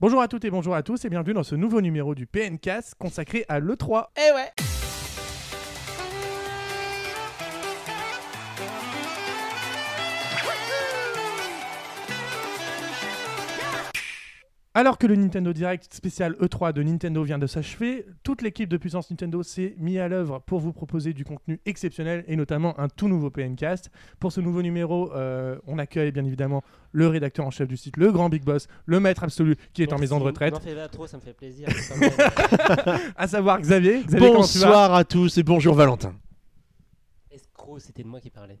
Bonjour à toutes et bonjour à tous et bienvenue dans ce nouveau numéro du PNCast consacré à l'E3. Eh ouais Alors que le Nintendo Direct spécial E3 de Nintendo vient de s'achever, toute l'équipe de puissance Nintendo s'est mise à l'œuvre pour vous proposer du contenu exceptionnel et notamment un tout nouveau PNcast. Pour ce nouveau numéro, euh, on accueille bien évidemment le rédacteur en chef du site, le grand Big Boss, le maître absolu qui est en maison de retraite, N'en fais pas trop, ça me fait plaisir. c'est pas mal. à savoir Xavier. Xavier, comment tu vas Bonsoir à tous et bonjour Valentin. Escroc, c'était de moi qui parlais.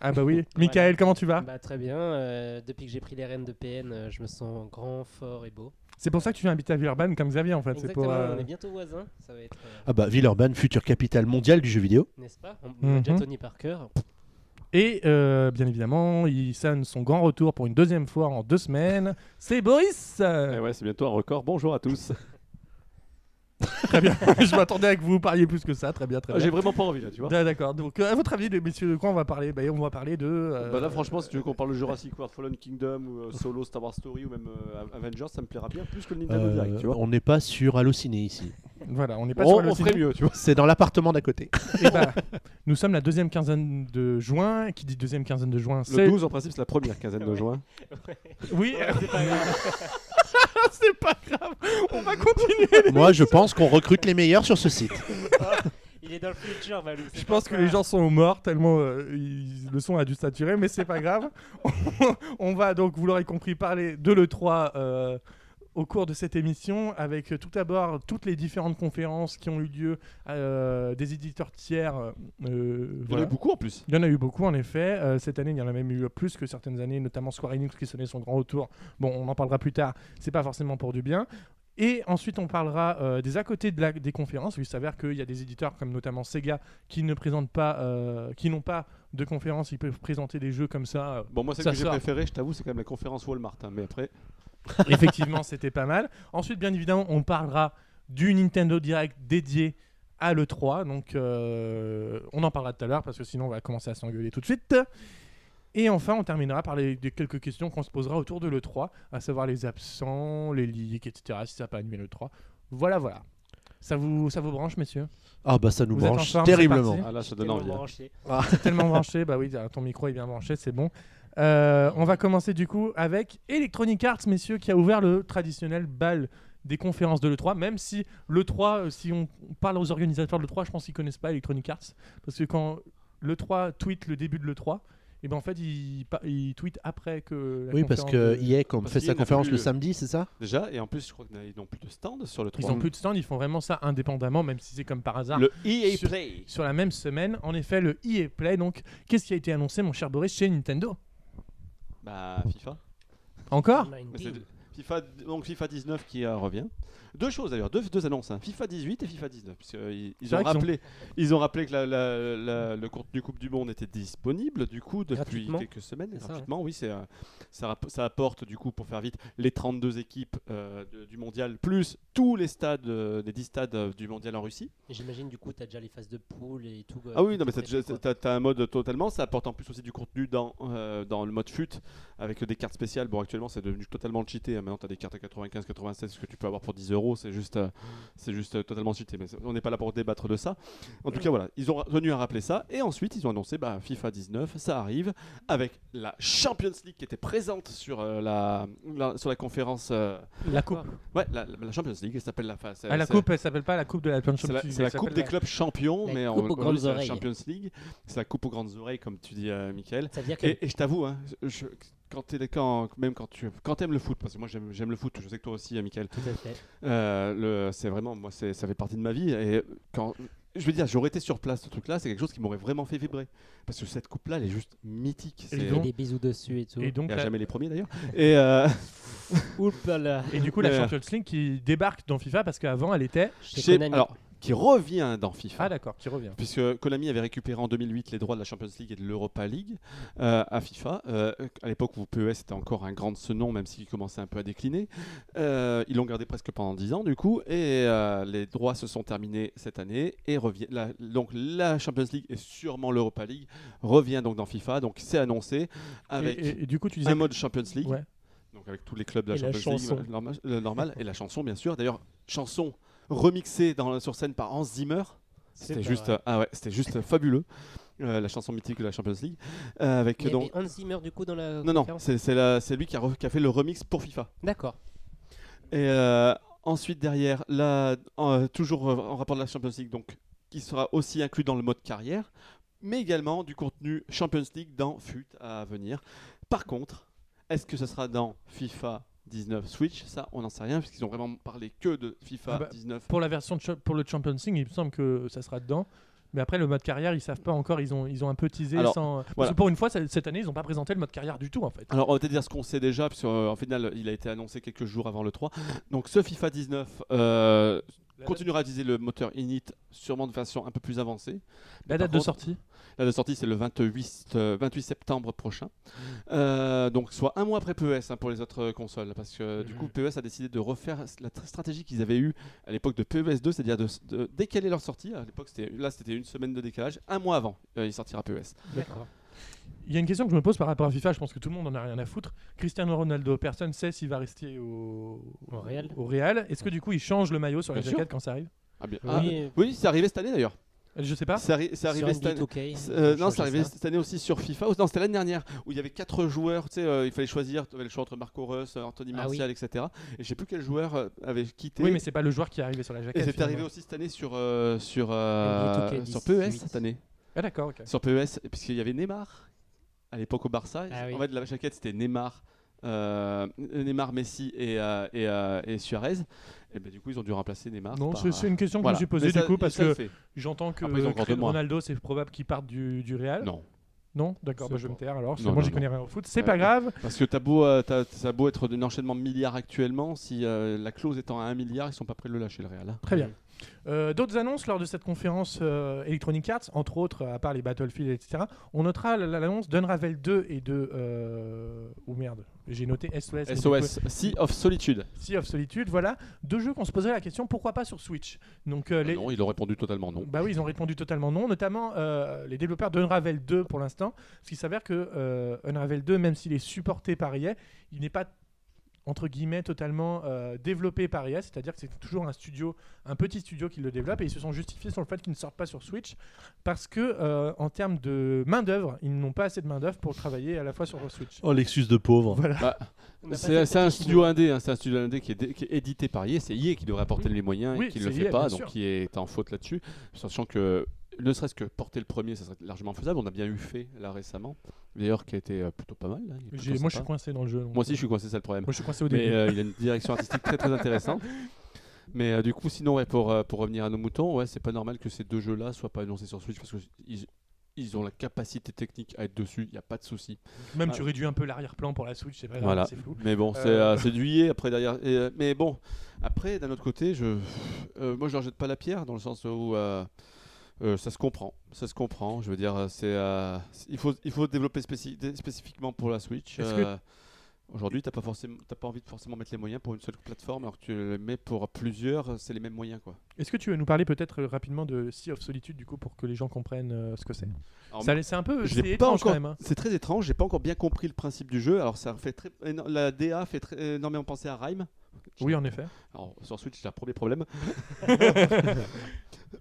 Ah bah oui. Michael, comment tu vas Bah, très bien, euh, depuis que j'ai pris les rênes de PN, euh, je me sens grand, fort et beau. C'est pour ça que tu viens habiter à Villeurbanne comme Xavier en fait. C'est Exactement, pour, euh, on est bientôt voisins, ça va être... euh, Ah bah Villeurbanne, future capitale mondiale du jeu vidéo. N'est-ce pas On on a déjà Mhm. Tony Parker. Et euh, bien évidemment, il sonne son grand retour pour une deuxième fois en deux semaines. C'est Boris Eh ouais, c'est bientôt un record. Bonjour à tous. Très bien, je m'attendais à que vous parliez plus que ça. Très bien, très Ah, J'ai bien. vraiment pas envie là, tu vois. Ah, D'accord, donc euh, à votre avis, les messieurs, de quoi on va parler bah, On va parler de. euh, Bah là, franchement, si tu veux qu'on parle de Jurassic World Fallen Kingdom ou euh, Solo Star Wars Story ou même euh, Avengers, ça me plaira bien plus que le Nintendo Euh, Ah, bah, Direct, tu vois. on n'est pas sur Allociné ici. Voilà, on n'est pas On, sur le on ferait mieux, tu vois. C'est dans l'appartement d'à côté. Eh ben, nous sommes la deuxième quinzaine de juin. Qui dit deuxième quinzaine de juin C'est. Le 12, en principe, c'est la première quinzaine de juin. Oui, euh, C'est pas grave. c'est pas grave. On va continuer. Moi je pense qu'on recrute les meilleurs sur ce site. Il est dans le futur, Valou. c'est Je pas pense que ça. les gens sont morts tellement euh, ils- le son a dû saturer, mais c'est pas grave. On- on va donc, vous l'aurez compris, parler de l'E3 euh, au cours de cette émission avec euh, tout d'abord toutes les différentes conférences qui ont eu lieu, euh, des éditeurs tiers. euh, Il y en a voilà. eu beaucoup en plus. Il y en a eu beaucoup en effet. Euh, cette année, il y en a même eu plus que certaines années, notamment Square Enix qui sonnait son grand retour. Bon, on en parlera plus tard. C'est pas forcément pour du bien. Et ensuite, on parlera euh, des à côté de la- des conférences. Il s'avère qu'il y a des éditeurs comme notamment Sega qui ne présentent pas, euh, qui n'ont pas de conférences. Ils peuvent présenter des jeux comme ça. euh, Bon, moi, celle Ça que j'ai sort. préférée, je t'avoue, c'est quand même la conférence Walmart. hein, mais après, Effectivement, c'était pas mal. Ensuite, bien évidemment, on parlera du Nintendo Direct dédié à l'E3. Donc, euh, on en parlera tout à l'heure parce que sinon, on va commencer à s'engueuler tout de suite. Et enfin, on terminera par les, des quelques questions qu'on se posera autour de l'E3, à savoir les absents, les leaks, etc. Si ça n'a pas annulé l'E3. Voilà, voilà. Ça vous, ça vous branche, messieurs Ah bah ça nous Vous êtes en branche forme, c'est terriblement. parti. ah, là, ça donne Tellement envie. hein. branché. C'est tellement branché. Bah oui, ton micro est bien branché, c'est bon. Euh, on va commencer du coup avec Electronic Arts, messieurs, qui a ouvert le traditionnel bal des conférences de l'E3, même si l'E3, euh, si on parle aux organisateurs de l'E3, je pense qu'ils connaissent pas Electronic Arts, parce que quand l'E3 tweet le début de l'E3, et ben en fait, ils il tweetent après que la Oui parce conférence que E de- EA comme Parce fait qu'EA sa n'a conférence plus le le- samedi, c'est ça hein. Déjà, et en plus, je crois qu'ils n'ont plus de stand sur le 3. Ils ont plus de stand, ils font vraiment ça indépendamment, même si c'est comme par hasard. Le E EA Sur- Play. Sur la même semaine, en effet, le EA Play, donc, qu'est-ce qui a été annoncé, mon cher Boris, chez Nintendo Bah, FIFA. Encore Online Mais c'est- team. FIFA, donc FIFA 19 qui euh, revient. Deux choses d'ailleurs, deux, deux annonces. hein. FIFA 18 et FIFA 19. Parce que, euh, ils, ils C'est ont vrai qu'ils ont- rappelé, ils ont rappelé que la- la- la- le contenu Coupe du Monde était disponible du coup depuis Gratuitement. quelques semaines. C'est ça, Gratuitement, oui, c'est, euh, ça, rapp- ça apporte du coup pour faire vite les 32 équipes euh, de- du mondial plus tous les stades, euh, les 10 stades euh, du mondial en Russie. J'imagine du coup, t'as déjà les phases de poule et tout. euh, Ah oui, tout non, mais prêt, t'as, déjà- quoi. t'as- t'as un mode totalement. Ça apporte en plus aussi du contenu dans, euh, dans le mode fut avec des cartes spéciales. Bon, actuellement, c'est devenu totalement cheaté. hein. Maintenant, t'as des cartes à 95, 96 ce que tu peux avoir pour 10 euros. C'est juste, euh, c'est juste euh, totalement cheaté. Mais c'est- on n'est pas là pour débattre de ça. En tout cas, voilà, ils ont tenu à rappeler ça. Et ensuite, ils ont annoncé bah, FIFA 19. Ça arrive avec la Champions League qui était présente sur euh, la, la- sur la conférence. euh, La coupe. ouais, la, la Champions League. Elle s'appelle la face. Ah, la coupe, elle s'appelle pas la coupe de la Champions C'est la, League, c'est la elle Coupe s'appelle des clubs champions, La mais en coupe aux en- grandes c'est la oreilles. Champions League. C'est la Coupe aux grandes oreilles, comme tu dis, euh, Michael. Ça veut dire que Et, et je t'avoue, hein, je- quand t'es- quand- même quand tu quand aimes le foot, parce que moi j'aime j'aime le foot, je sais que toi aussi, hein, Michael, Tout à fait. euh, le- c'est vraiment, moi, c'est- ça fait partie de ma vie. Et quand, je veux dire, j'aurais été sur place, ce truc-là, c'est quelque chose qui m'aurait vraiment fait vibrer. Parce que cette coupe-là, elle est juste mythique. Et c'est- Et donc- des bisous dessus et tout. Et donc, il y a la- jamais les premiers d'ailleurs. Et euh, Oups là. et du coup, la Mais, euh, Champions League qui débarque dans FIFA parce qu'avant, elle était. chez- alors, qui revient dans FIFA. Ah, d'accord, qui revient. Puisque Konami avait récupéré en 2008 les droits de la Champions League et de l'Europa League euh, à FIFA. Euh, à l'époque où PES était encore un grand de ce nom, même s'il commençait un peu à décliner. Euh, ils l'ont gardé presque pendant 10 ans, du coup. Et euh, les droits se sont terminés cette année. Et revient, la- donc la Champions League et sûrement l'Europa League revient donc dans FIFA. Donc c'est annoncé Et, avec et- et du coup, tu disais. un mode Champions League. Ouais. Donc donc avec tous les clubs de la Et la Champions League, chanson. norma- euh, normal, et la chanson bien sûr. D'ailleurs, chanson remixée dans, sur scène par Hans Zimmer. C'était pas juste, vrai. ah ouais, c'était juste fabuleux. Euh, la chanson mythique de la Champions League. Euh, avec Il y donc, avait Hans Zimmer du coup dans la non non, conférence c'est c'est la- c'est lui qui a, re- qui a fait le remix pour FIFA. D'accord. Et euh, ensuite, derrière, là, en- euh, toujours euh, en rapport de la Champions League, donc, qui sera aussi inclus dans le mode carrière, mais également du contenu Champions League dans FUT à venir. Par contre, est-ce que ce sera dans FIFA 19 Switch Ça, on n'en sait rien, puisqu'ils ont vraiment parlé que de FIFA Ah bah, 19. Pour la version de cho- pour le Champions League, il me semble que ça sera dedans. Mais après, le mode carrière, ils savent pas encore. Ils ont, ils ont un peu teasé. Alors, sans... Parce voilà. que pour une fois, cette cette année, ils n'ont pas présenté le mode carrière du tout, en fait. Alors, on va peut-être dire ce qu'on sait déjà, puisque euh, en final, il a été annoncé quelques jours avant le 3. Donc, ce FIFA 19 La euh, date- continuera à utiliser le moteur Init, sûrement de façon un peu plus avancée. La Par date de contre, sortie La date de sortie, c'est le 28, euh, 28 septembre prochain. Mmh. Euh, donc, soit un mois après PES hein, pour les autres euh, consoles. Parce que euh, du Mmh. coup, PES a décidé de refaire s- la tr- stratégie qu'ils avaient eue à l'époque de PES 2, c'est-à-dire de, s- de décaler leur sortie. À l'époque, c'était- là, c'était une semaine de décalage. Un mois avant, euh, il sortira PES. D'accord. Il y a une question que je me pose par rapport à FIFA, je pense que tout le monde en a rien à foutre. Cristiano Ronaldo, personne sait s'il va rester au, Au Real. Real. Est-ce que du coup il change le maillot sur la Bien sûr. jaquette quand ça arrive Ah, bien. Ah, Oui, euh, oui, c'est arrivé cette année d'ailleurs. Je sais pas. C'est arri- c'est arrivé sur cette NBA année. 2K, ils C'est- euh, ont non, c'est changé arrivé ça. cette année aussi sur FIFA. Oh, non, c'était l'année dernière où il y avait quatre joueurs. Tu sais, euh, il fallait choisir. Tu avais le choix entre Marco Reus, euh, Anthony Ah oui. Martial, etc. Et je sais plus quel joueur euh, avait quitté. Oui, mais c'est pas le joueur qui est arrivé sur la Et jaquette. c'est arrivé finalement. aussi cette année sur, euh, sur, euh, NBA 2K18. sur PES cette année. Ah d'accord, ok. Sur PES, puisqu'il y avait Neymar à l'époque au Barça. Ah oui. En fait, la jaquette c'était Neymar, euh, Neymar, Messi et, euh, et, euh, et Suarez. Et ben, du coup, ils ont dû remplacer Neymar. Non, par c'est un- c'est une question que Voilà. je me suis Mais posée du ça- coup parce ça le que fait. j'entends que Après, ils ont encore deux Cristiano mois. Ronaldo, c'est probable qu'il parte du, du Real. Non, Non D'accord, C'est bah, je vais pas- me taire alors. parce que Non, moi non, j'y non. connais rien au foot. C'est Ouais. pas grave. parce que t'as beau, euh, t'as- t'as beau être d'un enchaînement de milliards actuellement, si euh, la clause étant à 1 milliard, ils sont pas prêts de le lâcher le Real. hein. Très bien. Euh, D'autres annonces lors de cette conférence euh, Electronic Arts, entre autres, à part les Battlefield, etc. On notera l- l'annonce d'Unravel 2 et de. euh, Oh merde, j'ai noté SOS. mais du coup, SOS, Sea of Solitude. Sea of Solitude, voilà. Deux jeux qu'on se posait la question pourquoi pas sur Switch Donc, euh, les... Non, ils ont répondu totalement non. Bah oui, ils ont répondu totalement non, notamment euh, les développeurs d'Unravel 2 pour l'instant, parce qu'il s'avère que euh, Unravel 2, même s'il est supporté par EA, il n'est pas entre guillemets totalement euh, développé par EA, c'est-à-dire que c'est toujours un studio, un petit studio qui le développe, et ils se sont justifiés sur le fait qu'ils ne sortent pas sur Switch, parce que euh, en termes de main d'œuvre, ils n'ont pas assez de main d'œuvre pour travailler à la fois sur Switch. Oh, l'excuse de pauvre. On n'a pas cette C'est c'est un technique. studio indé, hein, c'est un studio indé qui est, dé- qui est édité par IE, c'est IE qui devrait apporter les moyens Oui, et qui ne le c'est fait EA, pas, bien donc sûr. qui est en faute là-dessus, sachant que ne serait-ce que porter le premier, ça serait largement faisable. On a bien eu fait là récemment, d'ailleurs qui a été euh, plutôt pas mal. hein, il est J'ai- plutôt Moi, je suis sympa. coincé dans le jeu. donc, Moi aussi euh, je suis coincé, c'est ça le problème. moi, je suis coincé au début. Mais euh, il a une direction artistique très très intéressante. Mais euh, du coup, sinon, ouais, pour, euh, pour revenir à nos moutons, ouais, c'est pas normal que ces deux jeux-là soient pas annoncés sur Switch parce qu'ils ils ont la capacité technique à être dessus, il n'y a pas de souci. Même Ah. tu réduis un peu l'arrière-plan pour la Switch, c'est pas grave, Voilà. c'est flou. Mais bon, c'est Euh, euh, c'est du lié après derrière. et, euh, mais bon, après d'un autre côté, je, euh, moi je leur jette pas la pierre dans le sens où euh, euh, ça se comprend, ça se comprend. Je veux dire, euh, c'est euh, c'est- il faut il faut développer spéci- dé- spécifiquement pour la Switch. Est-ce que- euh, Aujourd'hui, t'as pas forcément, t'as pas envie de forcément mettre les moyens pour une seule plateforme, alors que tu les mets pour plusieurs, c'est les mêmes moyens quoi. Est-ce que tu veux nous parler peut-être euh, rapidement de Sea of Solitude du coup pour que les gens comprennent euh, ce que c'est Alors, Ça, C'est un peu Je c'est l'ai pas étrange encore- quand même. hein. C'est très étrange, j'ai pas encore bien compris le principe du jeu. Alors ça fait très, éno- la DA fait très, énormément penser à Rime. Oui en effet. Alors, sur Switch, c'est un premier problème.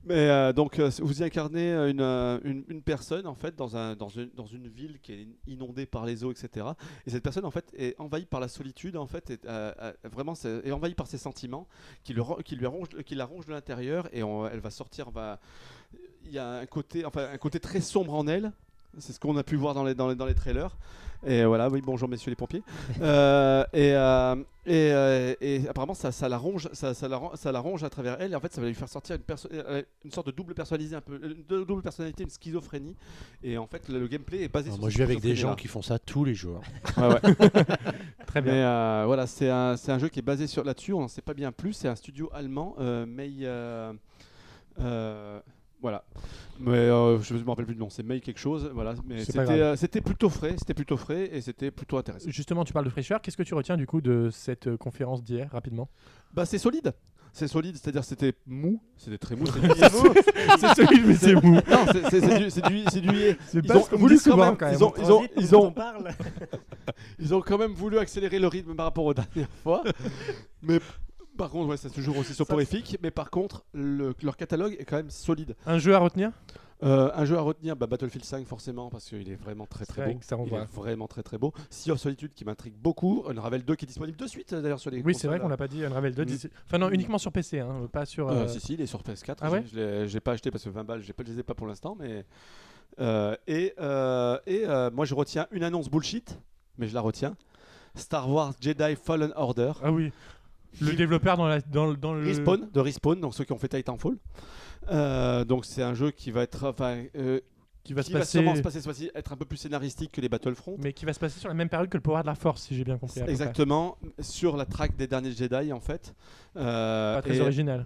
Mais euh, donc, euh, vous y incarnez euh, une, euh, une, une personne, en fait, dans, un, dans, une, dans une ville qui est inondée par les eaux, etc. Et cette personne, en fait, est envahie par la solitude, en fait, est, euh, euh, vraiment, c'est- est envahie par ses sentiments qui, le, ro- qui, lui ronge, qui la ronge de l'intérieur et on- elle va sortir. on Va... Il y a un côté, enfin, un côté très sombre en elle. C'est ce qu'on a pu voir dans les, dans les, dans les trailers. Et voilà, oui, bonjour messieurs les pompiers. Euh, et, euh, et, euh, et apparemment, ça, ça, la ronge, ça, ça la, ron- ça la ronge à travers elle. Et en fait, ça va lui faire sortir une, perso- euh, une sorte de double personnalité, un peu, une dou- double personnalité, une schizophrénie. Et en fait, le, le gameplay est basé Ah, sur moi, cette je vis avec des gens schizophrénie-là. qui font ça tous les jours. Ouais, ouais. Très bien. Mais euh, voilà, c'est un, c'est un jeu qui est basé sur là-dessus, on n'en sait pas bien plus. C'est un studio allemand, euh, May. euh, euh, voilà. Mais euh, je ne me rappelle plus de nom, c'est May quelque chose. Voilà. Mais C'est pas c'était grave. euh, c'était plutôt frais, c'était plutôt frais et c'était plutôt intéressant. Justement, tu parles de fraîcheur. Qu'est-ce que tu retiens du coup de cette euh, conférence d'hier rapidement Bah, c'est solide. c'est solide, c'est-à-dire c'était mou, c'était très mou. C'est C'est solide, mais c'est mou. Non, c'est- c'est c'est du, c'est du, c'est du yé. C'est Ils pas ont- ce qu'on ils voulu disent quand souvent même, quand même. ils ont- Transit, ils dont ont- on parle. Ils ont quand même voulu accélérer le rythme par rapport aux dernières fois. Mais par contre, ouais, c'est toujours aussi soporifique. Mais par contre, le- leur catalogue est quand même solide. Un jeu à retenir Euh, un jeu à retenir, bah, Battlefield 5 forcément, parce qu'il est vraiment très C'est très vrai beau. que ça, on Il voit. est vraiment très très beau. Sea of Solitude qui m'intrigue beaucoup. Unravel 2 qui est disponible de suite euh, d'ailleurs sur les Oui, c'est vrai qu'on consoles. l'a pas dit, Unravel 2. Mm. d'ici- Enfin, non, uniquement sur PC, hein, pas sur. Euh, euh, si, si, il est sur PS4. Ah ouais je l'ai- je l'ai pas acheté parce que 20 balles, j'ai pas- je les ai pas pour l'instant. mais euh, Et, euh, et euh, moi, je retiens une annonce bullshit, mais je la retiens. Star Wars Jedi Fallen Order. Ah oui. Le développeur dans, la, dans, le- dans le. Respawn, de Respawn, donc ceux qui ont fait Titanfall. Euh, donc c'est un jeu qui va être, enfin, euh, Qui va se qui va passer. sûrement se passer, cette fois-ci, être un peu plus scénaristique que les Battlefront. Mais qui va se passer sur la même période que le pouvoir de la force, si j'ai bien compris. à peu près. Exactement, sur la traque des derniers Jedi en fait. Euh, Pas très et- original.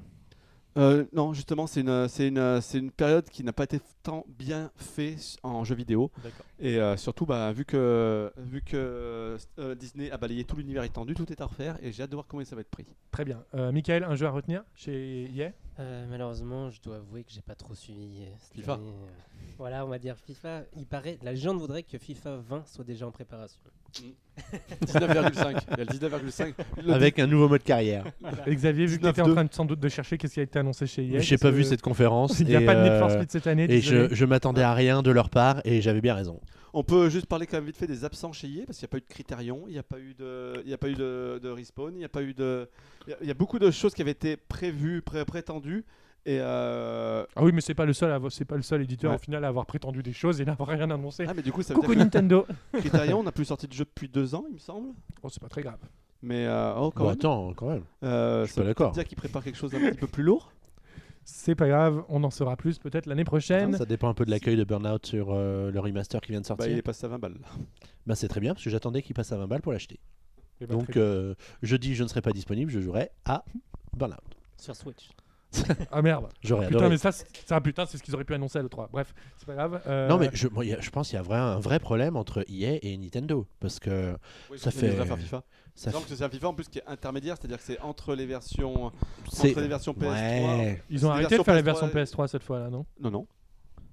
Euh, non, justement, c'est une, c'est une, c'est une période qui n'a pas été tant bien faite en jeu vidéo. D'accord. Et euh, surtout, bah, vu que, vu que euh, Disney a balayé tout l'univers étendu, tout est à refaire et j'ai hâte de voir comment ça va être pris. Très bien. Euh, Michael, un jeu à retenir chez EA Euh, malheureusement, je dois avouer que j'ai pas trop suivi euh, cette FIFA. année, euh. Voilà, on va dire FIFA. Il paraît, la légende voudrait que FIFA 20 soit déjà en préparation. 19,5. Il y a le 19,5. Le Avec un nouveau mode carrière. Xavier, vu que tu étais en 19-2. train de- sans doute de chercher qu'est-ce qui a été annoncé chez EA. J'ai parce pas que vu cette conférence. euh, Il n'y a et, pas de Need euh, for Speed cette année. Et désolé. je, je m'attendais à rien de leur part et j'avais bien raison. On peut juste parler quand même vite fait des absents chez EA parce qu'il n'y a pas eu de Criterion, il n'y a pas eu de, il n'y a pas eu de, de Respawn, il n'y a pas eu de, il y a- il y, a beaucoup de choses qui avaient été prévues, pré- prétendues et euh, Ah oui, mais c'est pas le seul, à avo- c'est pas le seul éditeur Ouais. au final à avoir prétendu des choses et n'avoir rien annoncé. ah mais du coup ça veut Coucou dire Nintendo. que Criterion on n'a plus sorti de jeu depuis deux ans il me semble, Oh, c'est pas très grave. mais euh, oh quand Bon, même, attends, quand même. Euh, Je suis ça pas veut d'accord. dire qu'ils préparent quelque chose d'un petit peu plus lourd. C'est pas grave. On en saura plus peut-être l'année prochaine. Hein, Ça dépend un peu de l'accueil de Burnout sur euh, le remaster qui vient de Bah, il sortir. est passé à 20 balles. Bah, c'est très bien parce que j'attendais qu'il passe à 20 balles pour l'acheter. Eh ben, Donc très- euh, jeudi, je ne serai pas disponible, je jouerai à Burnout. Sur Switch. euh, ah merde. J'aurais Putain, adoré. mais ça, c'est- ça, putain, c'est ce qu'ils auraient pu annoncer à l'E3. Bref, c'est pas grave. Euh, Non mais je, moi, il y a- je pense qu'il y a vrai- un vrai problème entre EA et Nintendo parce que Ça Ils devraient fait- faire FIFA. ça Sachant que c'est un FIFA en plus qui est intermédiaire, c'est-à-dire que c'est entre les versions, entre c'est les versions PS3. ouais. ils ont c'est arrêté des de versions faire la PS3. version PS3 cette fois là, non Non non.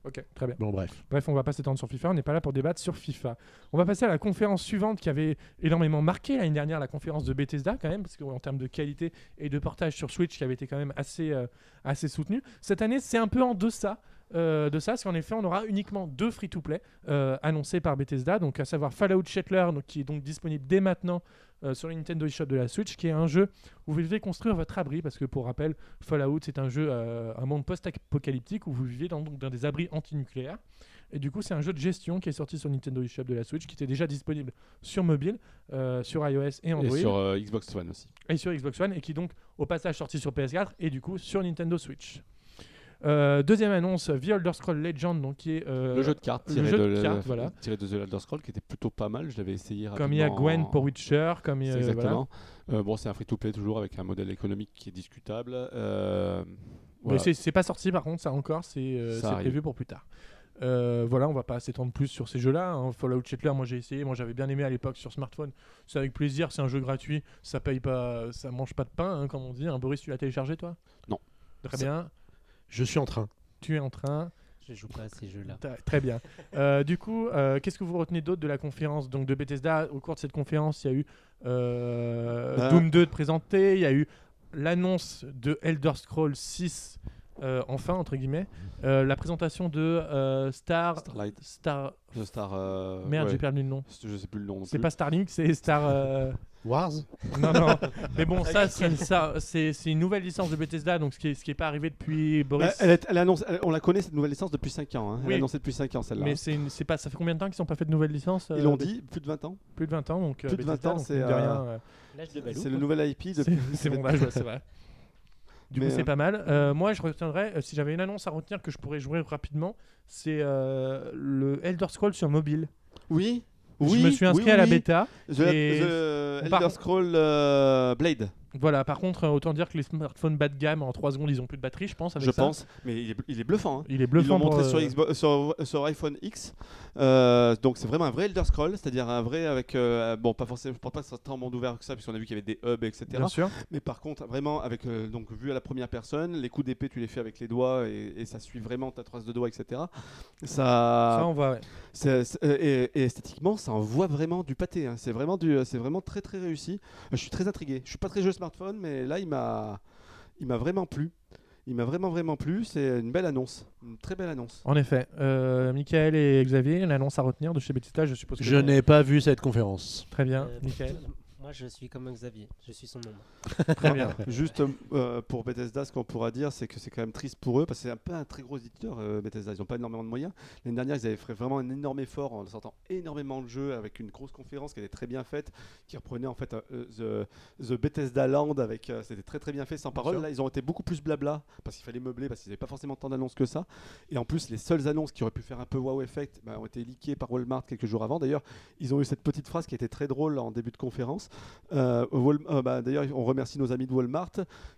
Ok, très bien. Bon bref. Bref, on va pas s'étendre sur FIFA, on n'est pas là pour débattre sur FIFA. On va passer à la conférence suivante qui avait énormément marqué l'année dernière, la conférence de Bethesda quand même, parce qu'en termes de qualité et de portage sur Switch qui avait été quand même assez, euh, assez soutenu. Cette année, c'est un peu en deçà. euh, de ça, parce qu'en effet, on aura uniquement deux free-to-play euh, annoncés par Bethesda, donc à savoir Fallout Shelter, donc, qui est donc disponible dès maintenant euh, sur le Nintendo eShop de la Switch, qui est un jeu où vous devez construire votre abri, parce que pour rappel, Fallout c'est un jeu, euh, un monde post-apocalyptique où vous vivez dans, donc, dans des abris antinucléaires. Et du coup, c'est un jeu de gestion qui est sorti sur Nintendo eShop de la Switch, qui était déjà disponible sur mobile, euh, sur iOS et Android, Et sur euh, Xbox One aussi. et sur Xbox One, et qui donc, au passage, sorti sur PS4 et du coup sur Nintendo Switch. Euh, deuxième annonce, The Elder Scrolls Legend, donc qui est euh, le jeu de cartes le tiré, jeu de, de le- cartes, voilà. tiré de The Elder Scrolls qui était plutôt pas mal. Je l'avais essayé rapidement. comme il y a Gwen en- pour Witcher, comme il y C'est a- voilà. Exactement. Euh, bon, c'est un free-to-play toujours avec un modèle économique qui est discutable. Euh, voilà. Mais c'est- c'est pas sorti par contre, ça encore, c'est euh, Ça c'est arrive. prévu pour plus tard. Euh, voilà, on va pas s'étendre plus sur ces jeux-là. hein. Fallout Shelter, moi j'ai essayé, moi j'avais bien aimé à l'époque sur smartphone. C'est avec plaisir, c'est un jeu gratuit, ça paye pas, ça mange pas de pain, hein, comme on dit. Hein, Boris, tu l'as téléchargé toi Non. Très Ça- bien, Je suis en train. tu es en train. Je joue pas à ces jeux-là. Ta- Très bien. Euh, du coup, euh, qu'est-ce que vous retenez d'autre de la conférence donc de Bethesda Au cours de cette conférence, il y a eu euh, Bah. Doom 2 de présenté, il y a eu l'annonce de Elder Scrolls 6, euh, enfin, entre guillemets, euh, la présentation de euh, Star... Starlight. Star... The Star. euh, Merde, ouais. j'ai perdu le nom. Je sais plus le nom. non C'est plus. pas Starlink, c'est Star... euh, Wars Non, non. Mais bon, ça, c'est ça, c'est- c'est une nouvelle licence de Bethesda, donc ce qui n'est pas arrivé depuis Euh, Boris. elle est- elle annonce, elle- on la connaît cette nouvelle licence depuis 5 ans. hein. Elle Oui. est annoncée depuis 5 ans celle-là. Mais c'est une- c'est pas, ça fait combien de temps qu'ils n'ont pas fait de nouvelle licence Ils euh, l'ont dit, plus de 20 ans. Plus de 20 ans, donc euh, Plus de 20 Bethesda, ans, donc, c'est, mine de euh, rien, euh, L'âge de Balou. C'est le nouvel IP depuis. C'est- C'est mon âge, ouais, c'est vrai. Du Mais, coup, euh, c'est pas mal. Euh, moi, je retiendrai, euh, si j'avais une annonce à retenir que je pourrais jouer rapidement, c'est euh, le Elder Scrolls sur mobile. Oui. Oui, je me suis inscrit oui, à la oui. bêta. The, et- The Par- Elder Scrolls euh, Blade. Voilà, par contre, euh, autant dire que les smartphones bas de gamme, en 3 secondes, ils ont plus de batterie, je pense. Avec je ça. pense, mais il est, il est bluffant. hein. Il est Ils l'ont bluffant. montré pour, sur, euh, Xbox- sur, sur iPhone X. Euh, donc c'est vraiment un vrai Elder Scroll, c'est-à-dire un vrai avec euh, bon pas forcément, je pense pas que ce soit tant monde ouvert que ça puisqu'on a vu qu'il y avait des hubs etc. Bien sûr. Mais par contre vraiment avec euh, donc vu à la première personne, les coups d'épée tu les fais avec les doigts et, et ça suit vraiment ta trace de doigt etc. Ça, Ça, on voit. ouais. c'est- c'est- euh, et, et esthétiquement ça envoie vraiment du pâté. hein. C'est vraiment du, c'est vraiment très très réussi. Euh, Je suis très intrigué. Je suis pas très jeu smartphone mais là il m'a, il m'a vraiment plu. Il m'a vraiment vraiment plu. C'est une belle annonce, une très belle annonce. En effet. Euh, Michael et Xavier, l'annonce à retenir de chez Bethesda, je suppose que Je n'ai pas vu cette conférence. Très bien, Euh, Michael. Moi, je suis comme Xavier. Je suis son ombre. Très bien. Juste euh, pour Bethesda, ce qu'on pourra dire, c'est que c'est quand même triste pour eux, parce que c'est un peu un très gros éditeur, euh, Bethesda. Ils n'ont pas énormément de moyens. L'année dernière, ils avaient fait vraiment un énorme effort en sortant énormément de jeux, avec une grosse conférence qui était très bien faite, qui reprenait en fait euh, the, the Bethesda Land, avec euh, c'était très très bien fait, sans parole. sûr. Là, ils ont été beaucoup plus blabla, parce qu'il fallait meubler, parce qu'ils n'avaient pas forcément tant d'annonces que ça. Et en plus, les seules annonces qui auraient pu faire un peu wow effect bah, ont été liquées par Walmart quelques jours avant. D'ailleurs, ils ont eu cette petite phrase qui était très drôle en début de conférence. Euh, Wal- euh, bah, D'ailleurs, on remercie nos amis de Walmart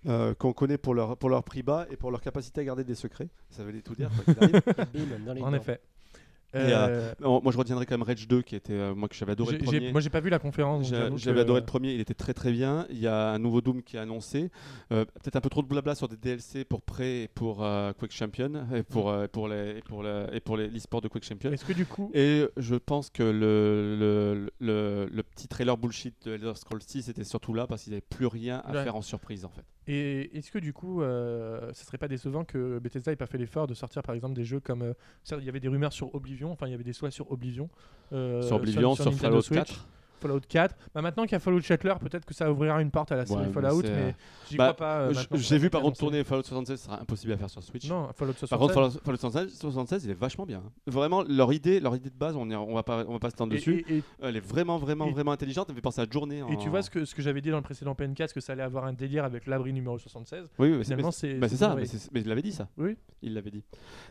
euh, qu'on connaît pour leur, pour leur prix bas et pour leur capacité à garder des secrets. Ça veut dire tout dire. quoi qu'il arrive. Bim, dans les En dents. effet. Et, Euh, Non, moi, je retiendrai quand même Rage 2, qui était euh, moi que j'avais adoré le j'ai- j'ai- premier. moi, j'ai pas vu la conférence. donc J'a- j'avoue J'avais que- adoré le premier, il était très très bien. Il y a un nouveau Doom qui est annoncé. Euh, Peut-être un peu trop de blabla sur des DLC pour Prey et pour euh, Quake Champion et pour, euh, pour les et pour, la- et pour les- l'e-sport de Quake Champion. Est-ce que du coup. Et je pense que le, le, le, le petit trailer bullshit de Elder Scrolls 6 était surtout là parce qu'il n'y avait plus rien à Ouais. faire en surprise en fait. Et est-ce que du coup, euh, ça serait pas décevant que Bethesda ait pas fait l'effort de sortir par exemple des jeux comme. euh, certes, il y avait des rumeurs sur Oblivion, enfin il y avait des souhaits sur Oblivion. euh, sur Oblivion, sur, Nintendo Fallout Switch, 4. Fallout 4. Bah, maintenant qu'il y a Fallout Shelter, peut-être que ça ouvrira une porte à la série Ouais, mais Fallout, c'est, mais euh, j'y bah, crois pas. euh, Euh, maintenant, J'ai vu par annoncé. contre tourner Fallout 76, ce sera impossible à faire sur Switch. Non, Fallout 76. Par contre, Fallout, Fallout 76, 76, il est vachement bien. hein. Vraiment, leur idée, leur idée de base, on, est- on va pas, on va pas se tendre Et- dessus. et- et Elle est vraiment, vraiment, et- vraiment intelligente. Elle me fait penser à Journée. Et tu vois ce que, ce que j'avais dit dans le précédent PNK, que ça allait avoir un délire avec l'abri numéro 76. Oui, oui, mais c'est- Finalement, mais c'est. c'est bah, c'est ça. vrai. Mais, c'est- mais il l'avait dit ça. Oui. Il l'avait dit.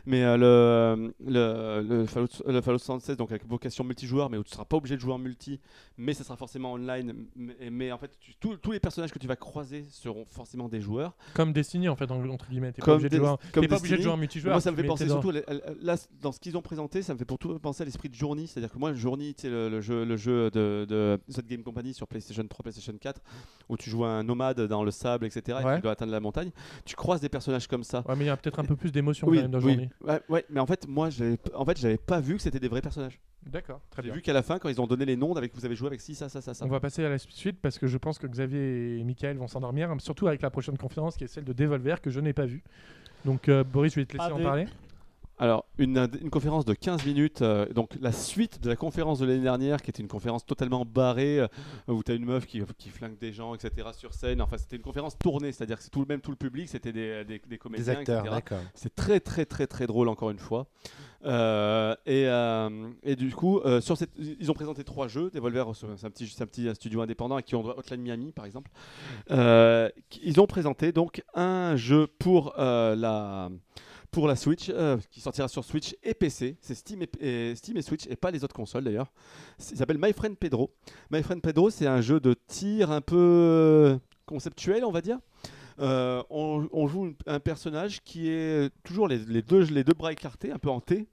Mais euh, le, le, le Fallout, le Fallout 76, donc avec vocation multijoueur, mais où tu seras pas obligé de jouer en multi, mais ça sera forcément online. Mais, mais en fait, tu- tous- tous les personnages que tu vas croiser seront forcément des joueurs. Comme Destiny, en fait, en- entre guillemets. T'es pas Comme obligé de Des- jouer en- comme t'es pas obligé de Destiny, jouer en multijoueur. Moi, ça me fait mais penser t'es dans- surtout, à la- à- là, dans ce qu'ils ont présenté, ça me fait surtout penser à l'esprit de Journey. C'est-à-dire que moi, Journey, c'est le, le jeu, le jeu de, de cette Game Company sur PlayStation 3, PlayStation 4, où tu joues un nomade dans le sable, etc., et Ouais. tu dois atteindre la montagne. Tu croises des personnages comme ça. Ouais, mais il y a peut-être un peu plus d'émotion Oui, quand même dans oui. Journey. Ouais, ouais, mais en fait, moi, j'avais p- en fait, j'avais pas vu que c'était des vrais personnages. D'accord, très J'ai bien. vu qu'à la fin, quand ils ont donné les noms, avec vous avez joué avec ci, ça, ça, ça, ça. On va passer à la suite parce que je pense que Xavier et Michael vont s'endormir, hein, surtout avec la prochaine conférence qui est celle de Devolver que je n'ai pas vue. Donc euh, Boris, je vais te laisser Pas en vu. parler. Alors, une, une conférence de 15 minutes, euh, donc la suite de la conférence de l'année dernière, qui était une conférence totalement barrée, euh, où tu as une meuf qui, qui flingue des gens, etc., sur scène. Enfin, c'était une conférence tournée, c'est-à-dire que c'est tout le même, tout le public, c'était des, des, des comédiens, Des acteurs, etc. d'accord. C'est très, très, très, très drôle, encore une fois. Euh, et, euh, et du coup, euh, sur cette, ils ont présenté trois jeux. Devolver, c'est un petit, c'est un petit studio indépendant à qui on doit Hotline Miami, par exemple. Euh, qui- ils ont présenté donc un jeu pour euh, la pour la Switch, euh, qui sortira sur Switch et PC. C'est Steam et, et- Steam et Switch, et pas les autres consoles d'ailleurs. C'est- Il s'appelle My Friend Pedro. My Friend Pedro, c'est un jeu de tir un peu conceptuel, on va dire. Euh, on, on joue une- un personnage qui est toujours les, les deux, les deux bras écartés, un peu en T,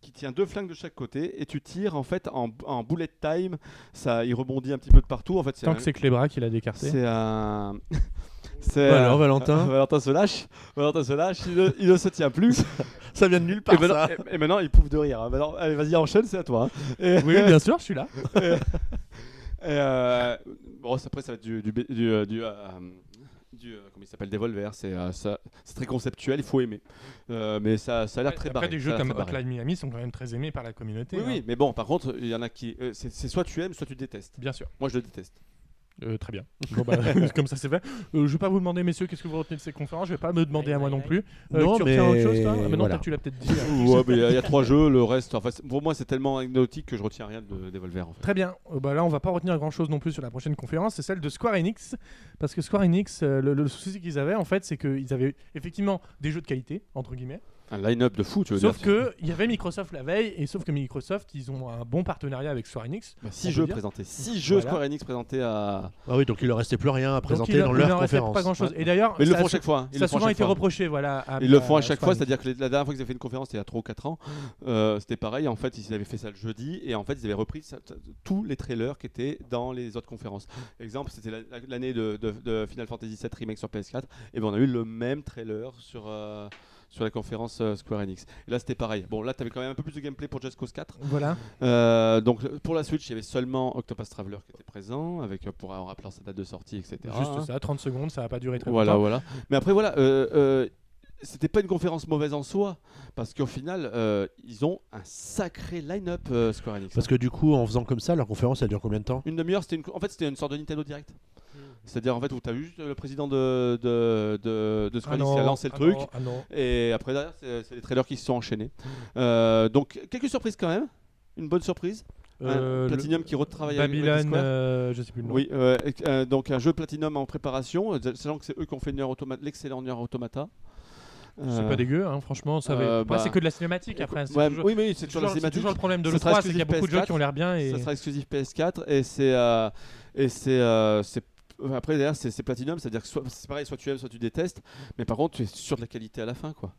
qui tient deux flingues de chaque côté, et tu tires en fait en, en bullet time. Ça, il rebondit un petit peu de partout. En fait, c'est Tant un- que c'est que les bras qu'il a décarté. c'est un. C'est Bah un- alors, Valentin Valentin se lâche. Valentin se lâche. Il ne, il ne se tient plus. Ça vient de nulle et, maintenant, et- et maintenant, il pouffe de rire. hein. Maintenant, allez, vas-y, enchaîne, c'est à toi. hein. Et- Oui, bien sûr, je suis là. et, euh, bon, c'est- après, ça va être du. du, du, euh, du, euh, du, euh, comment il s'appelle Devolver, c'est euh, ça- c'est très conceptuel, il faut aimer. Euh, mais ça, ça a l'air très Après, barré. des ça jeux a l'air comme très barré. Hotline Miami sont quand même très aimés par la communauté. Oui, hein. oui, mais bon, par contre, il y en a qui. euh, c'est c'est soit tu aimes, soit tu détestes. Bien sûr. Moi, je le déteste. Euh, très bien. Bon, bah, comme ça, c'est fait. Euh, je vais pas vous demander, messieurs, qu'est-ce que vous retenez de ces conférences. Je vais pas me demander à moi non plus. Euh, Non, tu mais. retiens autre chose, toi Ah, Maintenant, voilà. toi, tu l'as peut-être dit. hein. Ouais, mais il y a- il y a trois jeux, le reste. En fait, c'est- pour moi, c'est tellement anecdotique que je retiens rien de Devolver. En fait. Très bien. Euh, bah là, on va pas retenir grand-chose non plus sur la prochaine conférence, c'est celle de Square Enix, parce que Square Enix, euh, le, le souci qu'ils avaient en fait, c'est qu'ils avaient effectivement des jeux de qualité entre guillemets, Un line-up de fou, tu veux Sauf dire. que il y avait Microsoft la veille et sauf que Microsoft ils ont un bon partenariat avec Square Enix. Bah, on six peut jeux dire. présentés. Six jeux Voilà. Square Enix présentés à. Ah oui, donc il leur restait plus rien à présenter Donc, il- dans il leur en restait conférence. Pas grand chose. Ouais. Et d'ailleurs, Mais ils le ça font a à chaque fois. hein. Ils Ça le a font à souvent chaque été fois. reproché, voilà. à- Ils le font à chaque Square fois, Enix. c'est-à-dire que la dernière fois qu'ils avaient fait une conférence, c'était il y a 3 ou 4 ans, euh, c'était pareil, en fait, ils avaient fait ça le jeudi, et en fait, ils avaient repris ça- ça- tous les trailers qui étaient dans les autres conférences. Exemple, c'était la- la- l'année de, de- de Final Fantasy VII Remake sur PS4, et ben on a eu le même trailer sur, euh, sur la conférence euh, Square Enix. Et là, c'était pareil. Bon, là, tu avais quand même un peu plus de gameplay pour Just Cause 4. Voilà. Euh, donc, pour la Switch, il y avait seulement Octopus Traveler qui était présent, avec, euh, pour, en rappelant sa date de sortie, etc. Juste ça, 30 secondes, ça va pas durer très Voilà, longtemps. voilà. Mais après, voilà, euh, euh, c'était pas une conférence mauvaise en soi, parce qu'au final, euh, ils ont un sacré line-up euh, Square Enix. Parce que du coup, en faisant comme ça, leur conférence, elle dure combien de temps Une demi-heure, c'était une... en fait, c'était une sorte de Nintendo Direct. Hmm. C'est-à-dire, en fait, où t'as eu juste le président de, de, de, de Square Ah Enix qui a non, lancé le ah truc, non, ah non. et après, derrière, c'est c'est les trailers qui se sont enchaînés. Euh, donc, quelques surprises quand même. Une bonne surprise. Ah, Euh, le- Platinum qui retravaille avec- avec Babylon, Square. euh, je sais plus le nom. Oui, euh, et- euh, donc un jeu Platinum en préparation, euh, sachant que c'est eux qui ont fait Nier Automa- l'excellent Nier Automata. C'est Euh, pas dégueu, hein, franchement. Ça va... euh, Après, bah- c'est que de la cinématique après. hein, c'est Ouais, toujours- Oui, mais c'est c'est toujours la toujours- c'est cinématique. toujours le problème de Ce sera l'E3, c'est qu'il y a exclusif beaucoup de jeux PS4, qui ont l'air bien. Et... Ça sera exclusif PS4 et c'est euh, et c'est euh, c'est- euh, après derrière c'est c'est Platinum, c'est-à-dire que soit- c'est pareil, soit tu aimes, soit tu détestes, mais par contre tu es sûr de la qualité à la fin quoi.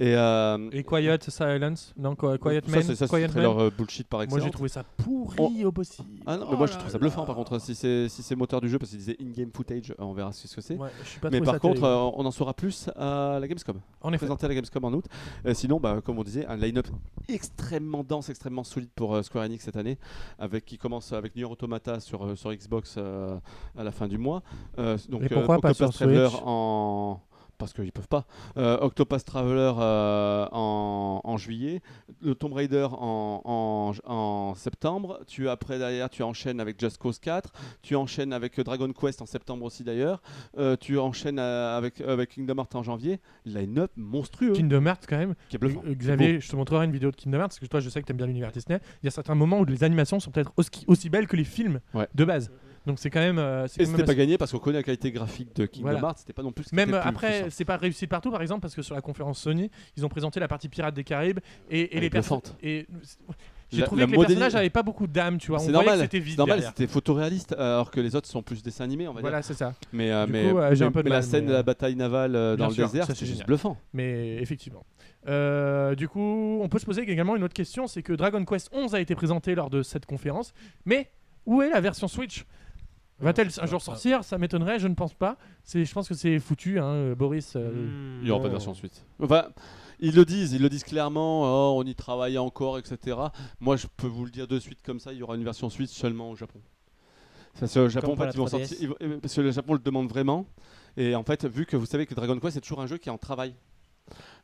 Et, euh, Et Quiet Silence Non, Qu- Quiet ça, Man c'est- ça, c'est Quiet le Man trailer euh, bullshit par Moi, excellence. j'ai trouvé Oh ça pourri au possible. Ah non, mais moi je trouve ça bluffant par contre hein. si c'est si c'est moteur du jeu parce qu'il disait in-game footage, euh, on verra ce que c'est. Ouais, je suis pas mais trouvé par ça contre, terrible. euh, on en saura plus à la Gamescom. en effet, présenté à la Gamescom en août. Euh, sinon, bah, comme on disait, un line-up extrêmement dense, extrêmement solide pour euh, Square Enix cette année, avec qui commence avec Nier Automata sur, euh, sur Xbox euh, à la fin du mois. Euh, donc, Mais pourquoi pas Octopath sur Traveler Switch en parce qu'ils peuvent pas. Euh, Octopus Traveler euh, en, en juillet, le Tomb Raider en, en, en septembre. Tu après derrière, tu enchaînes avec Just Cause 4. Tu enchaînes avec euh, Dragon Quest en septembre aussi d'ailleurs. Euh, tu enchaînes euh, avec, avec Kingdom Hearts en janvier. Line-up monstrueux Kingdom Hearts, quand même. qui est bluffant. Euh, Xavier, je te montrerai une vidéo de Kingdom Hearts parce que toi, je sais que t'aimes bien l'univers Disney. Il y a certains moments où les animations sont peut-être aussi, aussi belles que les films Ouais. de base. Donc c'est quand même. euh, c'est Et quand c'était même pas gagné parce qu'on connaît la qualité graphique de Kingdom Voilà. Hearts, c'était pas non plus. ce qui Même était le plus après, puissant. c'est pas réussi partout, par exemple, parce que sur la conférence Sony, ils ont présenté la partie Pirates des Caraïbes et, et Elle les est personnes. bluffante. Et j'ai La- trouvé la que les modéli- personnages avaient pas beaucoup d'âme, tu vois. On C'est voyait normal, que c'était vide C'est normal, derrière. c'était photoréaliste, euh, alors que les autres sont plus dessins animés, on va dire. Voilà, c'est ça. Mais, euh, Du mais, coup, euh, j'ai un mais- peu de mais la mal, scène mais, de euh, la bataille navale euh, bien dans le sûr, désert, ça, c'est c'est juste génial. bluffant. Mais effectivement. Euh, du coup, on peut se poser également une autre question, c'est que Dragon Quest 11 a été présenté lors de cette conférence, mais où est la version Switch Va-t-elle un jour sortir Ça m'étonnerait, je ne pense pas. C'est, je pense que c'est foutu, hein, euh, Boris. euh, Hmm, Il n'y aura pas de version suite. Enfin, ils le disent, ils le disent clairement, oh, on y travaille encore, etc. Moi, je peux vous le dire de suite comme ça, il y aura une version suite seulement au Japon. Parce que, au Japon, en pour fait, la ils vont 3DS. sortir, ils vont- euh, parce que le Japon le demande vraiment. Et en fait, vu que vous savez que Dragon Quest, c'est toujours un jeu qui est en travail.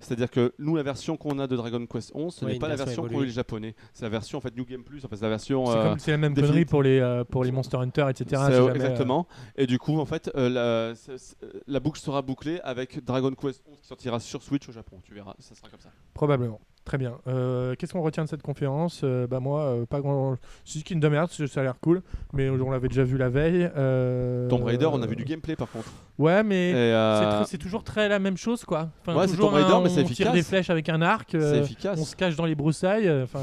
C'est-à-dire que nous, la version qu'on a de Dragon Quest 11, ce Ouais, n'est une pas la version version qu'ont eu évoluée. les Japonais. C'est la version en fait New Game Plus, enfin, c'est la version. C'est, euh, comme, c'est la même définitive. connerie pour les, euh, pour les Monster Hunter, etc. c'est- si jamais, euh, exactement. Et du coup, en fait, euh, la, c'est- c'est- la boucle sera bouclée avec Dragon Quest 11 qui sortira sur Switch au Japon. Tu verras, ça sera comme ça. Probablement. Très bien. Euh, qu'est-ce qu'on retient de cette conférence Euh, Bah moi, euh, pas grand. Si Kingdom Hearts, ça a l'air cool, mais on l'avait déjà vu la veille. Euh... Tomb Raider, on a vu du gameplay par contre. Ouais, mais Et, c'est, euh, tr- c'est toujours très la même chose, quoi. Enfin, Ouais, c'est toujours Tomb Raider, un- mais c'est on tire efficace. des flèches avec un arc. euh, c'est on efficace. se cache dans les broussailles. euh, Enfin,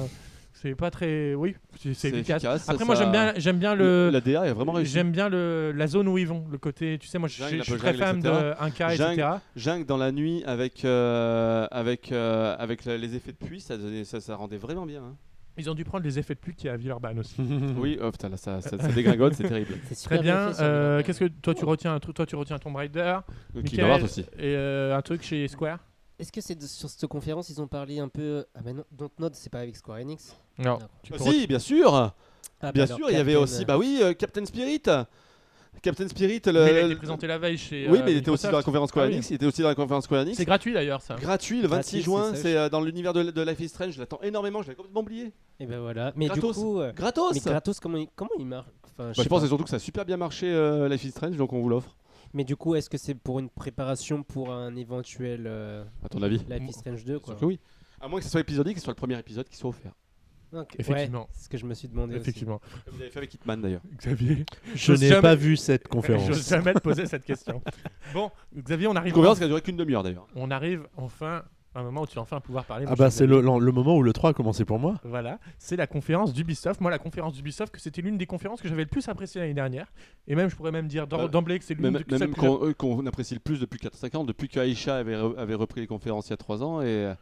c'est pas très. Oui, c'est, c'est efficace. Après, ça- moi, ça- j'aime bien, j'aime bien le- le. la DA est vraiment réussi. J'aime bien le, la zone où ils vont, le côté, tu sais, moi je, Jungle, je- je suis un peu très fan jungle, de etc. 1K, Jungle, etc. Junk dans la nuit avec euh, avec euh, avec la- les effets de pluie, ça, donnait- ça, ça rendait vraiment bien. hein. Ils ont dû prendre les effets de pluie qu'il y a à Villeurbanne aussi. Oui, oh, putain, là, ça, ça, ça dégringole, c'est terrible. C'est super Très bien. fait, ça, euh, Mega Qu'est-ce que toi tu retiens Toi tu retiens Tomb Raider, Donc, Euh, Kingdom Michael, Hearts aussi. et euh, un truc chez Square. Est-ce que c'est de- sur cette conférence ils ont parlé un peu Ah mais non, Dontnod c'est pas avec Square Enix. Non. Non. Tu Ah, peux si, bien sûr, Ah, bien bah alors, sûr. Il y avait Captain, aussi, euh, bah oui, euh, Captain Spirit, Captain Spirit. retiens- Le, Mais il a été le- présenté la veille chez. oui, euh, mais il était aussi Microsoft. dans la conférence Square Ah oui. Enix. Il était aussi dans la conférence Square Enix. C'est gratuit d'ailleurs ça. Gratuit le Gratuit, 26 juin, c'est c'est euh, dans l'univers de, de Life is Strange. Je l'attends énormément, je l'ai complètement oublié. Et ben voilà. Mais Kratos. du coup, euh, Gratos. mais Kratos comment il, comment il marche Enfin, Bah, sais je pense pas. et surtout que ça a super bien marché euh, Life is Strange, donc on vous l'offre. Mais du coup, est-ce que c'est pour une préparation pour un éventuel euh, À ton avis Life is Strange 2 quoi Sûr que oui. À moins que ce soit épisodique, que ce soit le premier épisode qui soit offert. Donc, Effectivement. ouais, c'est ce que je me suis demandé. aussi. Effectivement. Comme vous avez fait avec Hitman d'ailleurs. Xavier. Je n'ai jamais- pas vu cette Je conférence. jamais te poser cette question. Bon, Xavier, on Une arrive. conférence qui a duré qu'une demi-heure d'ailleurs. On arrive enfin un moment où tu vas enfin pouvoir parler. Ah moi, bah je suis c'est le, le- le moment où le 3 a commencé pour moi. Voilà, c'est la conférence d'Ubisoft. Moi, la conférence d'Ubisoft, que c'était l'une des conférences que j'avais le plus appréciée l'année dernière. Et même, je pourrais même dire d'or- Bah, d'emblée que c'est l'une Même, de- que même celle que j'a- qu'on euh, qu'on apprécie le plus depuis 4-5 ans, depuis que Aïcha avait, re- avait repris les conférences il y a 3 ans et.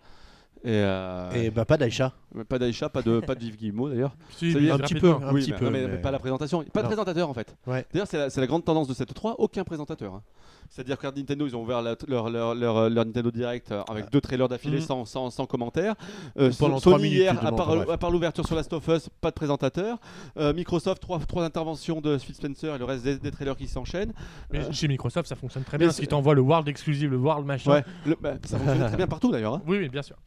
Et, euh, Et bah pas d'Aïcha. mais Pas d'Aïcha, pas de, pas de Yves Guillemot d'ailleurs. Si, ça y mais est, Un petit peu, rapidement. un Oui, petit mais, peu. non, mais- mais- mais pas la présentation. Pas de Non. présentateur en fait. Ouais. D'ailleurs, c'est la, c'est la grande tendance de cette 3, aucun présentateur. hein. C'est-à-dire que Nintendo, ils ont ouvert la- leur, leur, leur- leur Nintendo Direct euh, avec deux trailers d'affilée Mhm. sans, sans, sans commentaire. Euh, Pendant So- trois Sony minutes, hier, tout à le monde, part, enfin, bref. à part l'ouverture sur Last of Us, pas de présentateur. Euh, Microsoft, trois, trois interventions de Phil Spencer et le reste des, des trailers qui s'enchaînent. Mais chez Microsoft, ça fonctionne très mais bien. Si c'est- t'envoies le World Exclusive, le World machin. Ouais, le- bah, ça fonctionne très bien partout d'ailleurs. hein. Oui, oui, bien sûr.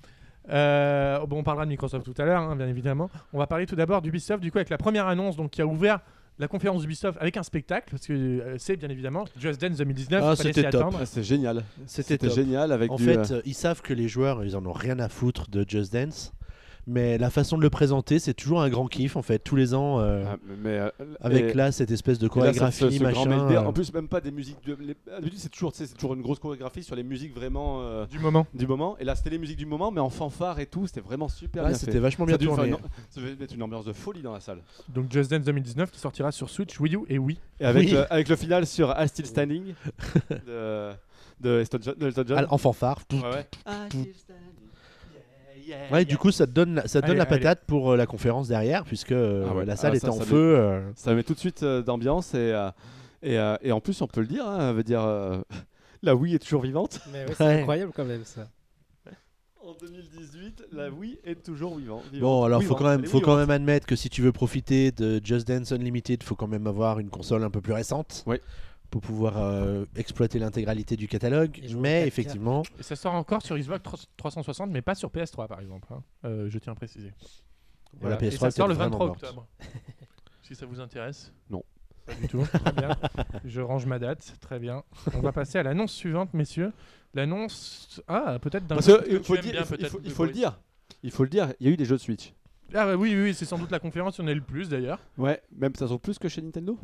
Euh, bon, on parlera de Microsoft tout à l'heure, hein, bien évidemment. On va parler tout d'abord d'Ubisoft, du coup, avec la première annonce donc, qui a ouvert la conférence d'Ubisoft avec un spectacle, parce que euh, c'est bien évidemment Just Dance 2019. Ah, il fallait c'était s'y top. attendre. Ah, c'est génial. C'était C'était top. génial avec En du. euh, fait, euh, ils savent que les joueurs, ils en ont rien à foutre de Just Dance. Mais la façon de le présenter, c'est toujours un grand kiff en fait. Tous les ans, euh, ah, mais, euh, avec et- là cette espèce de Et là, ça- chorégraphie, ce- ce grand machin. mêle d'air. euh, En plus, même pas des musiques. De... les- D'habitude, c'est toujours, tu sais, c'est toujours une grosse chorégraphie sur les musiques vraiment euh, Du moment. du moment. Et là, c'était les musiques du moment, mais en fanfare et tout. C'était vraiment super ouais, bien c'était fait. vachement Ça bien a dû faire tourné. une... ça devait mettre une ambiance de folie dans la salle. Donc Just Dance 2019 qui sortira sur Switch, Wii U et Wii. Et avec, Oui. le, avec le final sur I Still Standing de, de Elton John. de Elton John. Ah, En fanfare. tout- Ouais, ouais. Ouais, du coup, ça te donne, la- ça te donne Allez, la patate pour euh, la conférence derrière, puisque euh, Ah ouais. la salle Ah, est ça, en ça feu. euh, Ça met tout de suite euh, d'ambiance et, euh, et, euh, et en plus, on peut le dire, hein, veut dire euh, la Wii est toujours vivante. Mais ouais, c'est Ouais. incroyable quand même ça. En 2018, la Wii est toujours vivante. Bon, alors faut Vivante. quand Elle même, est faut vivante. quand même admettre que si tu veux profiter de Just Dance Unlimited, faut quand même avoir une console un peu plus récente. Oui. Pour pouvoir euh, exploiter l'intégralité du catalogue. Et jouer en Mais 4K. effectivement, Et ça sort encore sur Xbox 3- 360, mais pas sur PS3 par exemple. hein. Euh, je tiens à préciser. Voilà, Et PS3 ça sort était le vraiment 23 morte. octobre. si ça vous intéresse. Non. Pas du tout. Très bien. Je range ma date. Très bien. On va passer à l'annonce suivante, messieurs. L'annonce. Ah, peut-être d'un. Parce jeu que, tu il faut, le aimes dire, bien, il faut- il peut-être, faut- de il faut le Boris. dire. Il faut le dire, il y a eu des jeux de Switch. Ah, bah oui, oui, oui, c'est sans doute la conférence, on est le plus d'ailleurs. Ouais, même ça sort plus que chez Nintendo.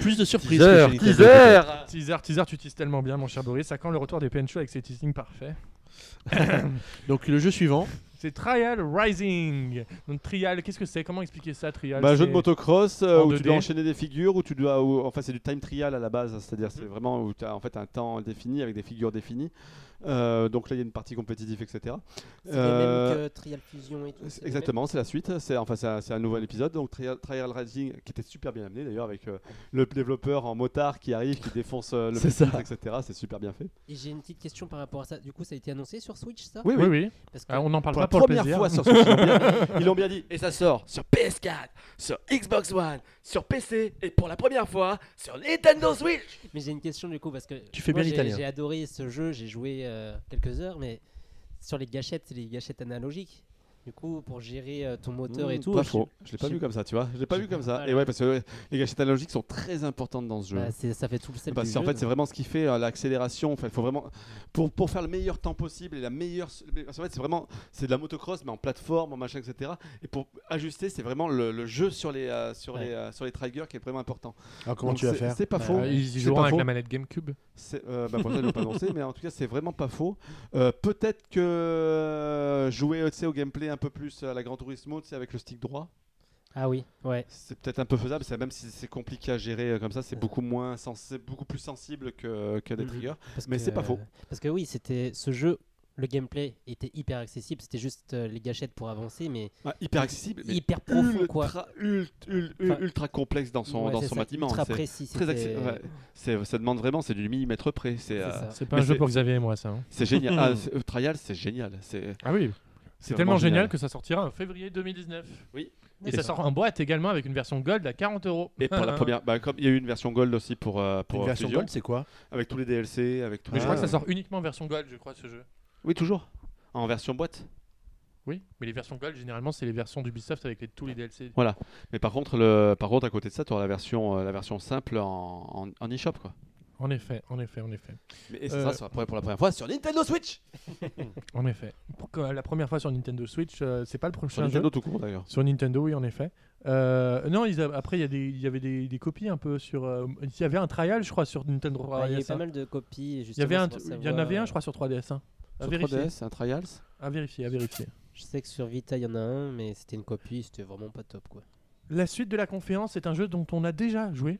plus de surprises. Teaser, que chez Nintendo, peut-être. Teaser, teaser, tu teases tellement bien, mon cher Boris. À quand le retour des PN Show avec ces teasings parfaits Donc le jeu suivant, C'est Trial Rising. Donc, Trial, qu'est-ce que c'est Comment expliquer ça, Trial Bah, jeu C'est- de motocross euh, en où tu 2D. dois enchaîner des figures, où tu dois. où- enfin, c'est du time trial à la base, hein, c'est-à-dire c'est vraiment où tu as en fait un temps défini avec des figures définies. Euh, donc là, il y a une partie compétitive, etc. C'est Euh, les mêmes que Trial Fusion et tout. c'est les mêmes. Exactement, c'est la suite. C'est enfin c'est un, c'est un nouvel épisode. Donc Trial, Trial Rising qui était super bien amené d'ailleurs avec euh, le développeur en motard qui arrive, qui défonce euh, le C'est petit, ça. etc. C'est super bien fait. Et j'ai une petite question par rapport à ça. Du coup, ça a été annoncé sur Switch ça Oui, oui. Parce que Ah, on n'en parle Pour pas la pour le première plaisir. fois sur Switch, ils l'ont bien- ils l'ont bien dit. Et ça sort sur PS4, sur Xbox One, sur PC et pour la première fois sur Nintendo Switch. Mais j'ai une question du coup parce que Tu fais moi, bien j'ai- l'italien. J'ai adoré ce jeu, j'ai joué euh, quelques heures, mais sur les gâchettes, c'est les gâchettes analogiques. Du coup, pour gérer euh, ton moteur et Mmh, tout, Pas je- faux. Je l'ai pas je- vu comme ça, tu vois. Je l'ai pas vu comme ça. Voilà. Et ouais, parce que ouais, les gâchettes analogiques sont très importantes dans ce jeu. bah, c'est- ça fait tout le sel parce du qu'en jeu, fait, donc. c'est vraiment ce qui fait euh, l'accélération. Enfin, il faut vraiment pour, pour faire le meilleur temps possible et la meilleure. parce qu'en fait, c'est vraiment c'est de la motocross, mais en plateforme, en machin, etc. Et pour ajuster, c'est vraiment le, le jeu sur les euh, sur Ouais. les euh, sur les triggers qui est vraiment important. alors comment Donc, tu vas c'est- faire C'est pas Bah, faux. Euh, Ils y C'est joueront pas avec faux. la manette GameCube. C'est- euh, bah, pour ça, ils l'ont pas annoncé, mais en tout cas, c'est vraiment pas faux. Euh, Peut-être que jouer tu sais, au gameplay un peu plus euh, à la Gran Turismo, tu sais, avec le stick droit. Ah oui, ouais. C'est peut-être un peu faisable, c'est- même si c'est compliqué à gérer euh, comme ça, c'est Euh. beaucoup moins sens- c'est beaucoup plus sensible que, que des Mhm. triggers. parce Mais que- euh, c'est pas faux. Parce que oui, c'était ce jeu, le gameplay était hyper accessible, c'était juste euh, les gâchettes pour avancer, mais Ah, hyper accessible, mais hyper profond quoi. ultra, ult- ul- ul- Enfin, ultra complexe dans son, Ouais, dans c'est son ça, bâtiment. hein, Ultra c'est précis. très c'était- accé- ouais. C'est- Ça demande vraiment, c'est du millimètre près. C'est c'est euh, ça. Ah. C'est pas Mais un jeu c'est- pour Xavier et moi, ça. hein. c'est génial. Ah, c'est- euh, trial, c'est génial. C'est Ah oui. C'est c'est tellement vraiment génial, que ça sortira en février 2019. Oui. Et ça sort en boîte également avec une version Gold à 40 euros. Et pour la première, bah, comme il y a eu une version Gold aussi pour, euh, pour Une version Fusion, gold, c'est quoi avec tous les DLC, avec tout. Mais je crois que ça Ah. sort uniquement en version Gold, je crois, ce jeu. Oui, toujours. En version boîte. Oui, mais les versions Gold, généralement, c'est les versions d'Ubisoft avec les- tous les DLC. Mais par contre, le, par contre, à côté de ça, tu auras la version, euh, la version simple en, en, en e-shop, quoi. En effet, en effet, en effet. Mais et ça Euh, sera sur- pour, pour la première fois sur Nintendo Switch En effet. Pour que- la première fois sur Nintendo Switch, euh, c'est pas le Sur prochain jeu. Nintendo tout court d'ailleurs. Sur Nintendo, oui, en effet. Euh, non, ils a- après, il y, a des- il y avait des, des copies un peu sur. euh, Il y avait un trial, je crois, sur Nintendo Bah, il y a eu 3DS. pas hein. mal de copies. Il y, avait justement, un- pour il y en savoir, avait un, euh, je crois, sur 3DS. hein. À Sur vérifier. 3DS, un Trials. À vérifier, à vérifier. Je sais que sur Vita, il y en a un, mais c'était une copie, c'était vraiment pas top quoi. La suite de la conférence est un jeu dont on a déjà joué.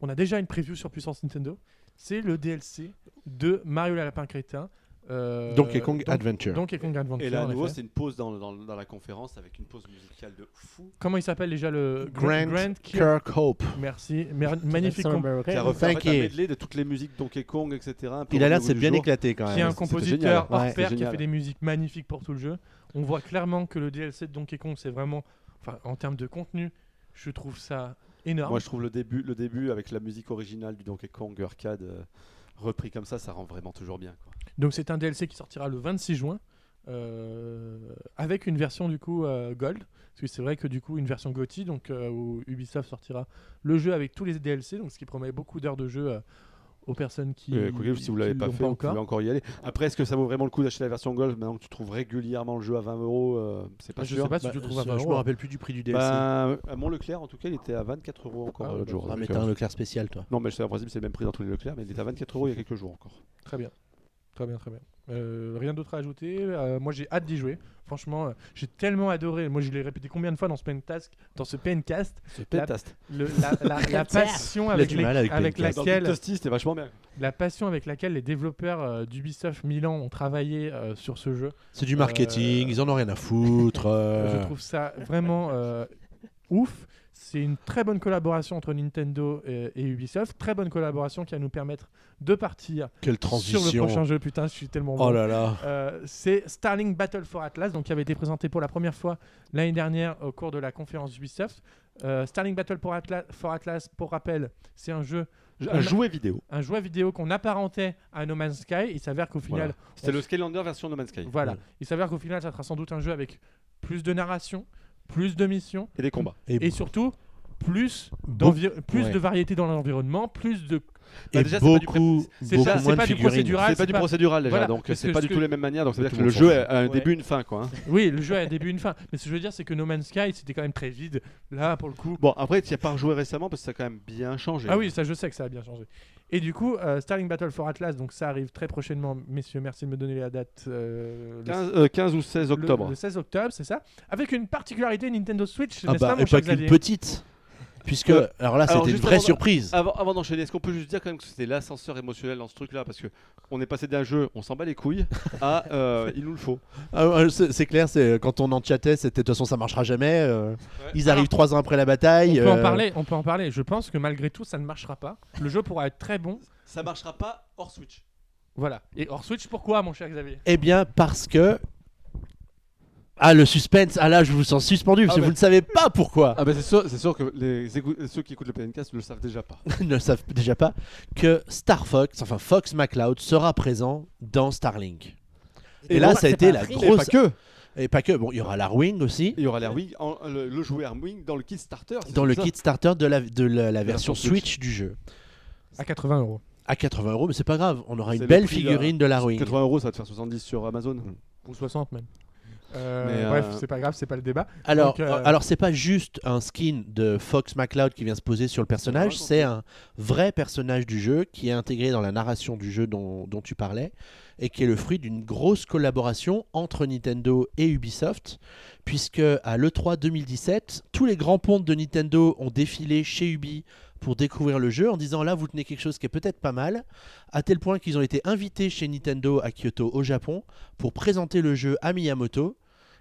On a déjà une preview sur Puissance Nintendo. C'est le DLC de Mario le Lapin Crétin. euh, Donkey Kong Don- Adventure. Donkey Kong Adventure. Et là, à en nouveau, effet. c'est une pause dans, dans, dans la conférence avec une pause musicale de fou. Comment il s'appelle déjà le Grant, Kirk- Kirkhope. Merci. Mer- magnifique. comp- Qui a combo. refait en Thank fait, un you. medley de toutes les musiques Donkey Kong, etc. un peu Il a au l'air goût de s'être du bien jour. éclaté quand qui est même. un c'était compositeur génial. hors Ouais, pair c'est qui a fait génial. des musiques magnifiques pour tout le jeu. On voit clairement que le DLC de Donkey Kong, c'est vraiment, enfin, en termes de contenu, je trouve ça énorme. Moi, je trouve le début, le début avec la musique originale du Donkey Kong arcade euh, repris comme ça, ça rend vraiment toujours bien. Quoi. Donc c'est un DLC qui sortira le 26 juin. euh, avec une version du coup euh, gold parce que c'est vrai que du coup une version GOTY donc euh, où Ubisoft sortira le jeu avec tous les DLC donc ce qui promet beaucoup d'heures de jeu euh, aux personnes qui Euh, quoi qu'il arrive, si vous qui l'avez pas l'ont fait, vous pouvez encore y aller. Après, est-ce que ça vaut vraiment le coup d'acheter la version Gold maintenant que tu trouves régulièrement le jeu à 20 euros euh, C'est pas Bah, Ah, je sûr. sais pas si tu le trouves à 20 Bah, je me euros. rappelle plus du prix du DLC. Bah, à Mont Leclerc, en tout cas, il était à 24 euros encore Ah, euh, l'autre bah, jour. ah, donc, mais euh, t'as un Leclerc spécial, toi. Non, mais c'est en principe, c'est le même prix dans tous les Leclerc, mais il était à 24 euros il y a quelques jours encore. hein. Très bien. Très bien, très bien. Euh, rien d'autre à ajouter. Euh, moi, j'ai hâte d'y jouer. Franchement, euh, j'ai tellement adoré. Moi, je l'ai répété combien de fois dans ce Pentask, dans ce Pencast, C'est pétaste. le- la, la- la Tiens. passion a avec, du les- mal avec avec Pencast. laquelle, c'était vachement bien. la passion avec laquelle les développeurs euh, d'Ubisoft Milan ont travaillé euh, sur ce jeu. C'est du marketing, euh, ils en ont rien à foutre. euh, Je trouve ça vraiment euh, ouf. C'est une très bonne collaboration entre Nintendo et, et Ubisoft. Très bonne collaboration qui va nous permettre de partir Quelle transition. sur le prochain jeu. Putain, je suis tellement bon. Oh là là. Euh, c'est Starling Battle for Atlas, donc qui avait été présenté pour la première fois l'année dernière au cours de la conférence Ubisoft. Euh, Starling Battle for Atlas, for Atlas, pour rappel, c'est un jeu, Un jouet vidéo. un jouet vidéo qu'on apparentait à No Man's Sky. Il s'avère qu'au final, C'était le Skylander version No Man's Sky. voilà, il s'avère qu'au final, ça sera sans doute un jeu avec plus de narration, plus de missions Et des combats. et surtout plus Beaucoup- d'envi- plus ouais. de variété dans l'environnement, plus de et Bah, déjà, c'est pas du pré- beaucoup, c'est beaucoup ça, c'est moins pas de du figurines. procédural. c'est pas c'est du pas- procédural déjà, voilà, donc parce c'est que pas ce du que- tout les mêmes manières, donc ça veut Tout dire que le le monde jeu s'en a a un fout. début, une fin quoi. hein. oui, le jeu a un début une fin. Mais ce que je veux dire c'est que No Man's Sky, c'était quand même très vide là pour le coup. Bon, après, tu n'y as pas rejoué récemment parce que ça a quand même bien changé. Ah oui, ça je sais que ça a bien changé. Et du coup, euh, Starling Battle for Atlas, donc ça arrive très prochainement, messieurs, merci de me donner la date. euh, le- 15, euh, 15 ou 16 le- octobre. Le, 16 octobre, c'est ça. Avec une particularité Nintendo Switch, Ah n'est-ce bah, pas, et mon cher pas qu'une Xavier petite. Puisque, Euh, alors là, alors, c'était une juste vraie avant- Ah. surprise. Avant, avant d'enchaîner, est-ce qu'on peut juste dire quand même que c'était l'ascenseur émotionnel dans ce truc-là Parce que on est passé d'un jeu, on s'en bat les couilles, à euh, il nous le faut. Ah, ouais, c'est c'est clair, c'est quand on en chattait, c'était de toute façon ça marchera jamais. euh, Ils arrivent trois ans après la on bataille. peut, en euh, parler, on peut en parler. Je pense que malgré tout, ça ne marchera pas. Le jeu pourra être très bon. Ça marchera pas hors Switch. Voilà. Et hors Switch, pourquoi, mon cher Xavier Eh bien, parce que. Ah, le suspense Ah là, je vous sens suspendu, parce Ah que bah. vous ne savez pas pourquoi Ah bah c'est sûr, c'est sûr que les écou- ceux qui écoutent le PNCast ne le savent déjà pas. Ils ne le savent déjà pas que Star Fox, enfin Fox McCloud, sera présent dans Starlink. Et là, donc, ça c'est a été pas la free. grosse- pas que Et pas que, bon, il y aura la Wing aussi, Il y aura l'air Wing, en- le, le jouet Armwing dans le kit starter. c'est dans le ça. kit starter de la, de la, la version Switch du jeu. À 80 euros. À 80 euros, mais c'est pas grave, on aura C'est une le belle prix, hein. figurine de la Wing. Mm. 80 euros, ça va te faire 70 sur Amazon. Ou 60 même. Euh, Mais, euh, Bref, c'est pas grave, c'est pas le débat. Alors, Donc, euh, euh, alors c'est pas juste un skin de Fox McCloud qui vient se poser sur le personnage, raconte. c'est un vrai personnage du jeu qui est intégré dans la narration du jeu dont, dont tu parlais et qui est le fruit d'une grosse collaboration entre Nintendo et Ubisoft, puisque à l'E3 2017, tous les grands pontes de Nintendo ont défilé chez Ubi pour découvrir le jeu en disant là vous tenez quelque chose qui est peut-être pas mal, à tel point qu'ils ont été invités chez Nintendo à Kyoto au Japon pour présenter le jeu à Miyamoto.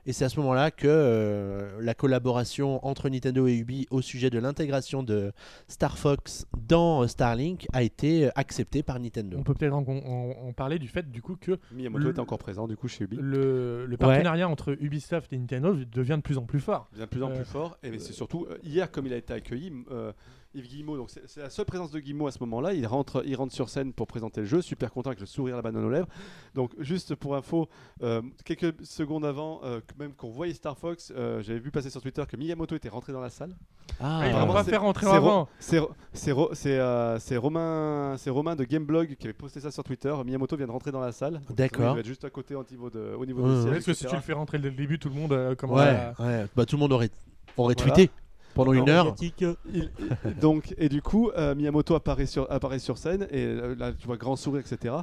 Et c'est à ce moment-là que euh, la collaboration entre Nintendo et Ubi au sujet de l'intégration de Star Fox dans euh, Starlink a été euh, acceptée par Nintendo. On peut peut-être en, en- en parler du fait du coup que Miyamoto Le- était encore présent du coup chez Ubi. le, le partenariat entre Ubisoft et Nintendo devient de plus en plus fort. Il devient de plus en Euh, plus fort. Et mais c'est surtout, euh, hier, comme il a été accueilli, m- euh, Yves Guillemot, donc c'est c'est la seule présence de Guillemot à ce moment-là. Il rentre, il rentre sur scène pour présenter le jeu, super content avec le sourire, la banane aux lèvres. Donc, juste pour info, euh, quelques secondes avant, euh, que- même qu'on voyait Star Fox, euh, j'avais vu passer sur Twitter que Miyamoto était rentré dans la salle. Ah, Ah, il va vraiment, pas c'est- faire rentrer c'est avant. C'est Ro- c'est Ro- c'est, euh, c'est Romain, c'est Romain de Gameblog qui avait posté ça sur Twitter. Miyamoto vient de rentrer dans la salle. Donc, D'accord. Il va être juste à côté au niveau de, au niveau Ouais, du ouais. siège, Parce que si etc. tu le fais rentrer dès le début, tout le monde euh, commence ouais, à- ouais. Bah, tout le monde aurait, aurait Voilà. tweeté pendant une Alors, heure. Il- il- donc, et du coup, euh, Miyamoto apparaît sur, apparaît sur scène, et euh, là, tu vois, grand sourire, etc.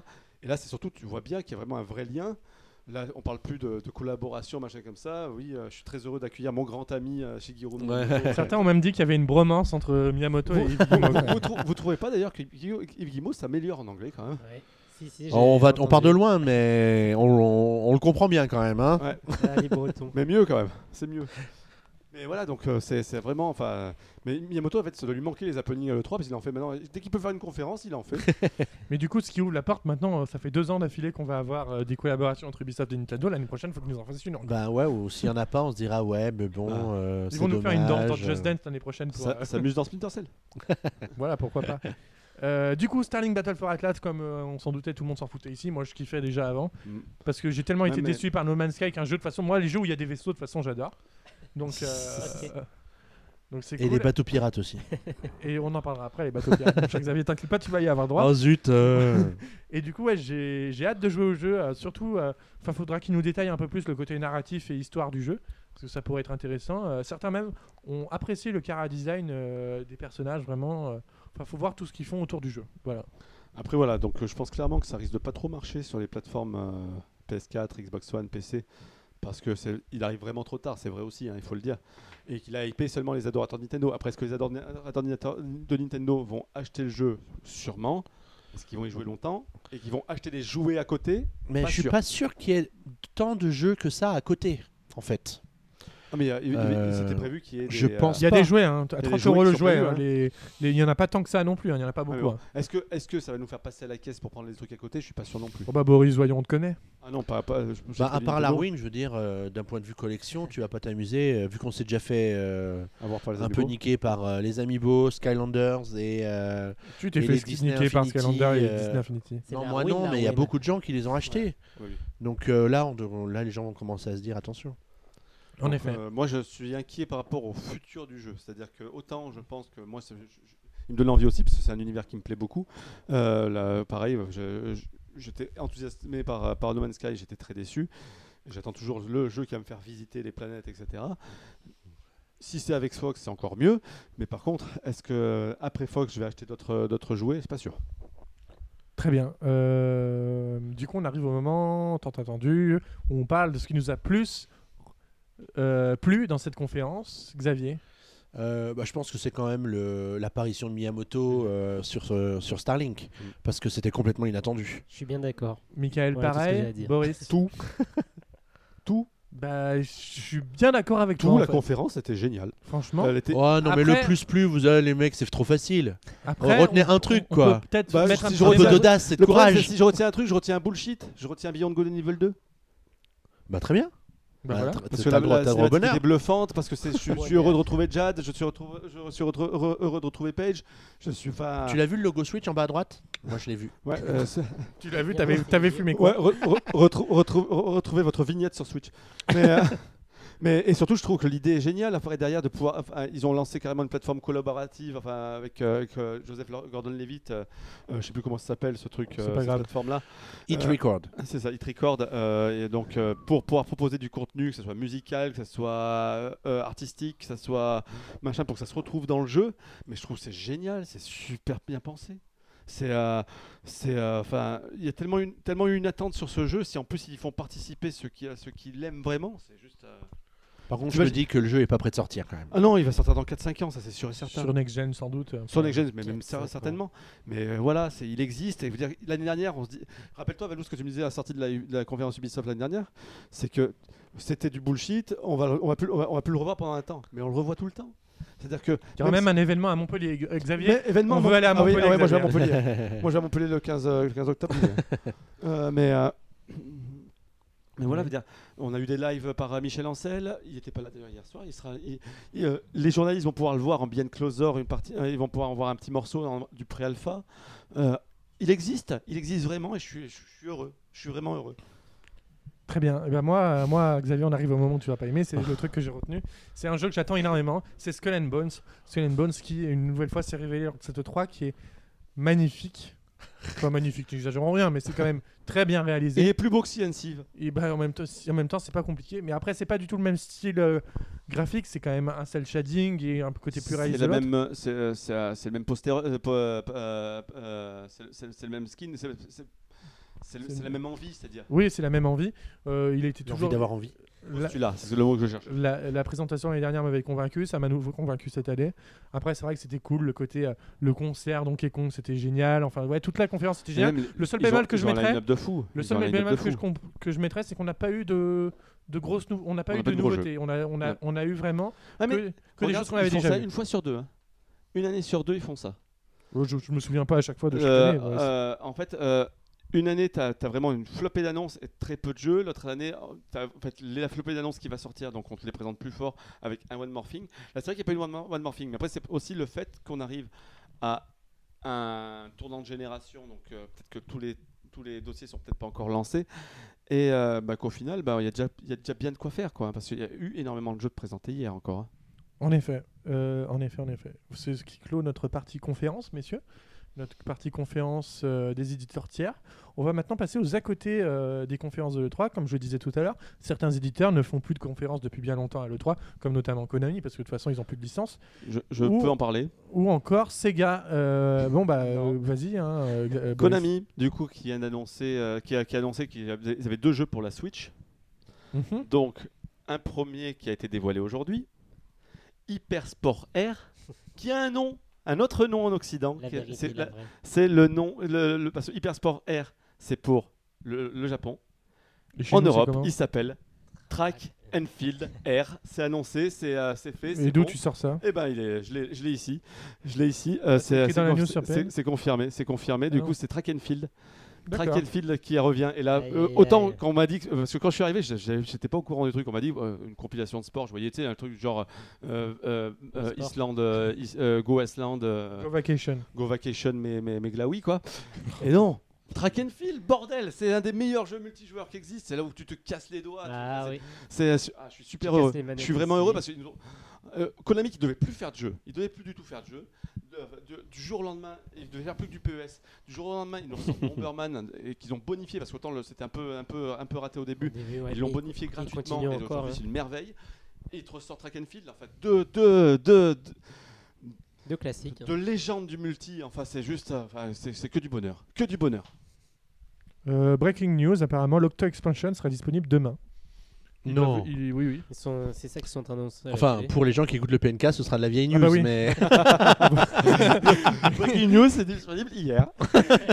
Et là, c'est surtout, tu vois bien qu'il y a vraiment un vrai lien. Là, on parle plus de, de collaboration, machin comme ça. Oui, euh, je suis très heureux d'accueillir mon grand ami euh, Shigeru Miyamoto. Certains ont même dit qu'il y avait une bromance entre Miyamoto et Vous- Yves Guillemot. vous, trou- vous trouvez pas d'ailleurs que Yves Yves Guillemot s'améliore en anglais quand même Ouais. Si, si, j'ai- Oh, On, va, j'ai on part de entendu. loin, mais on, on- on le comprend bien quand même. hein. Ah, les Bretons. Mais mieux quand même, c'est mieux. Mais voilà, donc euh, c'est c'est vraiment. Enfin, mais Miyamoto, en fait, ça doit lui manquer les happenings à l'E3 parce qu'il en fait maintenant. Dès qu'il peut faire une conférence, il en fait. Mais du coup, ce qui ouvre la porte maintenant, euh, ça fait deux ans d'affilée qu'on va avoir euh, des collaborations entre Ubisoft et Nintendo. L'année prochaine, il faut qu'ils nous en fassent une. encore. Bah ouais, ou s'il y en a pas, on se dira ouais, mais bon, Ah. euh, Bah, c'est Ils vont nous faire une danse dans dommage, Just euh. Dance l'année prochaine. Pour, ça euh, s'amuse dans Splinter Cell. voilà, pourquoi pas. Euh, du coup, Starling Battle for Atlas, comme euh, on s'en doutait, tout le monde s'en foutait ici. Moi, je kiffais déjà avant. Mm. Parce que j'ai tellement Ouais, été mais- déçu par No Man's Sky qu'un jeu de façon. Moi, les jeux où il y a des vaisseaux, de toute façon, j'adore. Donc, euh, Ok. donc c'est euh, Et cool. les bateaux pirates aussi. Et on en parlera après, les bateaux pirates. Donc, Xavier, t'inquiète pas, tu vas y avoir droit. Oh zut euh. Et du coup, ouais, j'ai j'ai hâte de jouer au jeu. euh, surtout, euh, enfin, faudra qu'ils nous détaillent un peu plus le côté narratif et histoire du jeu, parce que ça pourrait être intéressant. Euh, certains même ont apprécié le cara design euh, des personnages, vraiment. euh, Enfin, faut voir tout ce qu'ils font autour du jeu. Voilà. Après, voilà, donc euh, je pense clairement que ça risque de pas trop marcher sur les plateformes euh, PS4, Xbox One, PC. Parce que c'est- il arrive vraiment trop tard, c'est vrai aussi, hein, il faut le dire. Et qu'il a hypé seulement les adorateurs de Nintendo. Après, est-ce que les adorateurs de Nintendo vont acheter le jeu Sûrement. Est-ce qu'ils vont y jouer longtemps Et qu'ils vont acheter des jouets à côté Mais Pas je suis sûr. pas sûr qu'il y ait tant de jeux que ça à côté, en fait. Ah, mais euh, il- il- Euh, c'était prévu qu'il y ait des, je pense Il y a pas. des jouets, hein, à des 30 jouets euros qui le sont jouet. prévus, hein, hein. les- les- Il n'y en a pas tant que ça non plus, hein, il n'y en a pas Ah, mais beaucoup. bon. hein. Est-ce que, est que ça va nous faire passer à la caisse pour prendre des trucs à côté Je suis pas sûr non plus. Bon, bah, Boris, voyons, on te connaît. Ah non, pas. pas je- je- Oh. Bah, à je- part la Nintendo, ruine, je veux dire, euh, d'un point de vue collection, tu vas pas t'amuser, euh, vu qu'on s'est déjà fait euh, avoir par les un peu Amiibo. niquer par euh, les Amiibo, Skylanders et. euh, Tu t'es Et fait les sniquer Disney par Infinity, Skylander et euh, Disney Infinity. C'est Non, la moi ruine, non, la mais il y a ruine. beaucoup de gens qui les ont achetés. Oui, oui. Donc euh, là, on dev- là, les gens vont commencer à se dire attention. En Donc, effet. euh, moi, je suis inquiet par rapport au futur du jeu. C'est-à-dire que autant je pense que moi, c'est- je- je- il me donne envie aussi parce que c'est un univers qui me plaît beaucoup. Euh, là, pareil, je- je- j'étais enthousiasmé par, par No Man's Sky, j'étais très déçu. J'attends toujours le jeu qui va me faire visiter les planètes, etc. Si c'est avec Fox, c'est encore mieux. Mais par contre, est-ce que après Fox, je vais acheter d'autres d'autres jouets C'est pas sûr. Très bien. Euh, du coup, on arrive au moment tant attendu où on parle de ce qui nous a plus euh, plu dans cette conférence, Xavier. Euh, bah, je pense que c'est quand même le- l'apparition de Miyamoto euh, sur, euh, sur Starlink, Mm. parce que c'était complètement inattendu. Je suis bien d'accord. Michael, Voilà tout ce que j'ai à pareil. dire. Boris. Tout. Tout. Bah, je suis bien d'accord avec Tout, toi. en la Euh, fait. conférence était géniale. Franchement. Elle était- Oh non, mais Après- le plus plus, vous allez les mecs, c'est trop facile. Après, retenez on- un truc, on quoi. peut Peut-être Bah, mettre un si petit je Un peu retiens- débat- d'audace et de Le problème, c'est courage. si je retiens un truc, je retiens un bullshit. Je retiens Beyond Golden Level 2. Bah, très bien. Bah, Bah, voilà. t'as- Parce t'as que la, le droit, la t'as le droit au cinématique bonheur. est bluffante, parce que c'est- je, suis- je suis heureux de retrouver Jad, je suis, retrouve- je suis retrouve- heureux, heureux de retrouver Paige, je suis pas... Tu l'as vu le logo Switch en bas à droite Moi, je l'ai vu. Ouais, euh, c'est- Tu l'as vu, t'avais, t'avais fumé quoi ouais, re- re- retrou- retrou- re- retrouver votre vignette sur Switch. Mais, euh, mais- et surtout, je trouve que l'idée est géniale. Après, derrière, de pouvoir, enfin, ils ont lancé carrément une plateforme collaborative enfin, avec, euh, avec, euh, Joseph Lor- Gordon-Levitt. euh, euh, je sais plus comment ça s'appelle ce truc, C'est euh, pas cette grave. plateforme-là. Hit Euh, Record. C'est ça, il te record euh, et donc euh, pour pouvoir proposer du contenu, que ce soit musical, que ce soit euh, artistique, que ce soit machin, pour que ça se retrouve dans le jeu. Mais je trouve que c'est génial, c'est super bien pensé. C'est, euh, c'est, euh, enfin, il y a tellement une, tellement eu une attente sur ce jeu. Si en plus ils font participer ceux qui, ceux qui l'aiment vraiment, c'est juste. euh, Par contre, Tu je me vas- dis que le jeu est pas prêt de sortir quand même. Ah non, il va sortir dans 4-5 ans, ça c'est sûr et certain. Sur Next Gen, sans doute. Sur Next Gen, mais même Quatre, ça, cinq ans. certainement. Mais euh, voilà, c'est, il existe. Et je veux dire, l'année dernière, on se dit. Rappelle-toi, Valou, ce que tu me disais à la sortie de la, de la conférence Ubisoft l'année dernière, c'est que c'était du bullshit. On va, on va plus, on va, on va plus le revoir pendant un temps, mais on le revoit tout le temps. C'est-à-dire que Il y aura même un événement à Montpellier. Xavier, Mais événement, on moi- veut aller à ah oui, Montpellier, ah ouais, moi, je vais à Xavier. Montpellier. moi, je vais à Montpellier le 15, euh, le 15 octobre. mais, euh, mais, euh, mais voilà, je veux dire, on a eu des lives par euh, Michel Ancel. Il n'était pas là d'ailleurs hier soir. Il sera, il- il, euh, les journalistes vont pouvoir le voir en bien closer. Une partie, euh, ils vont pouvoir en voir un petit morceau en- du pré-alpha. Euh, il existe, il existe vraiment et je suis, je suis heureux. Je suis vraiment heureux. Très bien. Eh ben moi, euh, moi, Xavier, on arrive au moment où tu vas pas aimer. C'est le truc que j'ai retenu. C'est un jeu que j'attends énormément. C'est Skull and Bones. Skull and Bones qui, une nouvelle fois, s'est révélé lors de cette 3 qui est magnifique. Pas magnifique, n'exagérons rien, mais c'est quand même très bien Et il réalisé. est plus beau que Sea and Sieve. Et bah, en même temps, si- en même temps, c'est pas compliqué. Mais après, c'est pas du tout le même style euh, graphique. C'est quand même un cel shading et un côté plus réaliste. C'est de la l'autre. même, euh, c'est euh, c'est, euh, c'est le même poster, euh, po- euh, euh, euh, c'est le- c'est le c'est le même skin. c'est- c'est- C'est le- C'est c'est la le- même envie, c'est-à-dire. Oui, c'est la même envie. Euh, il a été Toujours toujours. d'avoir envie. La, Celui-là, c'est le mot que je cherche. la- la présentation l'année dernière m'avait convaincu, ça m'a nouveau convaincu cette année. Après, c'est vrai que c'était cool, le côté euh, le concert Donkey Kong, c'était génial. Enfin, ouais, toute la conférence, c'était Et génial. même, le seul ils ont- bémol que ils je ont un mettrais- line-up de fou. Le Ils seul ont un line-up bémol de que je, fou. comp- que je mettrais, c'est qu'on n'a pas eu de, de grosses nou- on n'a pas On eu n'a pas de, eu de gros nouveautés. On a, on a, Ouais. on a eu vraiment Ah, mais que, que des regarde, choses qu'on avait ils font déjà ça vues. une fois sur deux. hein. Une année sur deux, ils font ça. Oh, Je, je me souviens pas à chaque fois de chaque Euh, année. ouais, c'est- euh, en fait, euh, une année, tu as, vraiment une flopée d'annonces et très peu de jeux. L'autre année, euh, t'as en fait, la flopée d'annonces qui va sortir, donc on te les présente plus fort avec un One Morphing. Là, c'est vrai qu'il n'y a pas eu de One, More- One Morphing, mais après, c'est aussi le fait qu'on arrive à un tournant de génération, donc euh, peut-être que tous les, tous les dossiers sont peut-être pas encore lancés. Et euh, bah, qu'au final, bah, il y, a déjà- il y a déjà bien de quoi faire, quoi, hein, parce qu'il y a eu énormément de jeux de présentés hier encore. hein. En effet, euh, en effet, en effet. C'est ce qui clôt notre partie conférence, messieurs. Notre partie conférence euh, des éditeurs tiers. On va maintenant passer aux à côté euh, des conférences de l'E3. Comme je le disais tout à l'heure, certains éditeurs ne font plus de conférences depuis bien longtemps à l'E3, comme notamment Konami, parce que de toute façon, ils n'ont plus de licence. Je, je Ouh. peux en parler. Ou encore Sega. euh, bon, bah, Non. euh, vas-y. hein, euh, euh, Konami, du coup, qui vient d'annoncer, euh, qui a, qui a annoncé qu'ils avaient deux jeux pour la Switch. Boris. Mhm. Donc, un premier qui a été dévoilé aujourd'hui, Hyper Sport Air, qui a un nom, un autre nom en Occident. La qui a- vérité, c'est la la- vraie. c'est le nom, le, le- parce que Hyper Sport Air, c'est pour le, le Japon. Et chez en nous, c'est Europe, comment Ah, il s'appelle Track and Field Air. C'est annoncé, c'est euh, c'est fait. Et c'est d'où bon. tu sors ça Eh ben, il est, je l'ai je l'ai ici. Je l'ai ici. Euh, écrit c'est dans la c'est- news sur c'est- PN. c'est confirmé. C'est confirmé. Ah Du non. coup, c'est Track and Field. D'accord. Trakelfield qui revient. Et là, Aïe, euh, aïe, autant aïe. qu'on m'a dit, que- parce que quand je suis arrivé, j'ai- j'ai- j'étais pas au courant du truc. On m'a dit euh, une compilation de sport. Je voyais, tu sais, un truc genre euh, euh, euh, Sport. Islande, euh, Is- euh, Go Iceland, euh, Go Vacation. Go Vacation, mais, mais, mais glaoui, quoi. Et non! Track and Field, bordel, c'est un des meilleurs jeux multijoueurs qui existe. C'est là où tu te casses les doigts. tu- Ah c'est- oui. c'est, c'est- ah, je suis Tu super casses heureux. les manettes Je suis vraiment aussi. heureux parce que nous ont- euh, Konami qui devait plus faire de jeu, il devait plus du tout faire de jeu. De- de- du jour au lendemain, il devait faire plus que du PES. Du jour au lendemain, ils ont sorti Bomberman et qu'ils ont bonifié parce qu'autant le- c'était un peu, un peu, un peu raté au début. Ils l'ont bonifié gratuitement et continuent aujourd'hui, encore, hein. c'est une merveille. Et ils te ressortent Track and Field, enfin deux, deux, deux, deux- Deux classiques. hein. de légendes du multi. Enfin, c'est juste, euh, enfin, c'est c'est que du bonheur, que du bonheur. Euh, breaking news, apparemment l'Octo Expansion sera disponible demain. Ils Non. peuvent- ils- oui, oui. Ils sont- C'est ça qu'ils sont en train d'annoncer. à la Enfin, télé. pour les gens qui écoutent le PNK, ce sera de la vieille news, Ah bah oui. mais Breaking news, c'est disponible hier.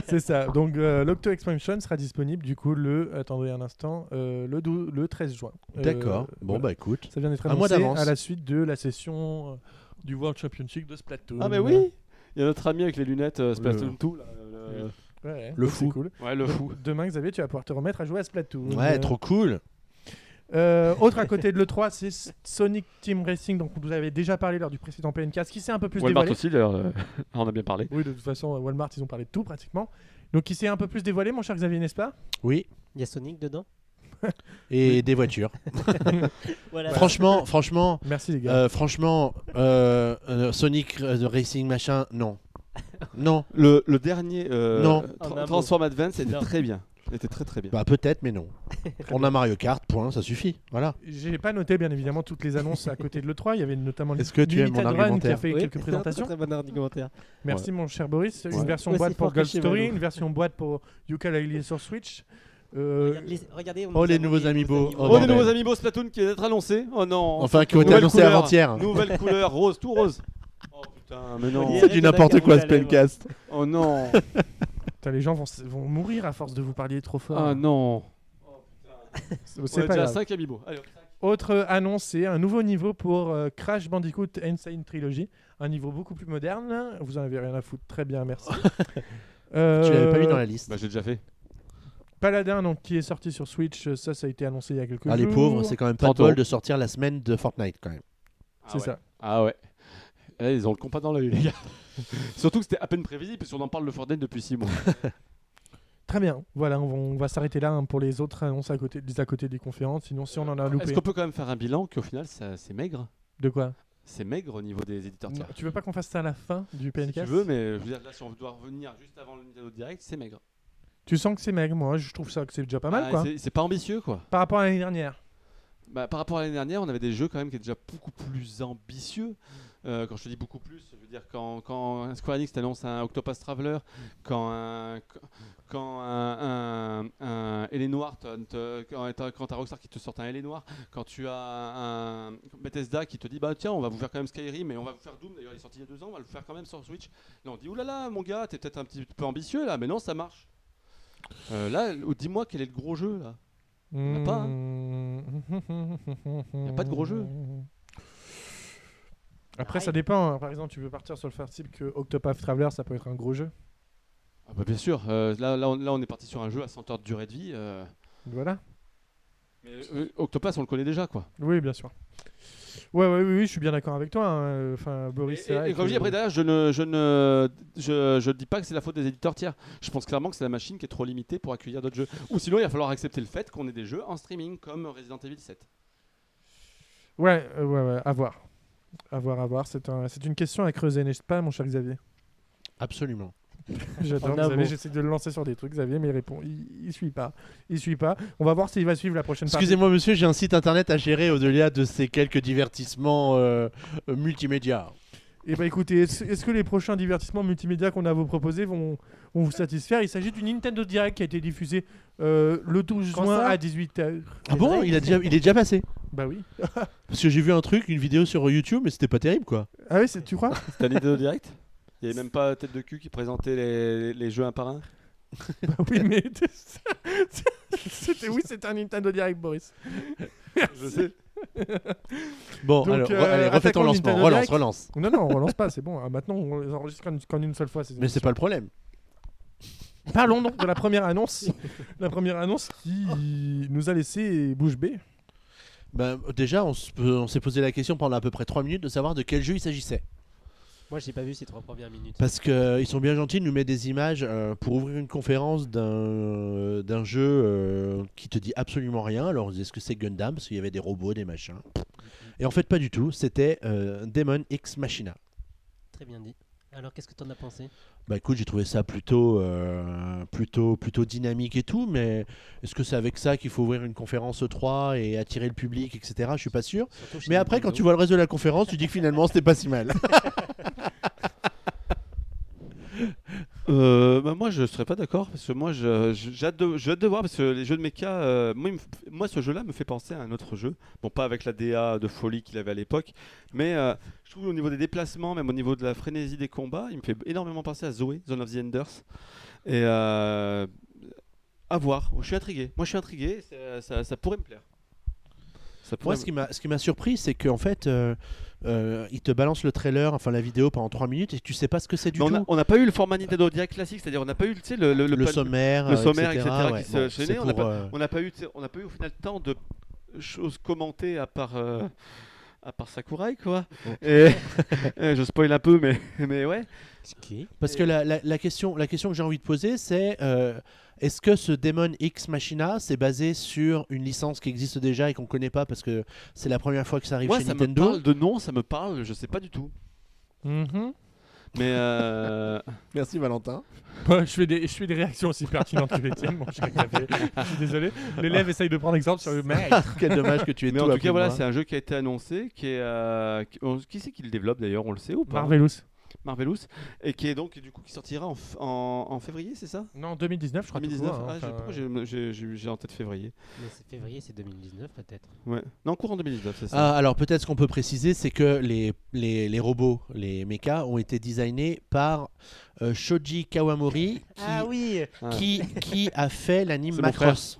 C'est ça. Donc euh, l'Octo Expansion sera disponible du coup le attendez un instant euh, le, dou- le 13 juin. Euh, d'accord. Bon voilà. bah écoute, ça vient d'être un mois annoncé d'avance. à la suite de la session euh, du World Championship de Splatoon. Ah mais oui, il y a notre ami avec les lunettes euh, Splatoon 2 là, le- le- Ouais, ouais. Le Donc, c'est fou. cool. Ouais, le fou. Demain Xavier, tu vas pouvoir te remettre à jouer à Splatoon. ouais, Euh, trop cool. Euh, autre à côté de l'E3, c'est S- Sonic Team Racing, donc on vous avez déjà parlé lors du précédent PNK, ce qui s'est un peu plus Walmart dévoilé. aussi, d'ailleurs, euh, on a bien parlé. Oui, de toute façon, Walmart, ils ont parlé de tout pratiquement. Donc il s'est un peu plus dévoilé, mon cher Xavier, n'est-ce pas Oui. Il y a Sonic dedans Et des voitures. Voilà. franchement, franchement, Merci les gars. euh, franchement, euh, euh, Sonic euh, the Racing machin, non, non. Le, le dernier euh, Non. Tra- En un mot. Transform Advance était Non. très bien. Était très très bien. Bah peut-être, mais non. On a Mario Kart, point, ça suffit. Voilà. J'ai pas noté bien évidemment toutes les annonces à côté de l'E3. Il y avait notamment Est-ce que tu aimes mon Limited Run qui a argumentaire fait Oui. quelques présentations. Très, très bon argumentaire. Merci mon cher Boris. Une Ouais. version Aussi boîte pour fort que Gold chez Story, Valou. une version boîte pour Yooka-Laylee sur Switch. Euh, Regardez, regardez, on Oh, nous les a nouveaux envoyé des amiibo. Oh, Oh, les bordel. nouveaux amiibo Splatoon qui est d'être annoncé. Oh non. Enfin, qui ont été Nouvelle annoncés couleur. avant-hier. Nouvelle couleur rose, tout rose. Oh putain, mais non. C'est du n'importe quoi, ce pencast. Oh non. putain, les gens vont, s- vont mourir à force de vous parler trop fort. Ah non. C'est On c'est a pas déjà grave. 5 amiibo. Allez, hop. Autre annonce, c'est un nouveau niveau pour euh, Crash Bandicoot Insane Trilogy. Un niveau beaucoup plus moderne. Vous en avez rien à foutre. Très bien, merci. Tu l'avais pas mis Euh, dans la liste. Bah j'ai déjà fait. Paladin, donc, qui est sorti sur Switch, euh, ça, ça a été annoncé il y a quelques Ah, les jours. pauvres, c'est quand même pas de 30 bol euros. de sortir la semaine de Fortnite quand même. Ah C'est ouais. ça. Ah ouais. Eh, ils ont le compas dans l'œil, les gars. Surtout que c'était à peine prévisible, parce qu'on en parle de Fortnite depuis 6 mois. Très bien. Voilà, on va, on va s'arrêter là hein, pour les autres annonces à côté, des à côté des conférences. Sinon, si on en a Est-ce loupé. qu'on peut quand même faire un bilan qu'au final, ça- c'est maigre De quoi C'est maigre au niveau des éditeurs Non, tiers. Tu veux pas qu'on fasse ça à la fin du PNK Si tu veux, mais euh, je veux dire, là, si on doit revenir juste avant le Nintendo Direct, c'est maigre. Tu sens que c'est maigre, moi. Je trouve ça que c'est déjà pas mal, Ah, quoi. c'est- C'est pas ambitieux, quoi. Par rapport à l'année dernière. Bah, par rapport à l'année dernière, on avait des jeux quand même qui étaient déjà beaucoup plus ambitieux. Euh, quand je te dis beaucoup plus, je veux dire quand, quand un Square Enix t'annonce un Octopus Traveler, quand un quand un, un, un Ellen Noir te- te- quand t'as quand t'as Rockstar qui te sort un Ellen Noir, quand tu as un Bethesda qui te dit bah tiens on va vous faire quand même Skyrim mais on va vous faire Doom d'ailleurs il est sorti il y a deux ans on va le faire quand même sur Switch. Là on dit oulala mon gars t'es peut-être un petit peu ambitieux là mais non ça marche. Euh, là dis-moi quel est le gros jeu là. Il a pas, hein. n'y a pas de gros jeu. Après, ça dépend. hein. Par exemple, tu veux partir sur le principe que Octopath Traveler, ça peut être un gros jeu. Ah bah bien sûr, euh, là, là, on, là, on est parti sur un jeu à 100 heures de durée de vie. euh, Voilà. mais euh, Octopass on le connaît déjà quoi. Oui, bien sûr. Ouais, ouais, oui, oui, je suis bien d'accord avec toi. hein. Enfin, Boris. c'est et, et- vrai et comme que- je dis après derrière, je ne, je ne je, je dis pas que c'est la faute des éditeurs tiers. Je pense clairement que c'est la machine qui est trop limitée pour accueillir d'autres jeux. Ou sinon il va falloir accepter le fait qu'on ait des jeux en streaming comme Resident Evil 7. Ouais, euh, ouais, ouais, à voir. À voir, à voir. C'est un- c'est une question à creuser, n'est-ce pas, mon cher Xavier Absolument. J'adore En un Xavier. mot. J'essaie de le lancer sur des trucs, Xavier, mais il répond. Il, il suit pas. Il suit pas. On va voir s'il va suivre la prochaine partie. Excusez-moi, monsieur, j'ai un site internet à gérer au-delà de ces quelques divertissements euh, euh, multimédia. Eh ben écoutez, est-ce est-ce que les prochains divertissements multimédia qu'on a à vous proposer vont, vont vous satisfaire Il s'agit du Nintendo Direct qui a été diffusé euh, le 12 Quand juin ça à 18h. Ah bon il, a déjà, il est déjà passé Bah oui. Parce que j'ai vu un truc, une vidéo sur YouTube, mais c'était pas terrible quoi. Ah oui, c'est- tu crois C'était un Nintendo Direct Il n'y avait même pas tête de cul qui présentait les, les jeux un par un Bah oui, mais c'était oui, c'était un Nintendo Direct, Boris. Je sais. Bon, Donc, alors, re- euh, allez, refais attaquons ton lancement, Nintendo relance, Direct. relance. Non, non, on relance pas, c'est bon. hein. Maintenant, on les enregistre qu'en- qu'en une seule fois. ces Mais c'est pas le problème. Parlons donc de la première annonce. La première annonce qui nous a laissé bouche bée. Ben, déjà, on se peut- on s'est posé la question pendant à peu près 3 minutes de savoir de quel jeu il s'agissait. Moi, j'ai pas vu ces trois premières minutes. Parce qu'ils sont bien gentils, ils nous mettent des images euh, pour ouvrir une conférence d'un d'un jeu euh, qui te dit absolument rien. Alors on se dit, est-ce que c'est Gundam Parce qu'il y avait des robots, des machins. Et en fait, pas du tout. C'était euh, Demon X Machina. Très bien dit. Alors, qu'est-ce que t'en as pensé Bah écoute, j'ai trouvé ça plutôt, euh, plutôt, plutôt dynamique et tout, mais est-ce que c'est avec ça qu'il faut ouvrir une conférence E3 et attirer le public, etc. Je suis pas sûr. Surtout chez Mais après, quand Nintendo. tu vois le reste de la conférence, tu dis que finalement, c'était pas si mal. Euh, bah moi je serais pas d'accord parce que moi je- je- j'ai hâte, de- j'ai hâte de voir parce que les jeux de mecha, euh, moi, il me f- moi, ce jeu là me fait penser à un autre jeu, bon pas avec la DA de folie qu'il avait à l'époque, mais euh, je trouve au niveau des déplacements, même au niveau de la frénésie des combats, il me fait énormément penser à Zoé, Zone of the Enders. Et euh, à voir, je suis intrigué, moi je suis intrigué, ça, ça- ça pourrait me plaire. Ça pourrait Moi, ce qui m'a, ce qui m'a surpris, c'est qu'en fait, euh, euh, il te balance le trailer, enfin la vidéo pendant 3 minutes et tu sais pas ce que c'est du Mais on tout. a- on n'a pas eu le format Nintendo Direct classique, c'est-à-dire on n'a pas eu tu sais, le, le, le le, pan- sommaire, le euh, sommaire, etc. etc., qui ouais. se- c'est chaînait, on n'a pour, pas- euh, On n'a pas eu, on n'a pas eu au final tant de choses commentées à part, euh, à part Sakurai quoi. Et, et je spoil un peu, mais, mais ouais. Parce que la, la- la question, la question que j'ai envie de poser, c'est euh, est-ce que ce Demon X Machina, c'est basé sur une licence qui existe déjà et qu'on connaît pas parce que c'est la première fois que ça arrive Moi, chez ça Nintendo me parle de nom, ça me parle, je sais pas du tout. Mhm. Mais euh, Merci Valentin. Bah, je, fais des, je fais des réactions aussi pertinentes que les tiennes, mon cher Xavier. Je suis désolé. L'élève essaye de prendre exemple sur le mec. Quel dommage que tu aies mais tout hein. en tout appris cas, de voilà, moi. c'est un jeu qui a été annoncé, qui est euh, qui, on- qui c'est qui le développe d'ailleurs, on le sait ou pas Marvelous. Marvelous, et qui est donc du coup qui sortira en, f- en, en février, c'est ça Non, 2019, je crois. tout 2019. court, hein, Ah, j'ai- enfin, pourquoi j'ai- j'ai- j'ai j'ai en tête février. Mais c'est février, c'est 2019 peut-être. Ouais. Non, courant 2019, c'est ça. Ah, alors peut-être ce qu'on peut préciser, c'est que les, les, les robots, les mechas, ont été designés par euh, Shoji Kawamori, qui, Ah oui qui, qui a fait l'anime C'est mon Macross,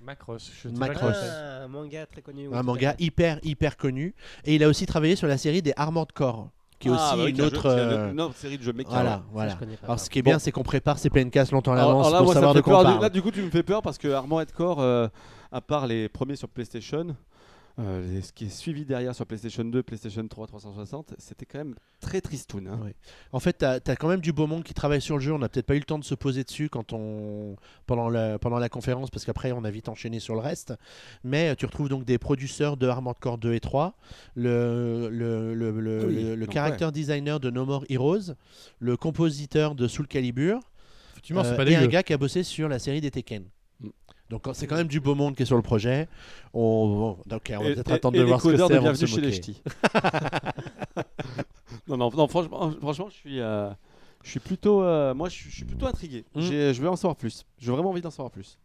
Macross. je sais Macross. pas comment ça Un Ah, manga très connu. oui, un tout à Ah, manga fait. hyper hyper connu, et il a aussi travaillé sur la série des Armored Core, qui est aussi bah oui, une qui est un jeu- autre. qui est un- euh, une autre série de jeux méca. ouais. Voilà, Ça, voilà. je connais pas, Alors pardon. ce qui est Bon. bien, c'est qu'on prépare ses PNCast longtemps à Alors- l'avance alors là, pour moi, ça savoir me de fait quoi on peur. Du- Là, parle. du coup, tu me fais peur parce que Armored Core, euh, à part les premiers sur PlayStation, euh, les- ce qui est suivi derrière sur PlayStation 2, PlayStation 3, 360, c'était quand même très tristoun. hein. Ouais. En fait, t'as as quand même du beau monde qui travaille sur le jeu. On n'a peut-être pas eu le temps de se poser dessus quand on pendant la pendant la conférence parce qu'après on a vite enchaîné sur le reste. Mais euh, tu retrouves donc des producteurs de Armored Core 2 et 3, le le, le, le- Oui, le- le donc, character designer de No More Heroes, le compositeur de Soul Calibur Effectivement, c'est euh, pas et un dégueu. gars qui a bossé sur la série des Tekken. Mm. Donc quand- c'est quand même du beau monde qui est sur le projet. On, bon, donc, on va Et- peut-être et- attendre et de les voir ce que codeurs c'est de avant de se Bienvenue chez les moquer. Ch'tis. Non, non, non, franchement, franchement, je suis, euh, je suis plutôt, euh, moi, je suis, je suis plutôt intrigué. Mm. J'ai- Je veux en savoir plus. J'ai vraiment envie d'en savoir plus.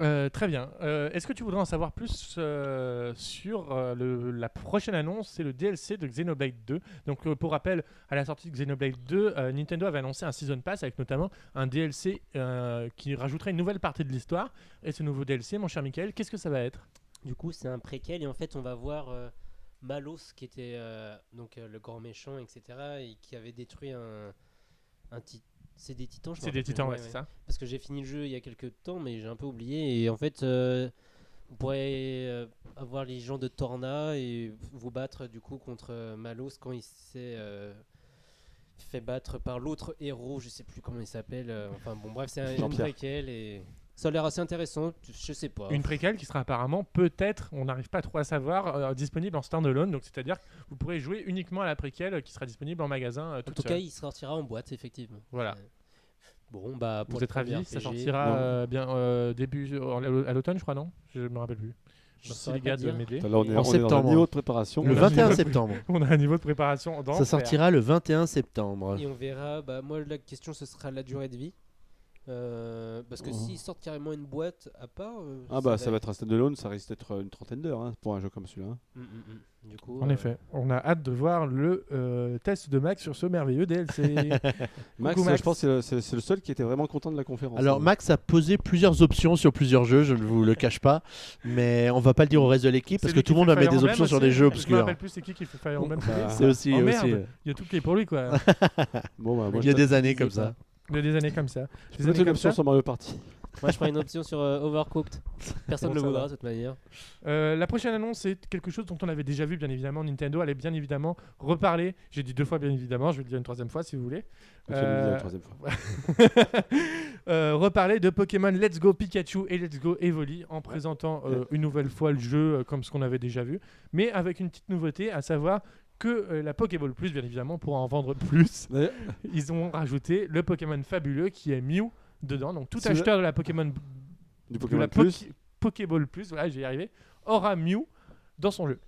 Euh, très bien. Euh, Est-ce que tu voudrais en savoir plus euh, sur euh, le- la prochaine annonce C'est le DLC de Xenoblade 2. Donc, euh, pour rappel, à la sortie de Xenoblade 2, euh, Nintendo avait annoncé un Season Pass avec notamment un DLC euh, qui rajouterait une nouvelle partie de l'histoire. Et ce nouveau DLC, mon cher Michael, qu'est-ce que ça va être Du coup, c'est un préquel et en fait, on va voir euh, Malos qui était euh, donc euh, le grand méchant, etc. et qui avait détruit un, un ti- C'est des titans, je me C'est des rappelle plus. titans, ouais, Ouais, c'est ouais. ça Parce que j'ai fini le jeu il y a quelques temps, mais j'ai un peu oublié. Et en fait, euh, vous pourrez euh, avoir les gens de Torna et vous battre du coup contre euh, Malos quand il s'est euh, fait battre par l'autre héros, je sais plus comment il s'appelle. euh, Enfin bon, bref, c'est un une Jean-Pierre. préquel et ça a l'air assez intéressant. Je sais pas. Une préquelle qui sera apparemment peut-être, on n'arrive pas trop à savoir, euh, disponible en standalone. Donc, c'est-à-dire que vous pourrez jouer uniquement à la préquelle euh, qui sera disponible en magasin euh, En toute tout seule. cas, il sortira en boîte, effectivement. Voilà. Euh, Bon, bah, pour Vous les êtes ravis premiers Ça RPG, sortira Non. euh, bien euh, début euh, à l'automne, je crois, non Je me rappelle plus. je Merci saurais les pas gars de dire. m'aider. Là, on est, En on est dans un septembre. niveau de préparation. Le Là, 21 j'ai- septembre. On a un niveau de préparation. Ça d'enfer. sortira le 21 septembre. Et on verra, bah, moi la question ce sera la durée de vie. Euh, parce que Oh. s'ils sortent carrément une boîte à part. euh, Ah bah, ça va être un standalone, ça risque d'être une trentaine d'heures hein, pour un jeu comme celui-là. Mm, mm, mm. Du coup, En euh, effet, on a hâte de voir le euh, test de Max sur ce merveilleux DLC. Max, Coucou, Max. je pense que c'est le- c'est c'est le seul qui était vraiment content de la conférence. Alors Hein. Max a posé plusieurs options sur plusieurs jeux, je ne vous le cache pas, mais on va pas le dire au reste de l'équipe parce C'est que lui tout le qui monde fait va Fire mettre des Emblem options sur aussi. des jeux Je me obscurs. rappelle plus c'est qui qui fait Fire Emblem. Bah, C'est aussi, Oh, aussi. merde. Il y a tout qui est pour lui quoi. bon, bah, moi, Il je y a tente- des années comme pas. ça. Il y a des années comme ça. je des tente années une comme option ça. sur Mario Party. moi je prends une option sur euh, Overcooked. Personne Bon, ne le ça voudra va. de toute manière. Euh, la prochaine annonce c'est quelque chose dont on avait déjà vu bien évidemment. Nintendo allait bien évidemment reparler. J'ai dit deux fois bien évidemment. Je vais le dire une troisième fois si vous voulez. Je vais le dire la Euh, troisième fois. Euh, reparler de Pokémon Let's Go Pikachu et Let's Go Evoli en présentant euh, une nouvelle fois le jeu euh, comme ce qu'on avait déjà vu, mais avec une petite nouveauté, à savoir que euh, la Pokéball Plus, bien évidemment, pourra en vendre plus. D'ailleurs- Ils ont rajouté le Pokémon fabuleux qui est Mew dedans, donc tout C'est acheteur de la Pokémon Du de Pokémon la Plus, Poké- Pokéball Plus, voilà, j'y ai arrivé, aura Mew dans son jeu.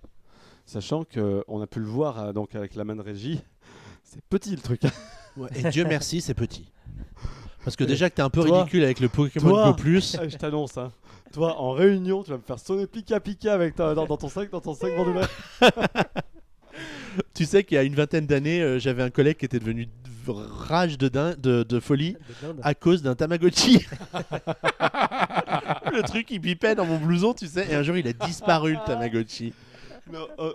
sachant qu'on a pu le voir euh, donc avec la main de régie. C'est petit le truc. Ouais, Et Dieu merci, c'est petit. Parce que Ouais. déjà que t'es un peu Toi- ridicule avec le Pokémon toi- Go Plus, Ah, je t'annonce, hein. toi en réunion, tu vas me faire sonner pika pika avec ta, dans, dans ton sac, dans ton sac bandoulière. tu sais qu'il y a une vingtaine d'années, euh, j'avais un collègue qui était devenu d- rage de, din- de, de folie De Ah, blinde. à cause d'un Tamagotchi. le truc il bipait dans mon blouson, tu sais, et un jour il a disparu le Tamagotchi. Non, euh,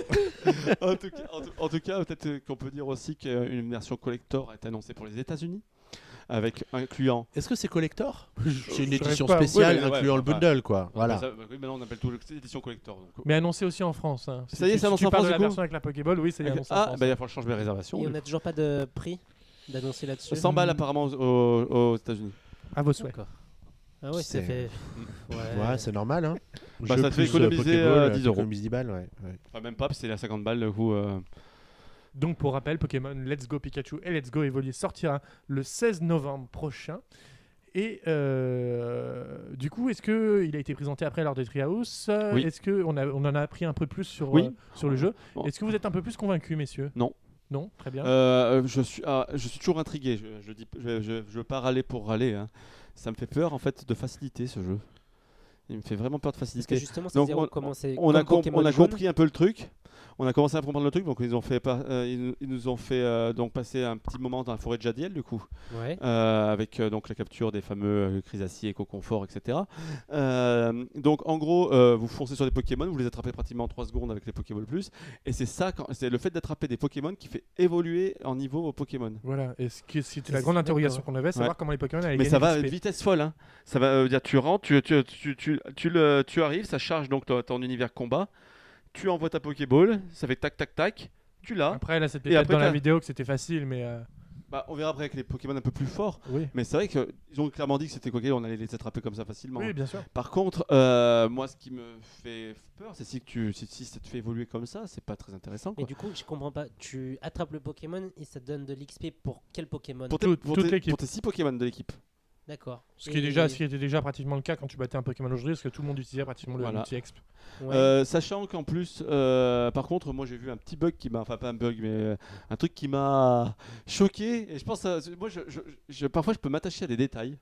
en tout cas, en tout- en tout cas, peut-être qu'on peut dire aussi qu'une version collector est annoncée pour les États-Unis, avec incluant. Est-ce que c'est collector C'est une je saurais édition pas. Oui, spéciale mais ouais, incluant le enfin, bundle quoi. Voilà. Ça- bah oui, maintenant on appelle tout le- c'est l'édition collector. donc- oh. Mais annoncé aussi en France. hein. Ça y est, tu- c'est annoncé tu en parles France, de la du coup version avec la Pokéball, oui, c'est Ok. annoncé en Ah, France. hein. bah il va falloir changer mes réservations. Et du on coup. n'a toujours pas de prix d'annoncer là-dessus. 100 balles apparemment aux, aux- aux États-Unis. À vos souhaits. D'accord. Ah ouais, ça C'est- fait. Ouais, c'est normal. Hein. Bah, Jeu ça te fait plus, euh, économiser, Pokéball, euh, euh, 10 euros. t'économises 10 balles, ouais. ouais. Enfin, même pas, parce que c'est à 50 balles du coup. euh, Donc pour rappel, Pokémon Let's Go Pikachu et Let's Go Evoli sortira le 16 novembre prochain. Et euh, du coup, est-ce que il a été présenté après lors des Treehouse Euh, Oui. Est-ce que on, a- on en a appris un peu plus sur Oui. euh, sur le jeu Bon. Est-ce que vous êtes un peu plus convaincu, messieurs Non. Non, très bien. Euh, je, suis, ah, je suis toujours intrigué. Je, je dis, je, je, je veux pas râler pour râler. hein. Ça me fait peur en fait de facilité ce jeu. Il me fait vraiment peur de Parce que facilité. justement, Donc, c'est on- comment c'est. On comme a, com- Pokémon on a jaune. compris un peu le truc. On a commencé à comprendre le truc. Donc ils ont fait, pas- euh, ils, nous- ils nous ont fait euh, donc passer un petit moment dans la forêt de Jadiel du coup, Ouais. euh, avec euh, donc la capture des fameux euh, chrysaciers, coconforts, etc. Euh, donc en gros, euh, vous foncez sur des Pokémon, vous les attrapez pratiquement en 3 secondes avec les Pokémon Plus, et c'est ça, quand- c'est le fait d'attraper des Pokémon qui fait évoluer en niveau vos Pokémon. voilà. Et ce qui c'était la c'est- grande interrogation qu'on avait, savoir Ouais. comment les Pokémon allaient Mais gagner ça va à de une l'XP. vitesse folle. Hein. Ça va euh, dire tu rentres, tu, tu, tu, tu, tu, le, tu arrives, ça charge donc ton, ton univers combat. Tu envoies ta Pokéball, ça fait tac tac tac. Tu l'as. Après, là, c'était hein. Et peut-être après, dans la t'as- vidéo que c'était facile, mais euh, Bah, on verra après avec les Pokémon un peu plus forts. oui. Mais c'est vrai qu'ils ont clairement dit que c'était quoi qu'il arrive, on allait les attraper comme ça facilement. hein. Oui, bien sûr. Par contre, euh, moi, ce qui me fait peur, c'est si tu si, si ça te fait évoluer comme ça, c'est pas très intéressant. Mais Quoi. du coup, je comprends pas. Tu attrapes le Pokémon et ça te donne de l'XP pour quel Pokémon Pour, tes- Toute- pour toute tes- l'équipe. pour tes 6 Pokémon de l'équipe. D'accord. Ce qui, est Et- déjà, ce qui était déjà pratiquement le cas quand tu battais un Pokémon aujourd'hui, parce que tout le monde utilisait pratiquement le Voilà. multi-exp. ouais. Euh, sachant qu'en plus, euh, par contre, moi j'ai vu un petit bug qui m'a, enfin pas un bug, mais euh, un truc qui m'a choqué. Et je pense, à- moi, je, je- je- parfois, je peux m'attacher à des détails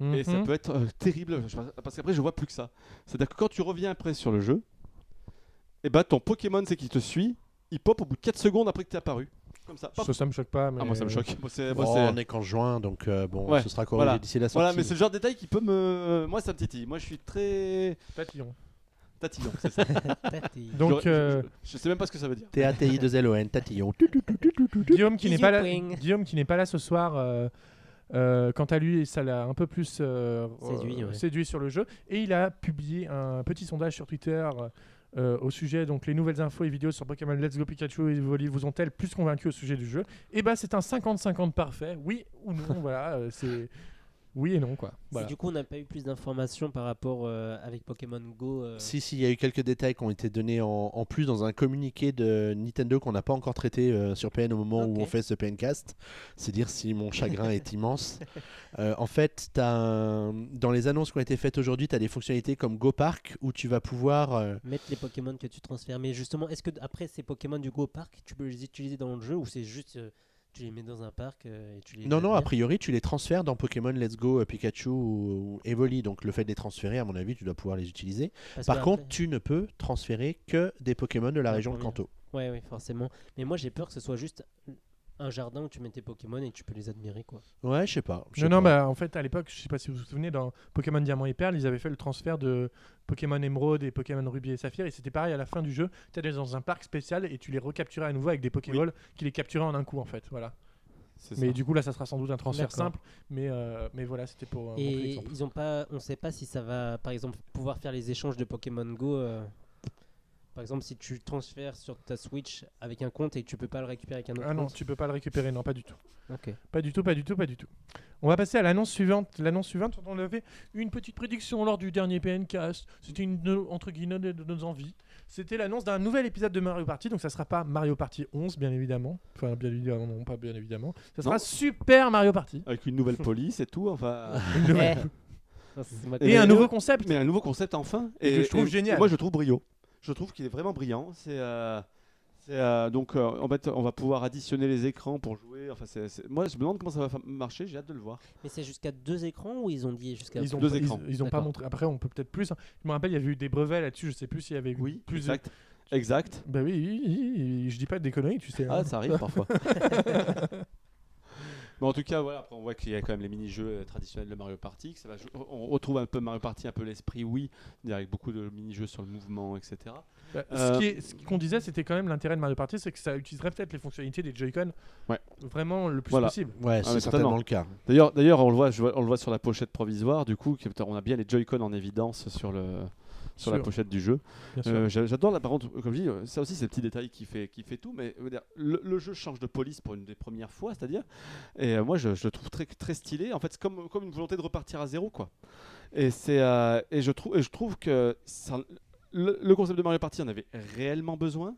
et ça Mhm. peut être euh, terrible je pense- parce qu'après, je vois plus que ça. C'est-à-dire que quand tu reviens après sur le jeu, et bah ton Pokémon, c'est qui te suit, il pop au bout de 4 secondes après que t'es apparu, comme ça. pop. Ça, ça me choque pas. Mais... Oh, Ah, moi ça me choque. Moi, c'est- moi, Bon, c'est- Oh, on est qu'en juin, donc euh, bon, Ouais, ce sera corrigé voilà. d'ici la sortie. Voilà, mais c'est le genre de détail qui peut me. Moi, ça me titille. Moi, je suis très Papillon. tatillon, c'est ça. Tati. Donc, J'aurais- euh, je, je- je sais même pas ce que ça veut dire. TATI 2 LON, Tatillon. Euh. Guillaume qui n'est pas là, Guillaume. Guillaume qui n'est pas là ce soir. euh, euh, quant à lui, ça l'a un peu plus euh, Séduit, euh, ouais. séduit sur le jeu. Et il a publié un petit sondage sur Twitter euh, au sujet donc les nouvelles infos et vidéos sur Pokémon Let's Go Pikachu et Evoli vous ont-elles plus convaincu au sujet du jeu Et bah c'est un 50-50 parfait, oui ou non, voilà, euh, c'est oui et non quoi. Voilà. Si du coup on n'a pas eu plus d'informations par rapport euh, avec Pokémon Go. euh, Si, si, il y a eu quelques détails qui ont été donnés en, en plus dans un communiqué de Nintendo qu'on n'a pas encore traité euh, sur PN au moment Ok. où on fait ce PNcast. C'est dire si mon chagrin est immense. Euh, en fait, t'as un- dans les annonces qui ont été faites aujourd'hui, tu as des fonctionnalités comme Go Park où tu vas pouvoir. euh, Mettre les Pokémon que tu transfères. Mais justement, est-ce que d- après ces Pokémon du Go Park, tu peux les utiliser dans le jeu ou c'est juste euh, tu les mets dans un parc euh, et tu les. Non, non, a admires priori, tu les transfères dans Pokémon Let's Go euh, Pikachu ou ou Evoli. Donc, le fait de les transférer, à mon avis, tu dois pouvoir les utiliser. Parce Par que contre, après- tu ne peux transférer que des Pokémon de la La région de première. Kanto. Ouais, ouais, forcément. Mais moi j'ai peur que ce soit juste un jardin où tu mets tes Pokémon et tu peux les admirer quoi. Ouais, je sais pas. je sais Non, non, pas. bah, en fait, à l'époque, je sais pas si vous vous souvenez, dans Pokémon Diamant et Perle, ils avaient fait le transfert de Pokémon Émeraude et Pokémon Ruby et Saphir, et c'était pareil à la fin du jeu. Tu allais dans un parc spécial et tu les recapturais à nouveau avec des Pokéballs qui les capturaient en un coup, en fait. Voilà. C'est Mais ça. du coup, là, ça sera sans doute un transfert D'accord. simple, mais, euh, mais voilà, c'était pour euh, montrer Et l'exemple. ils ont pas, on sait pas si ça va, par exemple, pouvoir faire les échanges de Pokémon Go. euh, par exemple, si tu transfères sur ta Switch avec un compte et que tu peux pas le récupérer avec un autre Ah non, compte. tu peux pas le récupérer, non, pas du tout. Ok. Pas du tout, pas du tout, pas du tout. On va passer à l'annonce suivante. L'annonce suivante, on avait une petite prédiction lors du dernier PNcast. C'était une de- entre guillemets de, de nos envies. C'était l'annonce d'un nouvel épisode de Mario Party. Donc ça sera pas Mario Party 11, bien évidemment. Enfin, bien évidemment, non, pas bien évidemment. Ça sera Non. Super Mario Party. Avec une nouvelle police et tout, enfin. Une nouvelle- Eh. Non, c'est ma- Et, Et un le- nouveau concept. mais un nouveau concept enfin. que je trouve génial. Moi, je le trouve brillant. Je trouve qu'il est vraiment brillant. C'est euh, c'est, euh, donc euh, en fait, on va pouvoir additionner les écrans pour jouer. Enfin, c'est- c'est- moi, je me demande comment ça va fa- marcher. J'ai hâte de le voir. Mais c'est jusqu'à deux écrans ou ils ont dit jusqu'à Ils ont, deux pas- ils- écrans. ils ont pas D'accord. montré. Après, on peut peut-être plus. hein. Je me rappelle, il y avait eu des brevets là-dessus. Je sais plus s'il y avait eu plus. de- exact. Exact. Bah oui, oui, oui, oui, je dis pas des conneries, tu sais. hein. Ah, ça arrive parfois. Mais en tout cas, voilà, après, on voit qu'il y a quand même les mini-jeux euh, traditionnels de Mario Party. que ça va jou- on retrouve un peu Mario Party, un peu l'esprit, oui, avec beaucoup de mini-jeux sur le mouvement, etc. Bah, Euh, Ce qui est- ce qu'on disait, c'était quand même l'intérêt de Mario Party, c'est que ça utiliserait peut-être les fonctionnalités des Joy-Con Ouais. vraiment le plus Voilà. possible. Ouais, mais c'est certainement totalement. le cas. D'ailleurs, d'ailleurs, on le voit, je vois- on le voit sur la pochette provisoire. Du coup, qui- on a bien les Joy-Con en évidence sur le sur la Sûr. pochette du jeu. Bien sûr. Euh, j'a- J'adore la par contre, comme je dis, euh, ça aussi c'est le petit détail qui fait qui fait tout. Mais je veux dire, le, le jeu change de police pour une des premières fois, c'est-à-dire. Et euh, moi, je, je le trouve très très stylé. En fait, c'est comme comme une volonté de repartir à zéro, quoi. Et c'est euh, et je trouve et je trouve que ça- le, le concept de Mario Party en avait réellement besoin.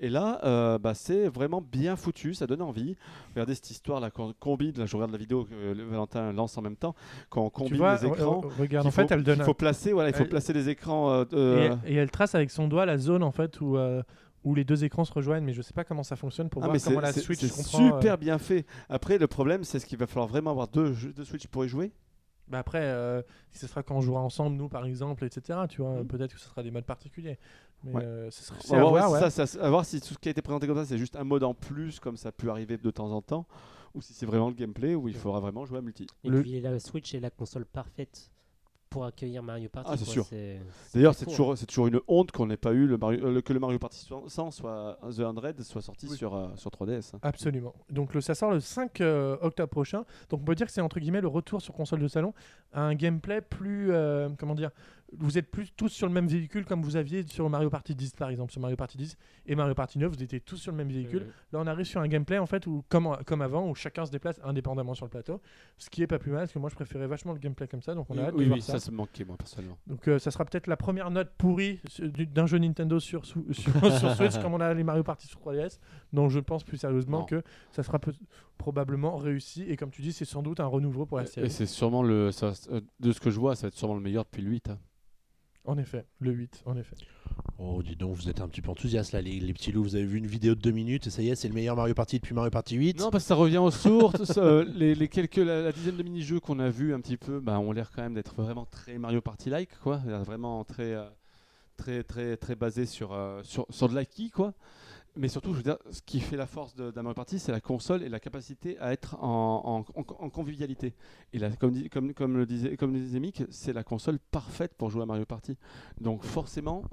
Et là, euh, bah, c'est vraiment bien foutu, ça donne envie. Regardez cette histoire là, quand on combine, là je regarde la vidéo que euh, le- Valentin lance en même temps, quand on tu combine vois, les écrans, re- re- regarde, en qu'il fait, faut- elle donne. qu'il un- faut placer, voilà, il faut elle- placer les écrans. euh, de- Et, et elle trace avec son doigt la zone en fait où, euh, où les deux écrans se rejoignent, mais je sais pas comment ça fonctionne pour Ah, voir mais comment c'est- la c'est- Switch c'est comprend, euh, super bien fait. Après, le problème, c'est ce qu'il va falloir vraiment avoir deux, jeux- deux Switch pour y jouer. bah après, euh, ce sera quand on jouera ensemble, nous par exemple, etc. Tu vois, peut-être que ce sera des modes particuliers. Mais Mm. Ouais. euh, ce sera- c'est On à va voir, voir, ouais, ouais. c'est ça, c'est à- à voir si tout ce qui a été présenté comme ça, c'est juste un mode en plus, comme ça peut arriver de temps en temps, ou si c'est vraiment le gameplay où il faudra vraiment jouer à multi. Et Le- puis la Switch est la console parfaite pour accueillir Mario Party. Ah, c'est quoi, sûr. D'ailleurs, c'est court. toujours, c'est toujours une honte qu'on n'ait pas eu le Mario, euh, le- que le Mario Party 100 soit euh, The 100 soit sorti Oui. sur, euh, sur 3DS. hein. Absolument. Donc le, ça sort le 5 euh, octobre prochain. Donc on peut dire que c'est entre guillemets le retour sur console de salon à un gameplay plus euh, comment dire Vous êtes plus tous sur le même véhicule comme vous aviez sur Mario Party 10 par exemple, sur Mario Party 10 et Mario Party 9, vous étiez tous sur le même véhicule. Mhm. Là on arrive sur un gameplay en fait où comme comme avant où chacun se déplace indépendamment sur le plateau, ce qui est pas plus mal parce que moi je préférais vachement le gameplay comme ça. Donc on a hâte de oui, voir oui, ça. ça, ça me manquait, moi, personnellement. Donc euh, ça sera peut-être la première note pourrie su- du- d'un jeu Nintendo sur, sou- sur, sur Switch comme on a les Mario Party sur 3DS. Donc je pense plus sérieusement Non. que ça sera peut- probablement réussi. Et comme tu dis, c'est sans doute un renouveau pour la Et- Et série. c'est sûrement le. ça- euh, de ce que je vois, ça va être sûrement le meilleur depuis le 8. hein. En effet, le 8, en effet. Oh, dis donc, vous êtes un petit peu enthousiaste là, les, les petits loups. Vous avez vu une vidéo de deux minutes et ça y est, c'est le meilleur Mario Party depuis Mario Party 8. Non, parce que ça revient aux sources. ça, euh, les, les quelques, la, la dizaine de mini-jeux qu'on a vu un petit peu, bah, ont l'air quand même d'être vraiment très Mario Party-like, quoi. C'est-à-dire Vraiment très, euh, très, très, très basé sur, euh, sur, sur de l'acquis, quoi. Mais surtout, je veux dire, ce qui fait la force de- d'un Mario Party, c'est la console et la capacité à être en, en- en- en convivialité. Et là, comme, dit- comme, comme le disait, comme le disait Mick, c'est la console parfaite pour jouer à Mario Party. Donc forcément,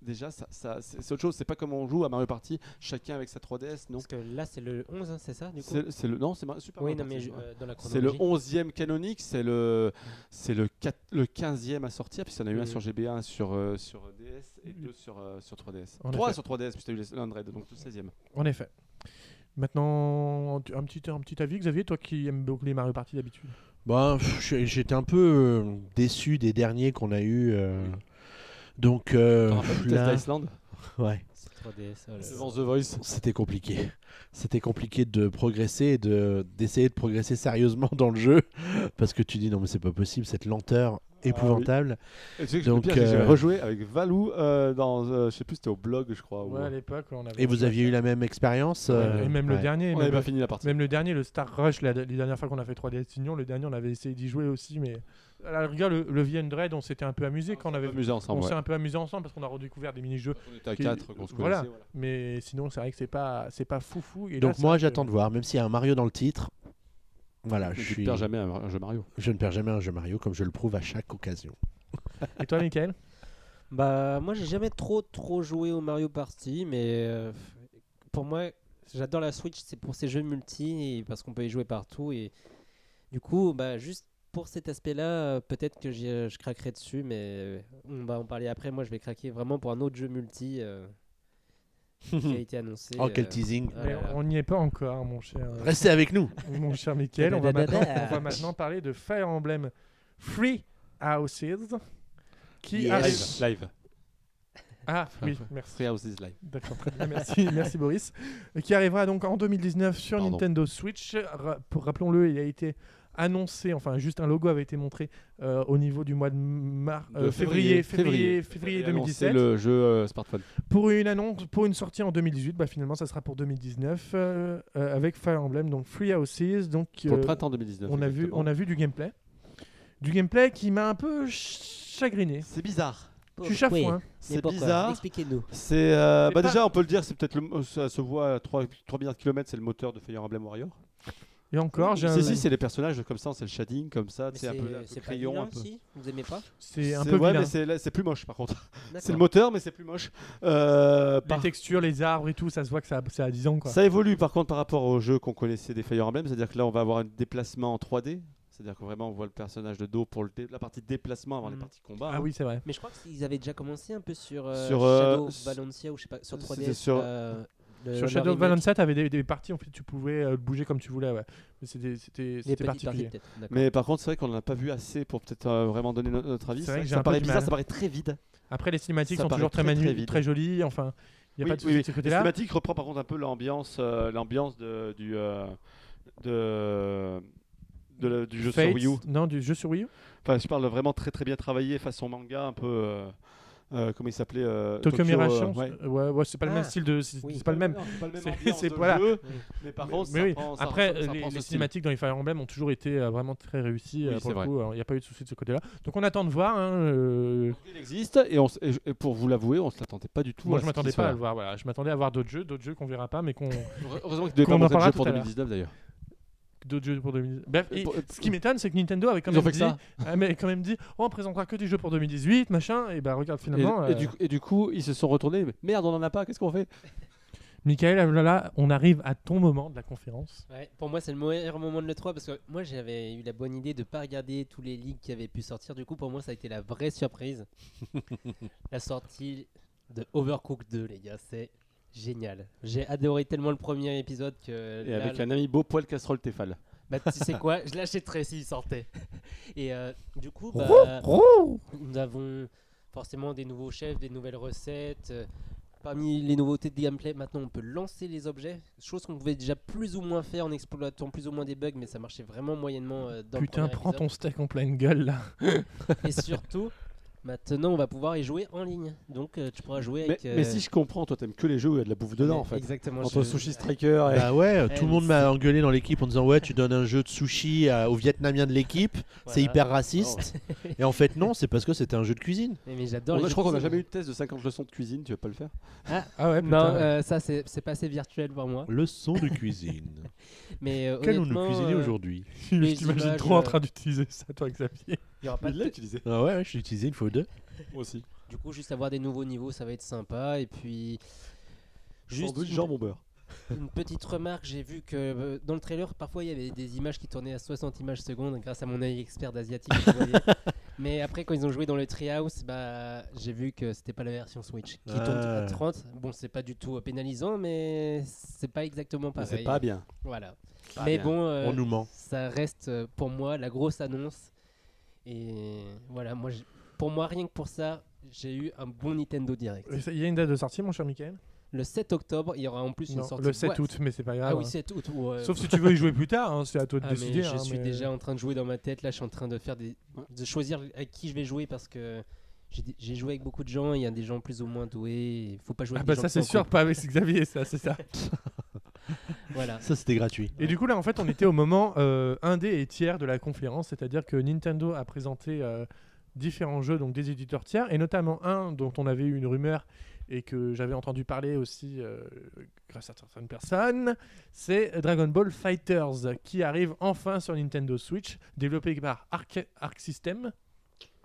déjà, ça, ça- c'est c'est autre chose. C'est pas comme on joue à Mario Party, chacun avec sa 3DS, non Parce que là, c'est le 11, hein, c'est ça du coup c'est c'est le non, c'est Mar- Super Oui, Mario non, mais Party, je- ouais. euh, dans la c'est le chronologie. 11e canonique, c'est le c'est le quat- le 15e à sortir puisqu'il y en a eu un Mm. sur GBA, un sur euh, sur DS Mm. et deux sur euh, sur 3DS. En Trois effet. sur 3DS puisque tu as eu l'Android donc le 16e. En effet. Maintenant, un petit, un petit avis, Xavier, toi qui aimes beaucoup les Mario Party d'habitude. Bah, pff, j'ai- j'étais un peu euh, déçu des derniers qu'on a eu. euh, Donc, euh, T'en rappelles pff, le test là, d'Islande Euh, ouais, C'est 3DS. oh là là. devant The Voice. c'était compliqué. C'était compliqué de progresser et de- d'essayer de, progresser sérieusement dans le jeu parce que tu dis non, mais c'est pas possible, cette lenteur Ah épouvantable. Et tu sais que Donc, le pire, c'est que j'ai euh, rejoué avec Valou euh, dans euh, je sais plus c'était au blog je crois. ou- Ouais, à l'époque, on avait. Ah Et vous aviez eu la même expérience euh, Et même le ouais. dernier. même On n'avait le- pas fini la partie. Même le dernier, le Star Rush, la, les dernières fois qu'on a fait 3DS Union, le dernier, on avait essayé d'y jouer aussi, mais à la rigueur, le, le VN Dread, on s'était un peu amusé quand on avait. amusé ensemble. On ouais. s'est un peu amusé ensemble parce qu'on a redécouvert des mini-jeux, On était à qui- 4 qu'on se voilà. connaissait. voilà. mais sinon, c'est vrai que c'est pas, c'est pas foufou. Et là, Donc, c'est moi, vrai que- j'attends de voir, même s'il y a un Mario dans le titre. Voilà, Mais je, Tu suis... perds jamais un, un jeu Mario. je ne perds jamais un jeu Mario comme je le prouve à chaque occasion. Et toi, Michael Bah, moi, j'ai jamais trop trop joué au Mario Party, mais euh, pour moi, j'adore la Switch, c'est pour ces jeux multi, et parce qu'on peut y jouer partout. Et du coup, bah, juste pour cet aspect-là, euh, peut-être que j'y- euh, je craquerai dessus, mais euh, on va en parler après. Moi, je vais craquer vraiment pour un autre jeu multi euh, qui a été annoncé. Oh, quel euh, teasing! Ah Mais là là. on n'y est pas encore, hein, mon cher, Restez avec nous! mon cher Michael. On va, maintenant, Dadadada. on va maintenant parler de Fire Emblem Free Houses qui Yes. arrive. Live. Live. Ah, oui, merci. Free Houses Live. D'accord, très bien, merci, merci Boris. Euh, Qui arrivera donc en 2019 sur Pardon. Nintendo Switch. Ra- pour- Rappelons-le, il a été annoncé, enfin juste un logo avait été montré euh, au niveau du mois de mar- De euh, février, février, février, Et annoncer 2017. le jeu euh, smartphone. Pour une annonce, pour une sortie en 2018, bah finalement ça sera pour 2019 euh, euh, avec Fire Emblem, donc Free Houses, donc Pour le euh, printemps 2019. on a vu, exactement. on a vu du gameplay, du gameplay qui m'a un peu ch- chagriné. C'est bizarre. Je suis chafouin. Mais C'est pourquoi bizarre. Expliquez-nous. C'est euh, C'est bah pas- déjà on peut le dire, c'est peut-être le mo- ça se voit à 3, 3 milliards de kilomètres, c'est le moteur de Fire Emblem Warrior. Et encore, j'ai un- Si si, c'est les personnages comme ça, c'est le shading comme ça, Mais c'est un peu, un peu c'est pas crayon vilain un peu. aussi Vous aimez pas c'est un C'est- peu ouais, vilain. mais c'est là, c'est plus moche par contre. C'est le D'accord. moteur mais c'est plus moche. Euh, Les par- textures, les arbres et tout, ça se voit que ça, c'est à 10 ans quoi. Ça évolue par contre par rapport au jeu qu'on connaissait des Fire Emblem, c'est-à-dire que là on va avoir un déplacement en 3D, c'est-à-dire que vraiment on voit le personnage de dos pour le dé- la partie déplacement avant les Mm. parties combat. Ah hein. oui, c'est vrai. Mais je crois qu'ils avaient déjà commencé un peu sur, euh, Sur, euh, Shadow of s- Valencia ou je sais pas, sur c'était 3DS. sur- euh, le- Sur le Shadow of remake. Valencia, t'avais des, des parties en fait, tu pouvais euh, bouger comme tu voulais, ouais. Mais c'était, c'était, Les c'était petites particulier. parties, peut-être, d'accord. Mais par contre, c'est vrai qu'on n'en a pas vu assez pour peut-être euh, vraiment donner no- notre avis. C'est vrai que j'ai ça un peu paraît du bizarre, mal. ça paraît très vide. Après, les cinématiques Ça sont toujours très, paraît très, très manuelles, très, vide. jolies, enfin, il n'y a pas Oui, de oui, souci oui. de ce La côté-là. cinématique reprend par contre un peu l'ambiance, euh, l'ambiance de, du, euh, de, de la- du jeu Fates, sur Wii U. Non, du jeu sur Wii U Enfin, je parle vraiment très très bien travaillé façon manga, un peu. euh, euh, comment il s'appelait euh, Tokyo Mirage Sessions, ouais. euh, ouais. ouais, c'est pas le même Ah, style de. C'est, oui. c'est pas le même. Non, C'est pas le même C'est- ambiance c'est- de voilà. jeu, Oui. mais par contre, Mais ça oui, prend- ça Après, prend- ça les, prend ce les style. cinématiques dans les Fire Emblem ont toujours été euh, vraiment très réussies. Oui, euh, pour c'est le vrai. coup, alors, il n'y a pas eu de souci de ce côté-là. Donc, on attend de voir. hein, euh, Il existe et, on s- et je- et pour vous l'avouer, on se l'attendait pas du tout. Moi, à je ce qu'il m'attendais soit pas à là. le voir. Voilà, je m'attendais à voir d'autres jeux, d'autres jeux qu'on verra pas, mais qu'on Heureusement qu'il devait Qu'on en pas montrer le parlera jeu tout pour à l'heure. 2019 d'ailleurs. d'autres jeux pour 2019. Bref, Et et pour- ce qui m'étonne, c'est que Nintendo avait quand Ils ont même fait que dit, ça. Ah, mais quand même dit, oh, on présentera que des jeux pour 2018, machin. Et bah regarde Et, finalement, euh, et du, et du coup, ils se sont retournés. mais Merde, on en a pas. Qu'est-ce qu'on fait Michael, ah, là, là, on arrive à ton moment de la conférence. Ouais, pour moi, c'est le meilleur moment de l'E3 parce que moi, j'avais eu la bonne idée de pas regarder tous les leaks qui avaient pu sortir. Du coup, pour moi, ça a été la vraie surprise. la sortie de Overcooked 2, les gars, c'est génial. J'ai adoré tellement le premier épisode que. Et là, avec le- un ami beau poil casserole Tefal. Bah, tu sais quoi, je l'achèterais s'il sortait. Et euh, du coup, bah, nous avons forcément des nouveaux chefs, des nouvelles recettes. euh, Parmi les nouveautés de gameplay, maintenant on peut lancer les objets, chose qu'on pouvait déjà plus ou moins faire en exploitant plus ou moins des bugs, mais ça marchait vraiment moyennement euh, dans le Putain, premier prends épisode. ton steak en pleine gueule là. Et surtout, maintenant on va pouvoir y jouer en ligne. Donc euh, tu pourras jouer Mais, avec. mais euh, si je comprends, toi t'aimes que les jeux où il y a de la bouffe dedans mais en fait. Exactement. je- Entre Sushi Striker et. Bah ouais, tout mais le monde m'a engueulé dans l'équipe en disant ouais tu donnes un jeu de sushi à- aux Vietnamiens de l'équipe, c'est Voilà. hyper raciste. Et en fait non, c'est parce que c'était un jeu de cuisine. Mais, mais On j'adore. a- les je crois jeux qu'on a de cuisine. jamais eu de test de 50 leçons de cuisine, tu veux pas le faire Ah ouais, Non, putain. euh, ça c'est c'est pas assez virtuel pour moi. Leçon de cuisine. Mais euh, Qu'allons-nous honnêtement, cuisiner euh, aujourd'hui je les t'imagine images, trop en euh, train d'utiliser ça, toi, Xavier. il y aura pas de- utilisé. Ah ouais, ouais, je l'ai utilisé une fois ou deux. Moi aussi. Du coup, juste avoir des nouveaux niveaux, ça va être sympa. Et puis, juste Sandwich, une- jambon beurre. une petite remarque, j'ai vu que euh, dans le trailer, parfois il y avait des images qui tournaient à 60 images secondes grâce à mon œil expert d'asiatique. je voyais. Mais après, quand ils ont joué dans le Treehouse, bah, j'ai vu que c'était pas la version Switch qui tourne à Ah. 30. Bon, c'est pas du tout euh, pénalisant, mais c'est pas exactement Mais pareil. C'est pas bien. Voilà. Pas mais bien. bon, euh, On nous ment. ça reste euh, pour moi la grosse annonce. Et voilà, moi, j'ai- pour moi, rien que pour ça, j'ai eu un bon Nintendo Direct. Il y a une date de sortie, mon cher Michael Le 7 octobre, il y aura en plus une Non, sortie. Le 7 boîte. août, mais c'est pas grave. Ah oui, hein. 7 août. ouais. Sauf si tu veux y jouer plus tard, hein, c'est à toi de Ah, mais décider. je hein, suis mais- déjà en train de jouer dans ma tête. Là, je suis en train de faire des, de choisir à qui je vais jouer parce que j'ai des- j'ai joué avec beaucoup de gens. Il y a des gens plus ou moins doués. Il faut pas jouer Ah avec bah des gens ça qui c'est sont sûr, pas avec Xavier, ça c'est ça. cons. Voilà. Ça c'était gratuit. Et du coup là en fait on était au moment euh, indé et tiers de la conférence, c'est-à-dire que Nintendo a présenté euh, différents jeux donc des éditeurs tiers et notamment un dont on avait eu une rumeur et que j'avais entendu parler aussi euh, grâce à certaines personnes, c'est Dragon Ball Fighters qui arrive enfin sur Nintendo Switch, développé par Arc, Arc System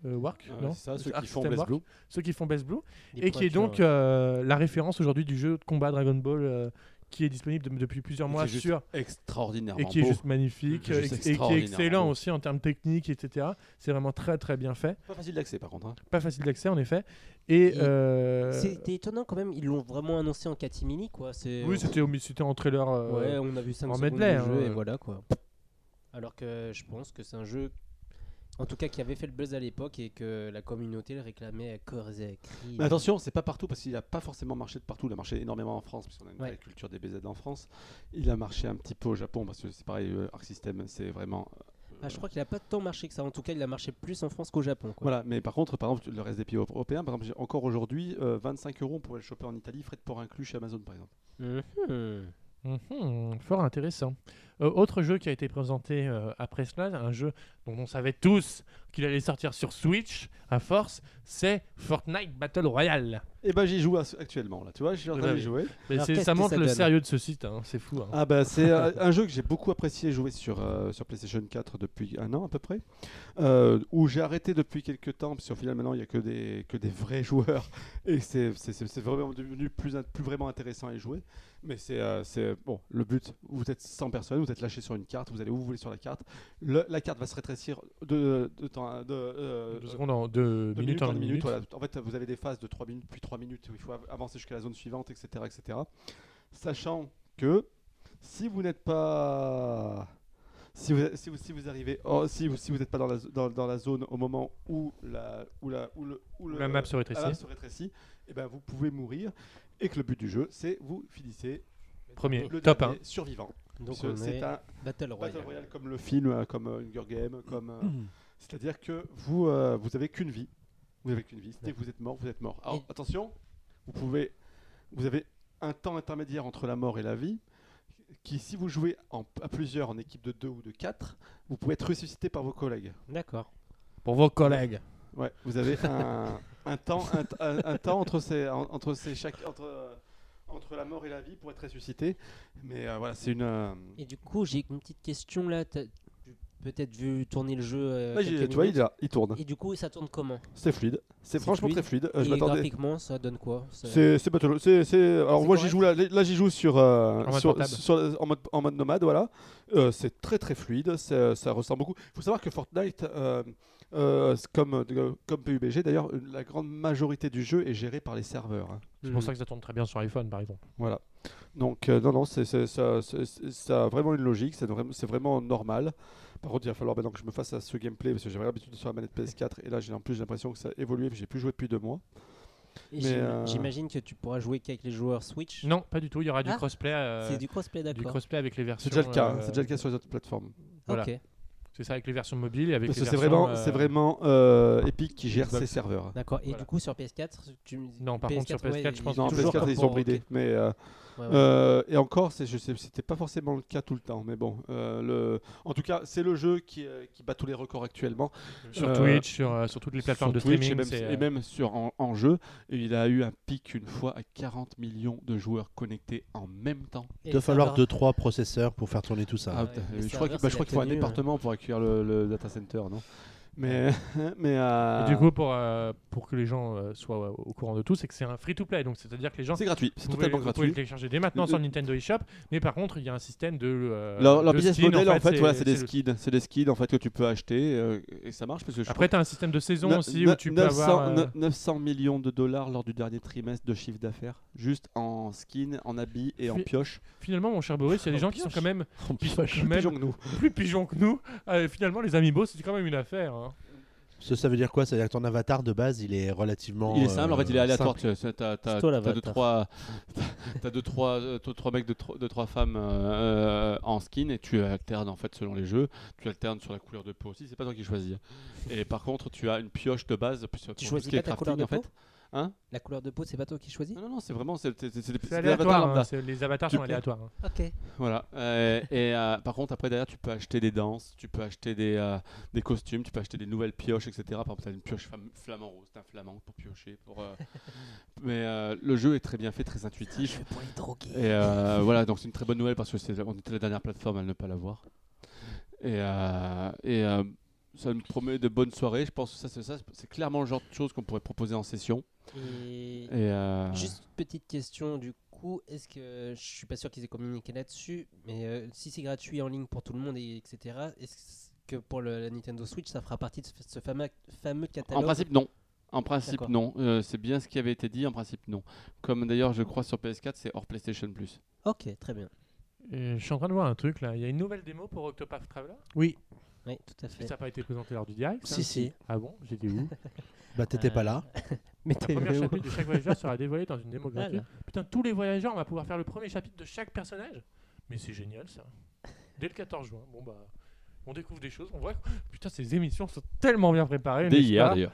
euh, Work, Euh, non c'est ça, ceux Arc qui font System Blaze Work, Blue. ceux qui font Best Blue. Des Et qui est pointures, donc ouais. euh, la référence aujourd'hui du jeu de combat Dragon Ball euh, qui est disponible de- depuis plusieurs Et mois qui est juste sur Extraordinairement. et qui est beau. Mmh. juste magnifique Juste euh, ex- et qui est extraordinaire, excellent beau. aussi en termes techniques, etc. C'est vraiment très très bien fait. Pas facile d'accès par contre. hein. Pas facile d'accès en effet. Et Et euh, C'était étonnant quand même. Ils l'ont vraiment annoncé en catimini, quoi. C'est- oui, c'était au mi- c'était en trailer. euh, Ouais, on a vu 5 en secondes medley, de jeu hein. et voilà quoi. Alors que je pense que c'est un jeu, en tout cas qui avait fait le buzz à l'époque et que la communauté le réclamait à corps et à cri. Mais attention, c'est pas partout parce qu'il a pas forcément marché de partout. Il a marché énormément en France, puisqu'on a une Ouais. vraie culture des BZ en France. Il a marché un petit peu au Japon parce que c'est pareil, euh, Arc System, c'est vraiment. euh, Ah, je crois qu'il a pas tant marché que ça. En tout cas, il a marché plus en France qu'au Japon. Quoi. Voilà, mais par contre, par exemple, le reste des pays européens, par exemple, j'ai- encore aujourd'hui, euh, 25 euros, on pourrait le choper en Italie, frais de port inclus chez Amazon, par exemple. Mhm. mhm, fort intéressant. Euh, autre jeu qui a été présenté euh, après cela, un jeu dont on savait tous qu'il allait sortir sur Switch à force, c'est Fortnite Battle Royale. Et bah, j'y joue as- actuellement, là, tu vois, je suis en Ouais, train ouais. d'y jouer. Mais Alors, c'est- qu'est-ce ça que montre ça le donne sérieux de ce site, hein, c'est fou. hein. Ah bah c'est euh, un jeu que j'ai beaucoup apprécié jouer sur, euh, sur PlayStation 4 depuis un an à peu près, euh, où j'ai arrêté depuis quelques temps, parce qu'au final maintenant il n'y a que des, que des vrais joueurs, et c'est c'est- c'est- c'est vraiment devenu plus, in- plus vraiment intéressant à y jouer, mais c'est euh, c'est- bon, le but, vous êtes 100 personnes, vous êtes lâché sur une carte, vous allez où vous voulez sur la carte, Le- la carte va se rétrécir de, de temps, à- de, euh, Deux secondes en deux de minutes en une minute. voilà. En fait, vous avez des phases de 3 minutes, puis 3 minutes où il faut av- avancer jusqu'à la zone suivante, etc. etc. Sachant que si vous n'êtes pas. Si vous, si, vous, si vous arrivez, oh, si vous si vous n'êtes pas dans la, zo- dans, dans la zone au moment où la où la où le où le- La map Ah, se rétrécit. la map se rétrécit, eh ben vous pouvez mourir et que le but du jeu c'est vous finissez Premier, le top hein. 1. dernier survivant. Donc Ce- on est euh, C'est un Battle Royale. Battle Royale comme le film, euh, comme euh, Hunger Game, comme. euh, Mm. C'est-à-dire que vous, euh, vous avez qu'une vie. Vous avez qu'une vie. Dès que vous êtes mort, vous êtes mort. Alors Et- attention, vous pouvez, vous avez un temps intermédiaire entre la mort et la vie, qui si vous jouez en, à plusieurs en équipe de deux ou de quatre, vous pouvez être ressuscité par vos collègues. D'accord. Pour vos collègues. Ouais, vous avez un, un temps, un, un- un temps entre ces, en- entre ces chaque, entre, euh, entre la mort et la vie pour être ressuscité. Mais euh, voilà, c'est une. euh, Et du coup, j'ai une petite question là. T'as tu- peut-être vu tourner le jeu. euh, là, j'ai- quelques tu vois, il, minutes. est là, il tourne. Et du coup, ça tourne comment C'est fluide. C'est C'est franchement fluide. très fluide. Euh, je Et m'attendais- graphiquement, ça donne quoi Ça- C'est c'est Battle- c'est- c'est- Alors C'est moi j'y correct. joue là, là j'y joue sur, euh, En mode sur, portable. sur la- en, mode, en mode nomade voilà. Euh, c'est très très fluide, ça, ça ressemble beaucoup. Il faut savoir que Fortnite, euh, euh, c'est comme euh, comme PUBG d'ailleurs, une- la grande majorité du jeu est gérée par les serveurs. hein. C'est pour ça que ça tourne très bien sur iPhone, par exemple. Voilà. Donc euh, non non c'est c'est- ça, c'est- c'est- ça a vraiment une logique, c'est vraiment, c'est vraiment normal. Par contre il va falloir maintenant que je me fasse à ce gameplay parce que j'avais l'habitude sur la manette PS4 et là j'ai en plus j'ai l'impression que ça a évolué, puis j'ai plus joué depuis deux mois. Et Mais, j'im- euh, J'imagine que tu pourras jouer qu'avec les joueurs Switch. Non, pas du tout. Il y aura du Ah. crossplay. euh, C'est du crossplay, du d'accord. crossplay avec les versions. C'est déjà le cas, hein, euh, c'est déjà le cas sur les autres plateformes. voilà. Ok, C'est ça avec les versions mobiles et avec Parce les que c'est versions, vraiment, euh, c'est vraiment euh, Epic qui gère Xbox. ses serveurs. d'accord. Et Voilà. du coup, sur PS4, tu me dis- Non, par contre, sur ouais, PS4, je ils- pense Non, que- toujours PS4 comme ils pour- sont bridés, ok. mais euh, Ouais, ouais. Euh, et encore, c'est, je sais, c'était pas forcément le cas tout le temps, mais bon. euh, le, en tout cas, c'est le jeu qui, euh, qui bat tous les records actuellement. sur euh, Twitch, sur, euh, sur toutes les plateformes de Sur Twitch streaming. et même, c'est, et euh, même sur en, en jeu, et il a eu un pic une fois à 40 millions de joueurs connectés en même temps. Et Il doit les falloir serveurs- 2-3 processeurs pour faire tourner tout ça. Ah, ouais, putain, les euh, je crois, qu'il- serveurs, bah, c'est je crois la qu'il faut un tenue, hein. département pour accueillir le, le data center, non Mais, mais euh, Et du coup, pour, euh, pour que les gens euh, soient euh, au courant de tout, c'est que c'est un free-to-play. Donc, c'est-à-dire que les gens c'est gratuit, c'est Vous pouvez- totalement vous pouvez le gratuit. télécharger dès maintenant Le- sur Nintendo eShop, mais par contre, il y a un système de. euh, Leur, leur de business skin, model, en fait, voilà, c'est des le- skins, c'est des skins en fait que tu peux acheter euh, et ça marche parce que je Après, tu as un système de saison Ne- aussi ne- où tu peux 900, avoir. euh, ne- 900 millions de dollars lors du dernier trimestre de chiffre d'affaires, juste en skin, en habits et en Fi- pioche. Finalement, mon cher Boris, il y a des Oh, gens qui sont pioche. quand même, Oh, pioche. même Pigeon que nous. plus pigeons que nous. Euh, finalement, les Amiibo, c'est quand même une affaire. hein. Ça, ça veut dire quoi Ça veut dire que ton avatar de base, il est relativement. Il est simple, en fait, il est euh, aléatoire. simple. Tu as, t'as, t'as, C'est toi, t'as deux, l'avatar. trois, t'as deux, trois, euh, t'as trois mecs, deux, trois, deux, trois femmes euh, euh, en skin et tu alternes en fait selon les jeux. Tu alternes sur la couleur de peau aussi, c'est pas toi qui choisis. Et par contre, tu as une pioche de base. pour- pour tout Tu choisis ce qui est pas ta couleur de crafting, peau en fait. Hein La couleur de peau, c'est pas toi qui choisis Non, non, non, c'est vraiment. C'est, c'est, c'est, c'est des- C'est c'est des avatars aléatoire. lambda. hein, c'est- Les avatars Tu sont peux- aléatoires. hein. Ok. Voilà. Euh, et euh, par contre, après, derrière, tu peux acheter des danses, tu peux acheter des, euh, des costumes, tu peux acheter des nouvelles pioches, etc. Par exemple, tu as une pioche flam- flamand rose, t'as un flamand pour piocher. Pour, euh, Mais euh, le jeu est très bien fait, très intuitif. Le point est drogué. Et euh, voilà, donc c'est une très bonne nouvelle parce que c'est- on était la dernière plateforme à ne pas l'avoir. Et, euh, et euh, ça me promet de bonnes soirées. Je pense que ça, c'est ça, c'est clairement le genre de choses qu'on pourrait proposer en session. Et- Et, euh, Juste une petite question du coup, est-ce que je suis pas sûr qu'ils aient communiqué là-dessus, mais euh, si c'est gratuit en ligne pour tout le monde et etc. Est-ce que pour le, la Nintendo Switch ça fera partie de ce, ce fameux, fameux En catalogue principe, non. En principe, D'accord. non. Euh, c'est bien ce qui avait été dit. En principe, non. Comme d'ailleurs, je crois sur PS4, c'est hors PlayStation Plus. Ok, très bien. Et je suis en train de voir un truc là. Il y a une nouvelle démo pour Octopath Traveler. Oui, Oui, tout à Ça fait. n'a pas été présenté lors du direct. ça si, si. Ah bon J'ai dit où Bah, t'étais Euh, pas là. Mais La t'es première où chapitre de chaque voyageur sera dévoilé dans une démo Voilà. gratuite. Putain, tous les voyageurs, on va pouvoir faire le premier chapitre de chaque personnage. Mais c'est génial ça. Dès le 14 juin. Bon bah, on découvre des choses. On voit. Putain, ces émissions sont tellement bien préparées. Dès n'est-ce hier, pas d'ailleurs.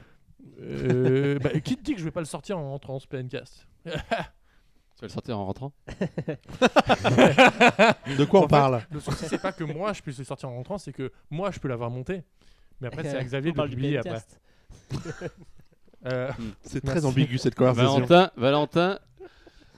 Euh, bah, qui te dit que je vais pas le sortir en rentrant en Splencast Tu vas le sortir en rentrant De quoi En on fait, parle Le souci, c'est pas que moi je puisse le sortir en rentrant, c'est que moi je peux l'avoir monté. Mais après, c'est à Xavier On de le parle du publier après. podcast. Euh, C'est merci. très ambigu cette Ah, conversation. Valentin, Valentin,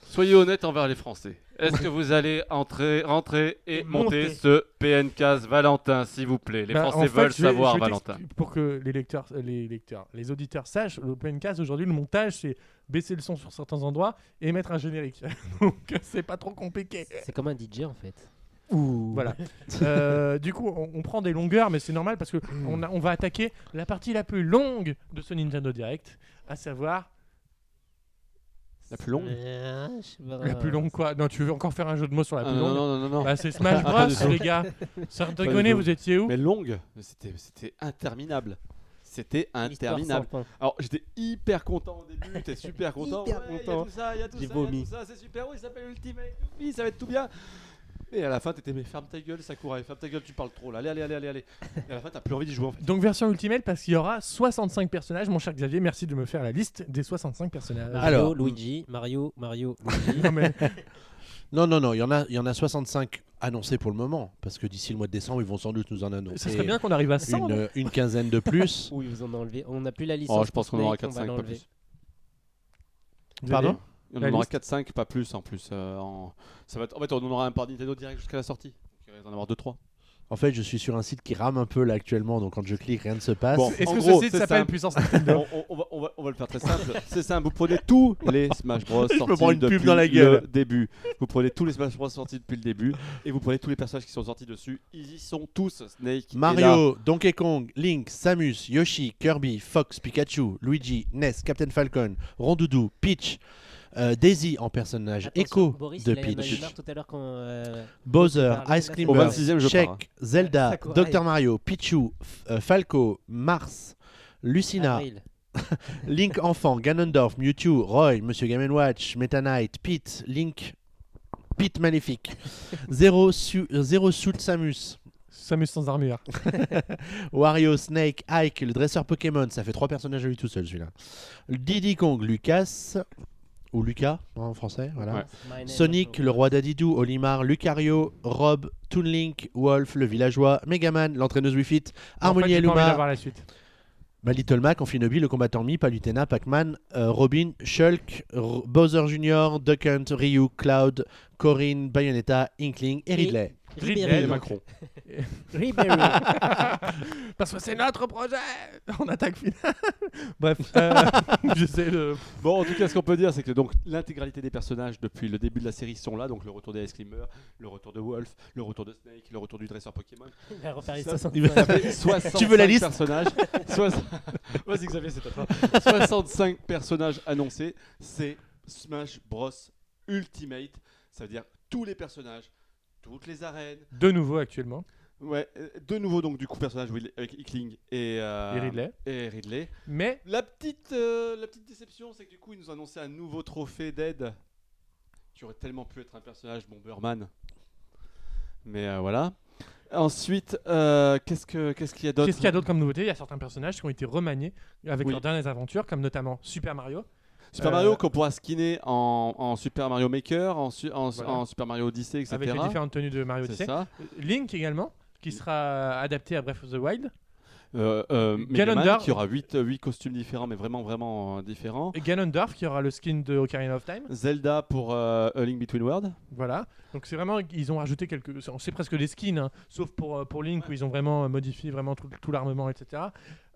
soyez honnête envers les Français. Est-ce que vous allez entrer, rentrer et monter, Monter. ce PNCAS Valentin, s'il vous plaît Les bah, Français en fait, veulent je vais- savoir, je vais Valentin. t'expliquer- Pour que les lecteurs, euh, les lecteurs, les auditeurs sachent, le Splencast aujourd'hui, le montage, c'est baisser le son sur certains endroits et mettre un générique. Donc, c'est pas trop compliqué. C'est comme un DJ en fait. Voilà. Euh, du coup, on, on prend des longueurs, mais c'est normal parce que Hmm. on, a- on va attaquer la partie la plus longue de ce Nintendo Direct, à savoir La plus longue Euh, je sais pas. la plus longue quoi. Non, tu veux encore faire un jeu de mots sur la Ah, plus Non, longue non, non, non. non. Bah, c'est Smash Pas du Bros, tout. les gars. Sans du déconner, tout. vous étiez où Mais longue, c'était c'était interminable. C'était L'histoire sans interminable. fin. Alors j'étais hyper content au début, j'étais super content. Hyper Ouais, il y a content. tout ça, il y a tout J'ai ça, il y a vomi. tout ça, c'est super. Oui, il s'appelle Ultimate Youpi, ça va être tout bien. Et à la fin, t'étais mais ferme ta gueule, Sakurai, ferme ta gueule, tu parles trop. Là. Allez, allez, allez, allez, allez. Et à la fin, t'as plus envie d'y jouer en fait. Donc version ultimate parce qu'il y aura 65 personnages. Mon cher Xavier, merci de me faire la liste des 65 personnages. Mario, Alors- Luigi, Mario, Mario, Luigi. Non, mais- Non, non, non, il y, en a- il y en a 65 annoncés pour le moment. Parce que d'ici le mois de décembre, ils vont sans doute nous en annoncer ça serait bien qu'on arrive à 100. non une, euh, une quinzaine de plus. oui, vous en enlevez. On n'a plus la licence. Oh, je pense qu'on en aura Snake, on va 4-5, pas l'enlever. plus. Vous Pardon allez- On La en aura liste. 4-5, pas plus en plus. euh, en... Ça va être- en fait, on en aura un par Nintendo direct jusqu'à la sortie. Donc, Il va y en avoir 2-3. En fait, je suis sur un site qui rame un peu là actuellement. Donc quand je clique, rien ne se passe. Bon. Est-ce En que gros, ce site c'est s'appelle simple. Puissance on, on- on va, on va- on va le faire très simple. C'est simple, vous prenez tous les Smash Bros. me sortis prends une pub depuis dans la gueule. le début. Vous prenez tous les Smash Bros. sortis depuis le début et vous prenez tous les personnages qui sont sortis dessus. Ils y sont tous. Snake, est là. Mario, Donkey Kong, Link, Samus, Yoshi, Kirby, Fox, Pikachu, Luigi, Ness, Captain Falcon, Rondoudou, Peach, euh, Daisy en personnage, Attention, Echo Boris, de il a- il en a eu Peach, marre tout à l'heure quand. euh, Bowser, parler Ice de la- Cream Au Bird, 26e, je Check, pars, hein. Zelda, Sakurai. Dr Mario, Pichu, F- euh, Falco, Mars, Lucina, Avril. Link enfant, Ganondorf, Mewtwo, Roy, Monsieur Game Watch, Meta Knight, Pete, Link, Pete maléfique, Zero, Su- euh, Zero Suit Samus, Samus sans armure. Wario, Snake, Ike, le dresseur Pokémon, ça fait trois personnages à lui tout seul celui-là. Diddy Kong, Lucas, ou Lucas en français, voilà. Ouais. Sonic, le roi d'Adidou, Olimar, Lucario, Rob, Toon Link, Wolf, le villageois, Megaman, l'entraîneuse Wii-Fit, En Harmony fait, j'ai pas envie Aluma, d'avoir la suite. My Little Mac, Amphinobi, le combattant Mi, Palutena, Pac-Man, euh, Robin, Shulk, R- Bowser Jr., Duck Hunt, Ryu, Cloud, Corinne, Bayonetta, Inkling et Et- Ridley. Ridley, Et donc. Macron. Ribery. Parce que c'est notre projet En attaque finale Bref, euh, j'essaie de. Bon, en tout cas, ce qu'on peut dire, c'est que donc l'intégralité des personnages depuis le début de la série sont là. Donc le retour des Ice Climbers, le retour de Wolf, le retour de Snake, le retour du dresseur Pokémon. Il va refaire les Ça, 65. Tu veux la liste personnages. soix- Vas-y, Xavier, c'est à toi. 65 personnages annoncés. C'est Smash Bros Ultimate. Ça veut dire tous les personnages, toutes les arènes. De nouveau actuellement, Ouais, euh, de nouveau donc du coup personnages Will- avec Ickling et, euh, et Ridley. et Ridley. Mais La petite, euh, la petite déception, c'est que du coup, ils nous annonçaient un nouveau trophée d'aide. Tu aurais tellement pu être un personnage Bomberman. Mais euh, voilà. Ensuite, euh, qu'est-ce que- qu'est-ce qu'il y a d'autre qu'est-ce qu'il y a d'autre comme nouveauté Il y a certains personnages qui ont été remaniés avec Oui. leurs dernières aventures, comme notamment Super Mario. Super Euh, Mario qu'on pourra skinner en, en Super Mario Maker, en, su- en- Voilà. en Super Mario Odyssey, etc. Avec les différentes tenues de Mario C'est Odyssey. ça. Link également, qui sera adapté à Breath of the Wild. Euh, euh, Calendar. Megaman, qui aura 8, costumes différents, mais vraiment, vraiment euh, différents. Et Ganondorf, qui aura le skin de Ocarina of Time. Zelda pour euh, A Link Between Worlds. Voilà. Donc c'est vraiment, ils ont rajouté quelques, c'est- c'est presque des skins, hein, sauf pour, euh, pour Link où ils ont vraiment euh, modifié vraiment tout, tout l'armement, etc.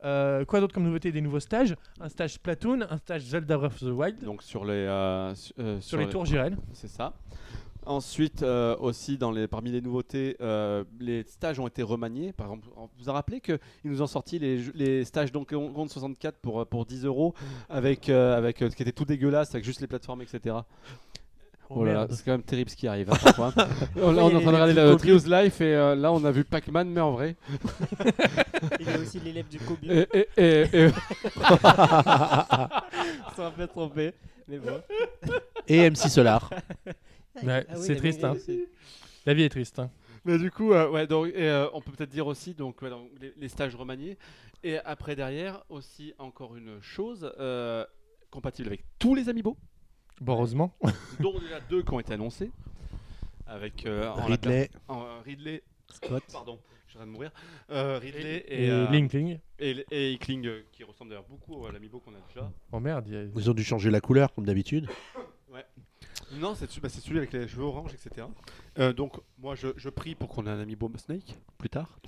Euh, quoi d'autre comme nouveauté Des nouveaux stages, un stage Splatoon, un stage Zelda Breath of the Wild, Donc sur les, euh, su- euh, sur les tours Jirel. C'est ça. Ensuite, euh, aussi, dans les, parmi les nouveautés, euh, les stages ont été remaniés. Par exemple, on vous a rappelé qu'ils nous ont sorti les, jeux- les stages Donkey Kong 64 pour, euh, pour 10 euros, Mm. avec, euh, avec, euh, ce qui était tout dégueulasse, avec juste les plateformes, etc. Oh là là, c'est quand même terrible ce qui arrive. hein, parfois. Oh, là, on Oui, est en les- train de les petits regarder la copies. Trio's Life et euh, là, on a vu Pac-Man, mais en vrai. Il est aussi l'élève du Kobe. Et, et- et- euh. et- Ça m'a fait tromper. Mais bon. Et MC Solar. Ouais, Ah oui, c'est la triste, vérité, hein. La vie est triste. hein. Mais du coup, euh, ouais, donc, et, euh, on peut peut-être dire aussi donc, ouais, donc, les, les stages remaniés. Et après, derrière, aussi, encore une chose euh, compatible avec tous les amiibo, Bon, heureusement. dont déjà deux qui ont été annoncés. Avec euh, en latin- Ridley. en, euh, Ridley. Scott. Pardon, je suis en train de mourir. Euh, Ridley et, Et, euh, Link Link. Et, et Ickling, euh, qui ressemble d'ailleurs beaucoup à l'amiibo qu'on a déjà. Oh merde. il y a- Ils ont dû changer la couleur comme d'habitude. Non, c'est celui- bah, c'est celui avec les cheveux orange, etc. Euh, donc, moi, je, je prie pour qu'on ait un amiibo Snake plus tard.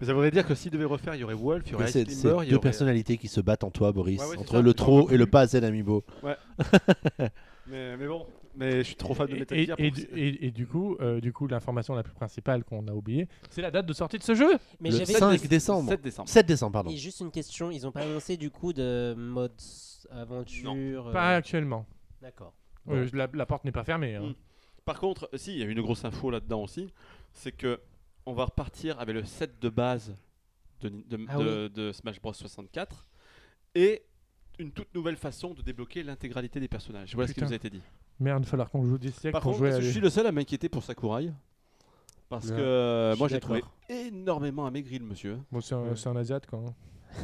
Mais ça voudrait dire que s'il devait refaire, il y aurait Wolf, il y aurait C'est Ice c'est Climber, il y deux aurait- euh, personnalités qui se battent en toi, Boris, Ouais, ouais, c'est entre ça. le J'en trop peux et le plus. pas Zen Amiibo. Mais, mais bon, mais je suis trop fan de Et, Metal Gear. et- pour- et- et- et du coup, euh, du coup, l'information la plus principale qu'on a oubliée, c'est la date de sortie de ce jeu. Mais le j'avais 5 décembre. 7 décembre. 7 décembre, pardon. Et juste une question, ils ont pas annoncé du coup de mode s- aventure. euh, Pas actuellement. D'accord. Euh, la, la porte n'est pas fermée. hein. Mm. Par contre, euh, si, il y a une grosse info là-dedans aussi, c'est que on va repartir avec le set de base de, Ni- de- Ah de- de Smash Bros 64 et une toute nouvelle façon de débloquer l'intégralité des personnages. Voilà ce qui Putain. nous a été dit. Merde, il va falloir qu'on joue des siècles Par pour contre, jouer à je suis le seul à m'inquiéter pour Sakurai. Parce Ouais, que euh, suis moi j'ai trouvé d'accord. énormément amaigri le monsieur. Bon, c'est un, Ouais. c'est un asiat quoi. hein.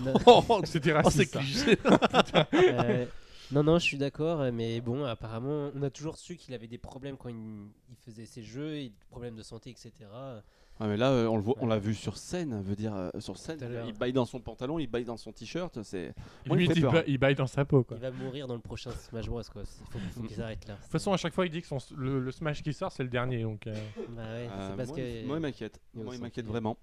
Non, C'était Oh, raciste. c'est ça. cliché. euh, non, non, je suis d'accord, mais bon, apparemment, on a toujours su qu'il avait des problèmes quand il, il faisait ses jeux, et des problèmes de santé, etc. Ah, mais là euh, on le voit- on l'a vu sur scène, veut dire euh, sur scène, Tout à l'heure. Eh, il baille dans son pantalon, il baille dans son t-shirt, c'est Moi, il Limite, me fait il, peur. ba- il baille dans sa peau quoi. Il va mourir dans le prochain Smash Bros. Quoi. Il faut, faut qu'ils arrêtent là. De toute façon, à chaque fois, il dit que son, le, le Smash qui sort, c'est le dernier. Donc, euh, Bah ouais, Euh, c'est parce moi, que. il- moi, il m'inquiète. il Moi, il ressent m'inquiète qu'il- vraiment.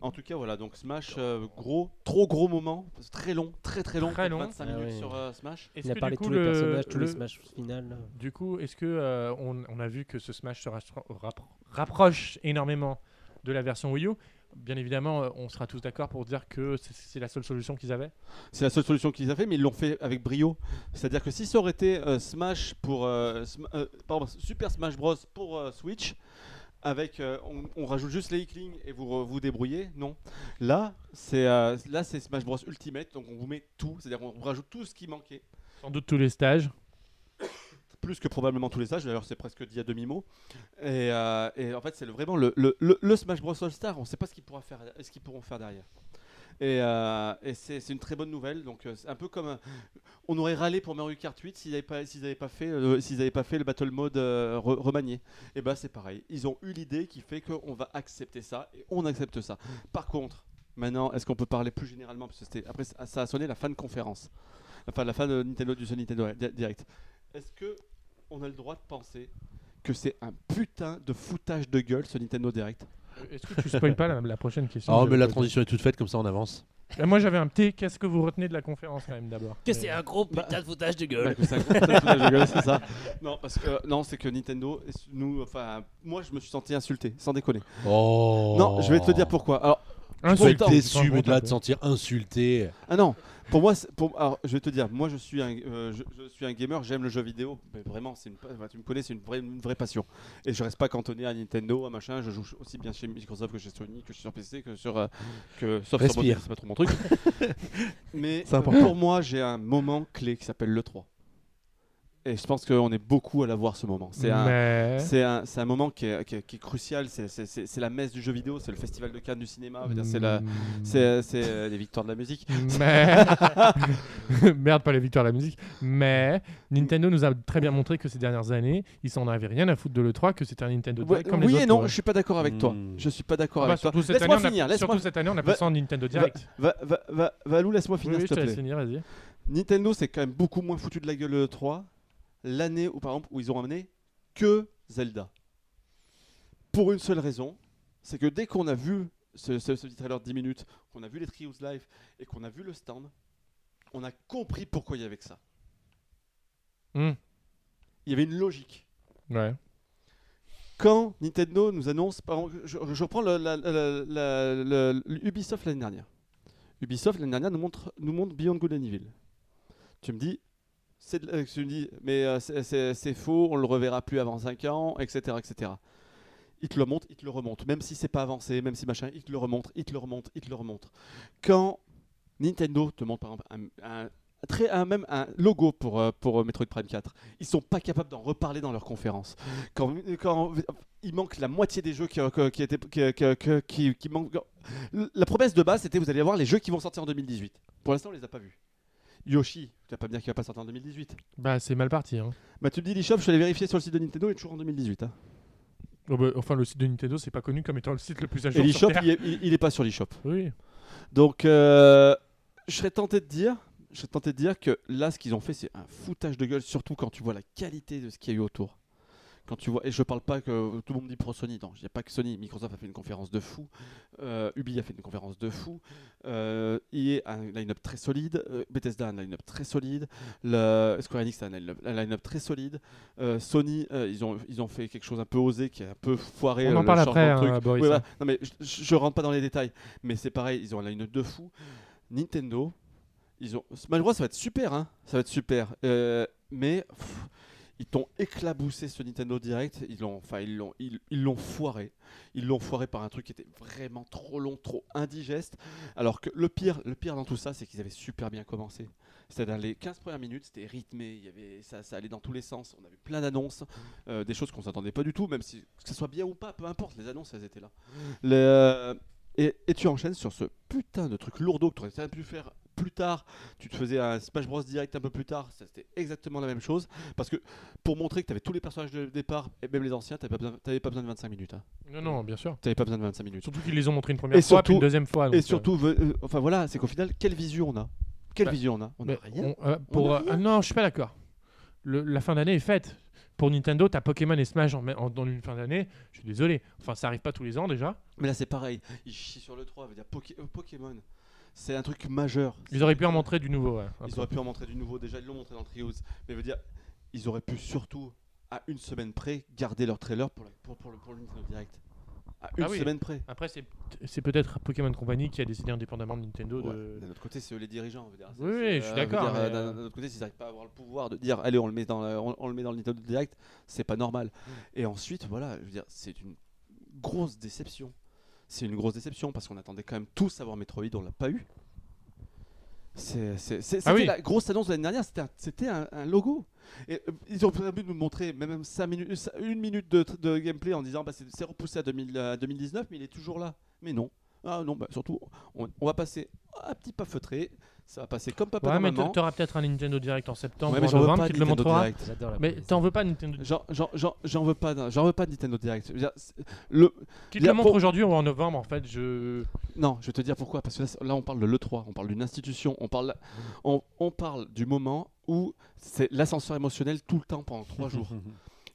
En tout cas, voilà, donc Smash, euh, gros, trop gros moment, très long, très très long, Très pour long. 25 Ah minutes ouais. sur euh, Smash. est-ce il a que, parlé du de coup, tous les le- personnages, tous le- les Smash final. là. Du coup, est-ce que euh, on, on a vu que ce Smash se raspro- rap- rapproche énormément de la version Wii U Bien évidemment, euh, on sera tous d'accord pour dire que c'est- c'est la seule solution qu'ils avaient. C'est la seule solution qu'ils avaient, mais ils l'ont fait avec brio. C'est-à-dire que si ça aurait été euh, Smash pour. euh, Sm- euh, pardon, Super Smash Bros. pour euh, Switch. avec euh, on, on rajoute juste les Hickling et vous re- vous débrouillez Non. Là, c'est euh, là c'est Smash Bros Ultimate, donc on vous met tout, c'est-à-dire on vous rajoute tout ce qui manquait, Sans doute tous les stages. plus que probablement tous les âges. D'ailleurs, c'est presque dit à demi mot. Et, euh, et en fait, c'est le- vraiment le, le- le- le Smash Bros All Star. On ne sait pas ce qu'ils pourra faire, ce qu'ils pourront faire derrière. Et, euh, et c'est c'est une très bonne nouvelle. Donc, euh, c'est un peu comme un- on aurait râlé pour Mario Kart 8 s'ils n'avaient pas s'ils avaient pas fait le, s'ils avaient pas fait le Battle Mode euh, re- remanié. Et ben c'est pareil. Ils ont eu l'idée qui fait qu'on va accepter ça et on accepte ça. Par contre, maintenant, est-ce qu'on peut parler plus généralement parce que c'était après ça ça a sonné la fin de conférence, enfin la fin de Nintendo du Sony Nintendo Di- Direct. Est-ce que on a le droit de penser que c'est un putain de foutage de gueule ce Nintendo Direct Euh, Est-ce que tu spoil pas la, Ah, la prochaine question Oh, Je- mais la transition est toute faite, comme ça on avance. Bah, Moi, j'avais un petit. Qu'est-ce que vous retenez de la conférence quand même d'abord Que c'est un gros putain de foutage de gueule. Ouais, Bah, que c'est un gros putain de foutage de gueule, c'est ça. Non, parce que euh, non, c'est que Nintendo, nous, enfin, moi, je me suis senti insulté, sans déconner. Oh Non, je vais te dire pourquoi. Alors, Un Tu vas seul être temps. déçu, mais de là Enfin, de sentir insulté. Ah non, pour moi, c'est- pour, alors, je vais te dire, moi je suis un, euh, je, je suis un gamer, j'aime le jeu vidéo, mais vraiment, c'est une, pa- enfin, tu me connais, c'est une vraie, une vraie passion. Et je reste pas cantonné à Nintendo, à machin, je joue aussi bien chez Microsoft que chez Sony, que sur PC, que sur. euh, que, sauf sur Respire. mobile, c'est pas trop mon truc. mais C'est euh, important. pour moi, j'ai un moment clé qui s'appelle l'E3. Et je pense qu'on est beaucoup à l'avoir ce moment. C'est un, mais- c'est un, c'est un moment qui est, qui est- qui est crucial. C'est- C'est c'est- c'est la messe du jeu vidéo, c'est le festival de Cannes du cinéma, je veux dire, c'est la- c'est- c'est, euh, les victoires de la musique. Hmm. Mais. Merde, pas les victoires de la musique. Mais Nintendo nous a très bien montré que ces dernières années, ils s'en avaient rien à foutre de l'E3, que c'était un Nintendo Ouais, Direct comme oui les autres. et non, ouais. je suis pas d'accord avec toi. Hmm. Je suis pas d'accord Ah bah, avec toi. surtout, cette année, Laisse-moi on a- finir, laisse-moi surtout cette année, on appelle Va- ça en Nintendo Direct. va, va, va, Valou, laisse-moi Oui, finir oui, je s'il te te laisse plaît. finir, vas-y. Nintendo c'est quand même beaucoup moins foutu de la gueule le 3 l'année où par exemple où ils ont amené que Zelda. Pour une seule raison, c'est que dès qu'on a vu ce, ce- ce petit trailer de 10 minutes, qu'on a vu les Trios Live et qu'on a vu le stand, on a compris pourquoi il y avait que ça. Hmm, Il y avait une logique. Ouais. quand Nintendo nous annonce, par exemple, je, je reprends le, la- la- la- la- le- le- Ubisoft l'année dernière. Ubisoft l'année dernière nous montre, nous montre Beyond Good and Evil. Tu me dis, c'est de la- tu me dis, mais euh, c'est- c'est c'est faux, on le reverra plus avant 5 ans, etc., etc. Ils te le montrent, ils te le remontent, même si c'est pas avancé, même si machin, ils te le remontent, ils te le remontent, ils te le remontent. Quand Nintendo te montre par exemple un, un- très, un- même un logo pour, euh, pour euh, Metroid Prime 4, ils sont pas capables d'en reparler dans leur conférence quand, quand il manque la moitié des jeux qui, euh, qui, qui étaient- qui, qui- qui- qui- qui manquent. La promesse de base, c'était vous allez avoir les jeux qui vont sortir en 2018. Pour l'instant, on les a pas vus. Yoshi, tu vas pas me dire qu'il va pas sortir en 2018. Bah, c'est mal parti. hein. Bah, tu me dis, Lichov, je suis allé vérifier sur le site de Nintendo, il est toujours en 2018. hein. Oh, bah, enfin, le site de Nintendo, c'est pas connu comme étant le site le plus à Et jour. sur l'eShop, Terre. il, est- il- il est pas sur l'eShop. Oui. Donc, euh, je serais tenté de dire, je serais tenté de dire que là, ce qu'ils ont fait, c'est un foutage de gueule, surtout quand tu vois la qualité de ce qu'il y a eu autour. Quand tu vois, et je parle pas que tout le monde me dit pro Sony, non, je dis pas que Sony, Microsoft a fait une conférence de fou, euh, Ubi a fait une conférence de fou, euh, EA a un line-up très solide, euh, Bethesda a un line-up très solide, le Square Enix a un line-up un line-up très solide, euh, Sony, euh, ils, ont, ils ont fait quelque chose un peu osé qui est un peu foiré. On euh, en le parle changement après, de hein, truc. Boris. Oui, voilà. Non, mais je, je- je rentre pas dans les détails. Mais c'est pareil, ils ont un line de fou. Nintendo, ils ont. Smash Bros, ça va être super, hein. Ça va être super. Euh, mais pff, ils t'ont éclaboussé ce Nintendo Direct. Ils l'ont, enfin, ils l'ont, ils, ils l'ont foiré. Ils l'ont foiré par un truc qui était vraiment trop long, trop indigeste. Alors que le pire, le pire dans tout ça, c'est qu'ils avaient super bien commencé. C'est-à-dire les 15 premières minutes, c'était rythmé, il y avait, ça, ça allait dans tous les sens. On avait plein d'annonces, euh, des choses qu'on s'attendait pas du tout, même si que ce soit bien ou pas, peu importe, les annonces, elles étaient là. Le, euh, et, et tu enchaînes sur ce putain de truc lourdeau que tu aurais pu faire plus tard. Tu te faisais un Smash Bros direct un peu plus tard, ça, c'était exactement la même chose. Parce que pour montrer que tu avais tous les personnages de départ, et même les anciens, tu n'avais pas besoin de 25 minutes. Non, non, bien sûr. Tu pas besoin de 25 minutes. Surtout qu'ils les ont montré une première Et fois, puis une surtout- deuxième fois. donc, Et euh, surtout, ve- euh, enfin voilà, c'est qu'au final, quelle vision on a Quelle Bah, vision on a On n'a Mais rien. on- euh, pour, On a euh, ah non, je suis pas d'accord. Le- La fin d'année est faite. Pour Nintendo, t'as Pokémon et Smash en, en- dans une fin d'année. Je suis désolé. Enfin, ça arrive pas tous les ans déjà. Mais là, c'est pareil. Ils chient sur le 3. Veut dire, Poké- euh, Pokémon, c'est un truc majeur. Ils auraient pu en montrer du nouveau. ouais, un Ils peu. auraient pu en montrer du nouveau. Déjà, ils l'ont montré dans le Trios. Mais veut dire, ils auraient pu surtout, à une semaine près, garder leur trailer pour, la- pour, pour le, pour le Nintendo Direct. À une Ah oui. semaine près. Après, c'est c'est peut-être Pokémon Company qui a décidé indépendamment de Nintendo Ouais. de. D'un autre côté, c'est eux les dirigeants. veut dire. Oui, C'est- oui, c'est, je suis euh, d'accord, veut dire, mais, euh, D'un euh, d'un autre côté, s'ils n'arrivent pas à avoir le pouvoir de dire, Mm. allez, on le met dans, la- on, on le met dans le Nintendo Direct, c'est pas normal. Et ensuite, voilà, je veux dire, c'est une grosse déception. C'est une grosse déception parce qu'on attendait quand même tous à voir Metroid, on l'a pas eu. C'est- c'est- c'est- C'était Ah oui. la grosse annonce de l'année dernière, c'était un- c'était un, un logo. Et euh, ils ont prévu de nous montrer même 5 minutes, euh, cin- une minute de, de gameplay en disant bah, c'est c'est repoussé à 2000, euh, 2019, mais il est toujours là. Mais non. Ah non, bah, surtout, on, on va passer un petit pas feutré, ça va passer comme papa Ouais, dans mais maman. t'a- t'auras peut-être un Nintendo Direct en septembre Ouais, ou mais en j'en veux novembre pas qui te de le Nintendo montrera. Direct. J'adore la Mais police. t'en veux pas Nintendo J'en- J'en j'en- j'en veux pas, d'un- j'en veux pas de Nintendo Direct. Je veux dire, c'est- Le, Qui Il te y a le montre pour- aujourd'hui ou en novembre en fait je... non, je vais te dire pourquoi. Parce que là, c'est- là, on parle de l'E3, on parle d'une institution, on parle, on, on parle du moment où c'est l'ascenseur émotionnel tout le temps pendant trois jours.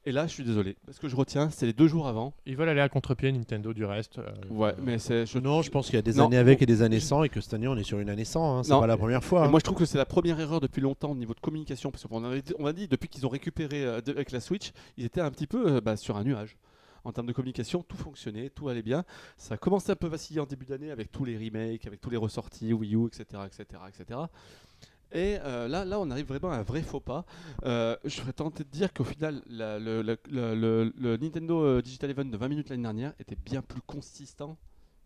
Et là, je suis désolé. Ce que je retiens, c'est les deux jours avant. Ils veulent aller à contre-pied Nintendo du reste. euh, Ouais, mais c'est. je- Non, je pense qu'il y a des Non. années avec et des années sans et que cette année on est sur une année sans. hein. C'est Non. pas la première fois. Et hein. moi, je trouve que c'est la première erreur depuis longtemps au niveau de communication. Parce qu'on avait dit- on a dit, depuis qu'ils ont récupéré euh, de- avec la Switch, ils étaient un petit peu euh, bah, sur un nuage. En termes de communication, tout fonctionnait, tout allait bien. Ça a commencé un peu vaciller en début d'année avec tous les remakes, avec tous les ressorties Wii U, etc. etc., etc. Et euh, là, là, on arrive vraiment à un vrai faux pas. Euh, je serais tenté de dire qu'au final, la- le, le- le- le- le Nintendo euh, Digital Event de 20 minutes l'année dernière était bien plus consistant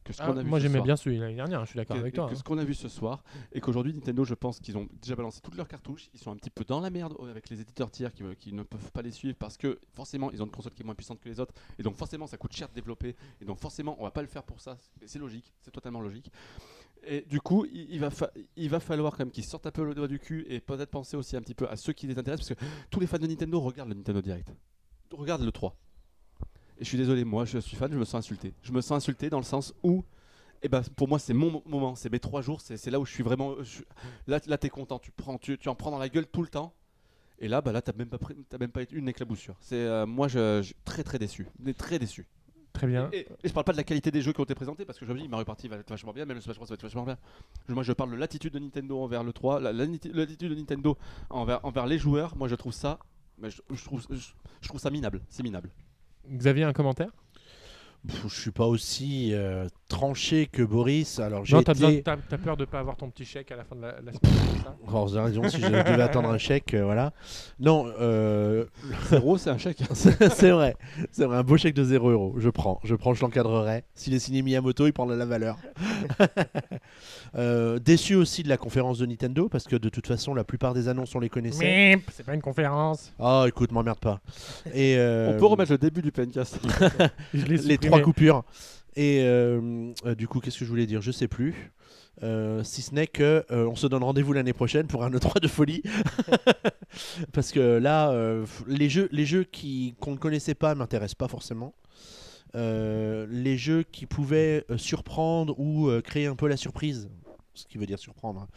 que ce ah, qu'on a vu moi ce j'aimais soir bien celui de l'année dernière, je suis d'accord que, avec toi. que hein. ce qu'on a vu ce soir et qu'aujourd'hui Nintendo je pense qu'ils ont déjà balancé toutes leurs cartouches ils sont un petit peu dans la merde avec les éditeurs tiers qui, veulent- qui ne peuvent pas les suivre parce que forcément ils ont une console qui est moins puissante que les autres et donc forcément ça coûte cher de développer et donc forcément on va pas le faire pour ça C'est- c'est logique c'est totalement logique et du coup il, il va fa- il va falloir quand même qu'ils sortent un peu le doigt du cul et peut-être penser aussi un petit peu à ceux qui les intéressent parce que tous les fans de Nintendo regardent le Nintendo Direct regardent le 3 et je suis désolé, moi je suis fan, je me sens insulté. Je me sens insulté dans le sens où, eh ben, pour moi c'est mon mo- moment, c'est mes trois jours, c'est c'est là où je suis vraiment. euh, je suis- là, là t'es content, tu, prends, tu, tu en prends dans la gueule tout le temps. Et là, bah, là t'as même, pas pris- t'as même pas eu une éclaboussure. C'est euh, moi je, je- très très déçu, Mais très déçu. Très bien. Et, et je parle pas de la qualité des jeux qui ont été présentés parce que je me dis Mario Party va être vachement bien, même le Smash Bros va être vachement bien. Je- Moi je parle de l'attitude de Nintendo envers le 3, la- la- l'attitude de Nintendo envers, envers les joueurs. Moi je trouve ça, mais je, je trouve, je- je trouve ça minable, c'est minable. Xavier, un commentaire Pff, je suis pas aussi euh, tranché que Boris. Alors j'ai Non, t'as été. besoin- t'as- t'as peur de pas avoir ton petit chèque à la fin de la, la semaine c'est ça Hors de raison, si je devais attendre un chèque, euh, voilà. Non, euh, Zéro, c'est un chèque. c'est vrai. C'est vrai, un beau chèque de 0 euros. Je prends, je prends, je l'encadrerai. S'il est signé Miyamoto, il prend de la valeur. Euh, déçu aussi de la conférence de Nintendo, parce que de toute façon, la plupart des annonces, on les connaissait. Mip, C'est pas une conférence. Ah, écoute, m'emmerde pas. Et, euh, On peut remettre le début du pencast. Je l'ai les supprimé. trois coupures. Et euh, euh, du coup, qu'est-ce que je voulais dire Je sais plus. Euh, si ce n'est que euh, on se donne rendez-vous l'année prochaine pour un E3 de folie, parce que là, euh, f- les jeux, les jeux qui qu'on ne connaissait pas m'intéressent pas forcément. Euh, les jeux qui pouvaient euh, surprendre ou euh, créer un peu la surprise, ce qui veut dire surprendre, hein.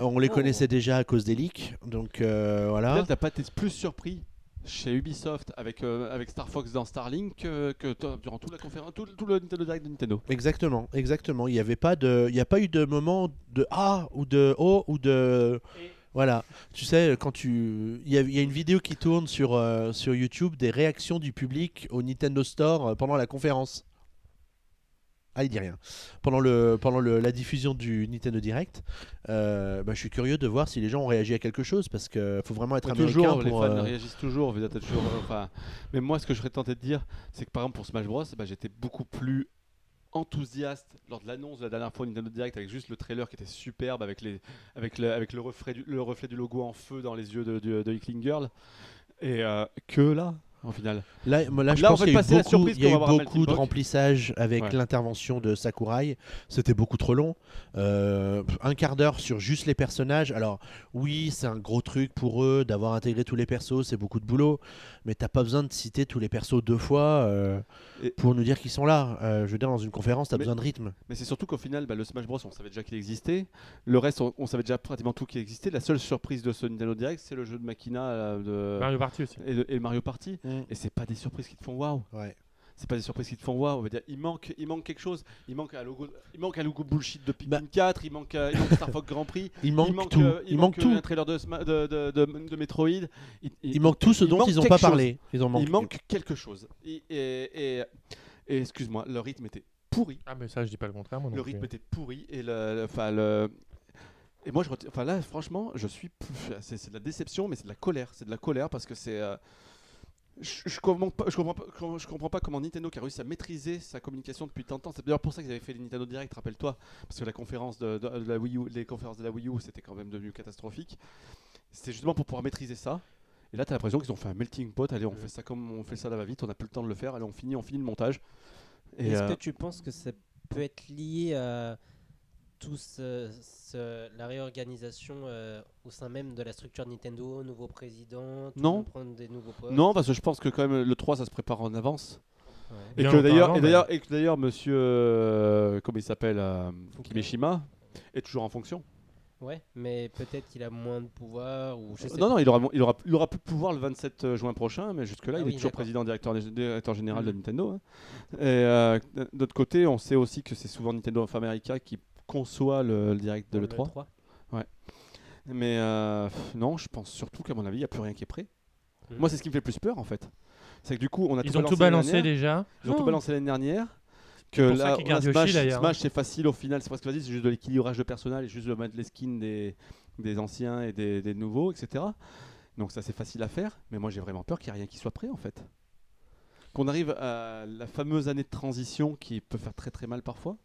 Euh, on les Oh. connaissait déjà à cause des leaks, donc euh, Là, voilà. t'as pas été plus surpris chez Ubisoft avec, euh, avec Star Fox dans Starlink que, que toi, durant toute la conférence, tout, tout le Nintendo Direct de Nintendo. Exactement, exactement. Il n'y avait pas de, il y a pas eu de moment de ah ou de oh ou de voilà. Tu sais quand tu, il y, a- il y a une vidéo qui tourne sur euh, sur YouTube des réactions du public au Nintendo Store euh, pendant la conférence. Ah il dit rien. Pendant le pendant le- la diffusion du Nintendo Direct, euh, bah, je suis curieux de voir si les gens ont réagi à quelque chose parce que faut vraiment être américain toujours, les pour. fans euh, réagissent toujours. je veux dire, t'as toujours, euh, enfin, mais moi, ce que je serais tenté de dire, c'est que par exemple pour Smash Bros, bah, j'étais beaucoup plus enthousiaste lors de l'annonce de la dernière fois au Nintendo Direct avec juste le trailer qui était superbe avec, les, avec, le, avec le, reflet du, le reflet du logo en feu dans les yeux de, de, de Inkling Girl et euh, que là en final. Là, moi, là, je Là, on pense fait qu'il y a eu passer la beaucoup, surprise il y a qu'on va eu avoir à beaucoup de Melting Pot. remplissage avec Ouais. l'intervention de Sakurai. C'était beaucoup trop long. Euh, pff, un quart d'heure sur juste les personnages. Alors, oui, c'est un gros truc pour eux d'avoir intégré tous les persos. C'est beaucoup de boulot. Mais t'as pas besoin de citer tous les persos deux fois euh, Et- pour nous dire qu'ils sont là. Euh, je veux dire, dans une conférence, t'as Mais- besoin de rythme. Mais c'est surtout qu'au final, bah, le Smash Bros, on savait déjà qu'il existait. Le reste, on, on savait déjà pratiquement tout qui existait. La seule surprise de ce Nintendo Direct, c'est le jeu de Machina euh, de- Mario Party aussi. et, de- et le Mario Party. Mm. Et c'est pas des surprises qui te font waouh. Ouais. C'est pas des surprises qui te font waouh. On va dire, Il manque, il manque quelque chose. Il manque un logo, il manque un logo bullshit de Pikmin 4. Il manque, euh, il manque Star Fox Grand Prix. Bah. Il manque, il manque, tout. euh, il, manque tout. un trailer de, Sma- de, de- de- de Metroid. Il, Il manque tout ce il dont manque ils ont quelque pas chose. parlé. Ils en manquent. il manque quelque chose. Et, et- et- et excuse-moi, le rythme était pourri. Ah, mais ça, je dis pas le contraire. Moi, euh, non Le plus. rythme était pourri et le, le- enfin, le- et moi je reti- enfin là franchement je suis c'est c'est de la déception mais c'est de la colère c'est de la colère parce que c'est euh, Je, je comprends pas, je, comprends pas, comment- je comprends pas comment Nintendo qui a réussi à maîtriser sa communication depuis tant de temps. C'est d'ailleurs pour ça qu'ils avaient fait les Nintendo Direct, rappelle-toi, parce que la conférence de, de- de la Wii U, les conférences de la Wii U, c'était quand même devenu catastrophique. C'était justement pour pouvoir maîtriser ça. Et là, t'as l'impression qu'ils ont fait un melting pot. Allez, on Ouais. fait ça comme on fait ça là va vite. On n'a plus le temps de le faire. Allez, on finit, on finit le montage. Et Est-ce euh, que tu penses que ça peut être lié à tout ce- ce- la réorganisation euh, au sein même de la structure Nintendo, nouveau président, tout le Non. monde prendre des nouveaux postes non, parce que je pense que quand même le 3 ça se prépare en avance. Ouais. Et Bien que longtemps d'ailleurs, avant, et mais- d'ailleurs, et que d'ailleurs, Monsieur, euh, comment il s'appelle, euh, Kimishima, est toujours en fonction. Ouais, mais peut-être qu'il a moins de pouvoir ou je sais Euh, Non, non, il aura, il aura, il aura plus de pouvoir le 27 juin prochain, mais jusque-là, Ah il oui, est toujours d'accord. président directeur, directeur général de Mhm. Nintendo. hein. Et euh, d'autre côté, on sait aussi que c'est souvent Nintendo of America qui conçoit le, le direct de pour l'E3. Mais euh, pff, non, je pense surtout qu'à mon avis, il n'y a plus rien qui est prêt. Mhm. Moi, c'est ce qui me fait le plus peur, en fait. C'est que du coup, on a Ils ont tout l'année balancé dernière. déjà. Ils ont tout balancé l'année dernière. Que Oh. pour ça là, qu'ils on a gardent Yoshi, Smash, d'ailleurs. hein. Smash, c'est facile au final. C'est parce que vas-y, c'est juste de l'équilibrage de personnel, et juste de mettre les skins des, des anciens et des, des nouveaux, etc. Donc ça, c'est facile à faire. Mais moi, j'ai vraiment peur qu'il n'y ait rien qui soit prêt en fait. Qu'on arrive à la fameuse année de transition qui peut faire très très mal parfois.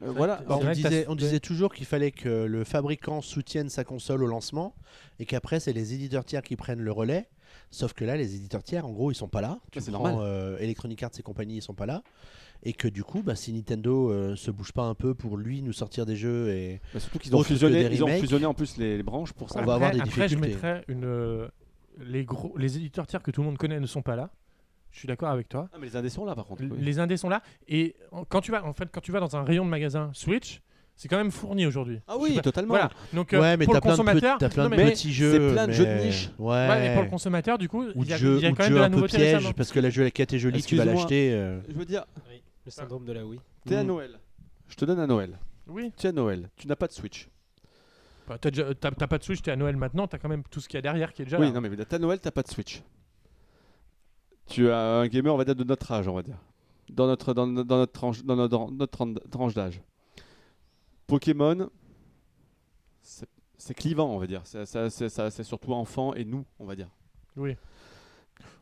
Euh, Ouais, voilà. c'est vrai Or, on, que t'as- disait, on ouais. disait toujours qu'il fallait que le fabricant soutienne sa console au lancement et qu'après, c'est les éditeurs tiers qui prennent le relais. Sauf que là, les éditeurs tiers, en gros, ils sont pas là. Tu Ouais, c'est prends, normal. euh, Electronic Arts et compagnie, ils sont pas là. Et que du coup, bah, si Nintendo euh, se bouge pas un peu pour lui nous sortir des jeux et bah, surtout qu'ils ont autre que fusionné, des ils ont remakes. fusionné en plus les, les branches pour ça. On va avoir des après, difficultés. je mettrais une. euh, Les, gros, les éditeurs tiers que tout le monde connaît ne sont pas là. Je suis d'accord avec toi. Ah, mais les indés sont là par contre. L- oui. Les indés sont là. Et en- quand tu vas, en fait, quand tu vas dans un rayon de magasin Switch, c'est quand même fourni aujourd'hui. Ah Je sais oui, pas. totalement. Voilà. Donc euh, ouais, mais pour t'as le plein, de, consommateur, pe- t'as plein non, de mais- petits jeux. plein de jeux de niche. Ouais. ouais, mais pour le consommateur, du coup, ou il de y a, jeux, il y a ou de quand même jeux de la un peu nouveauté piège récemment. parce que la jeu la quête est jolie, tu vas Excuse-moi. l'acheter. euh, Je veux dire, Oui, le syndrome de la Wii. t'es à Mhm. Noël. Je te donne à Noël. Oui. Tu es à Noël. Tu n'as pas de Switch. Bah, t'as déjà- T'as t'as pas de Switch, t'es à Noël maintenant, t'as quand même tout ce qu'il y a derrière qui est déjà Oui, là. non, mais t'as Noël, t'as pas de Switch. Tu as un gamer, on va dire, de notre âge, on va dire. Dans notre, dans, dans notre tranche, dans notre, dans notre tran- tranche d'âge. Pokémon, c'est c'est clivant, on va dire. Ça- ça- C'est ça- c'est surtout enfant et nous, on va dire.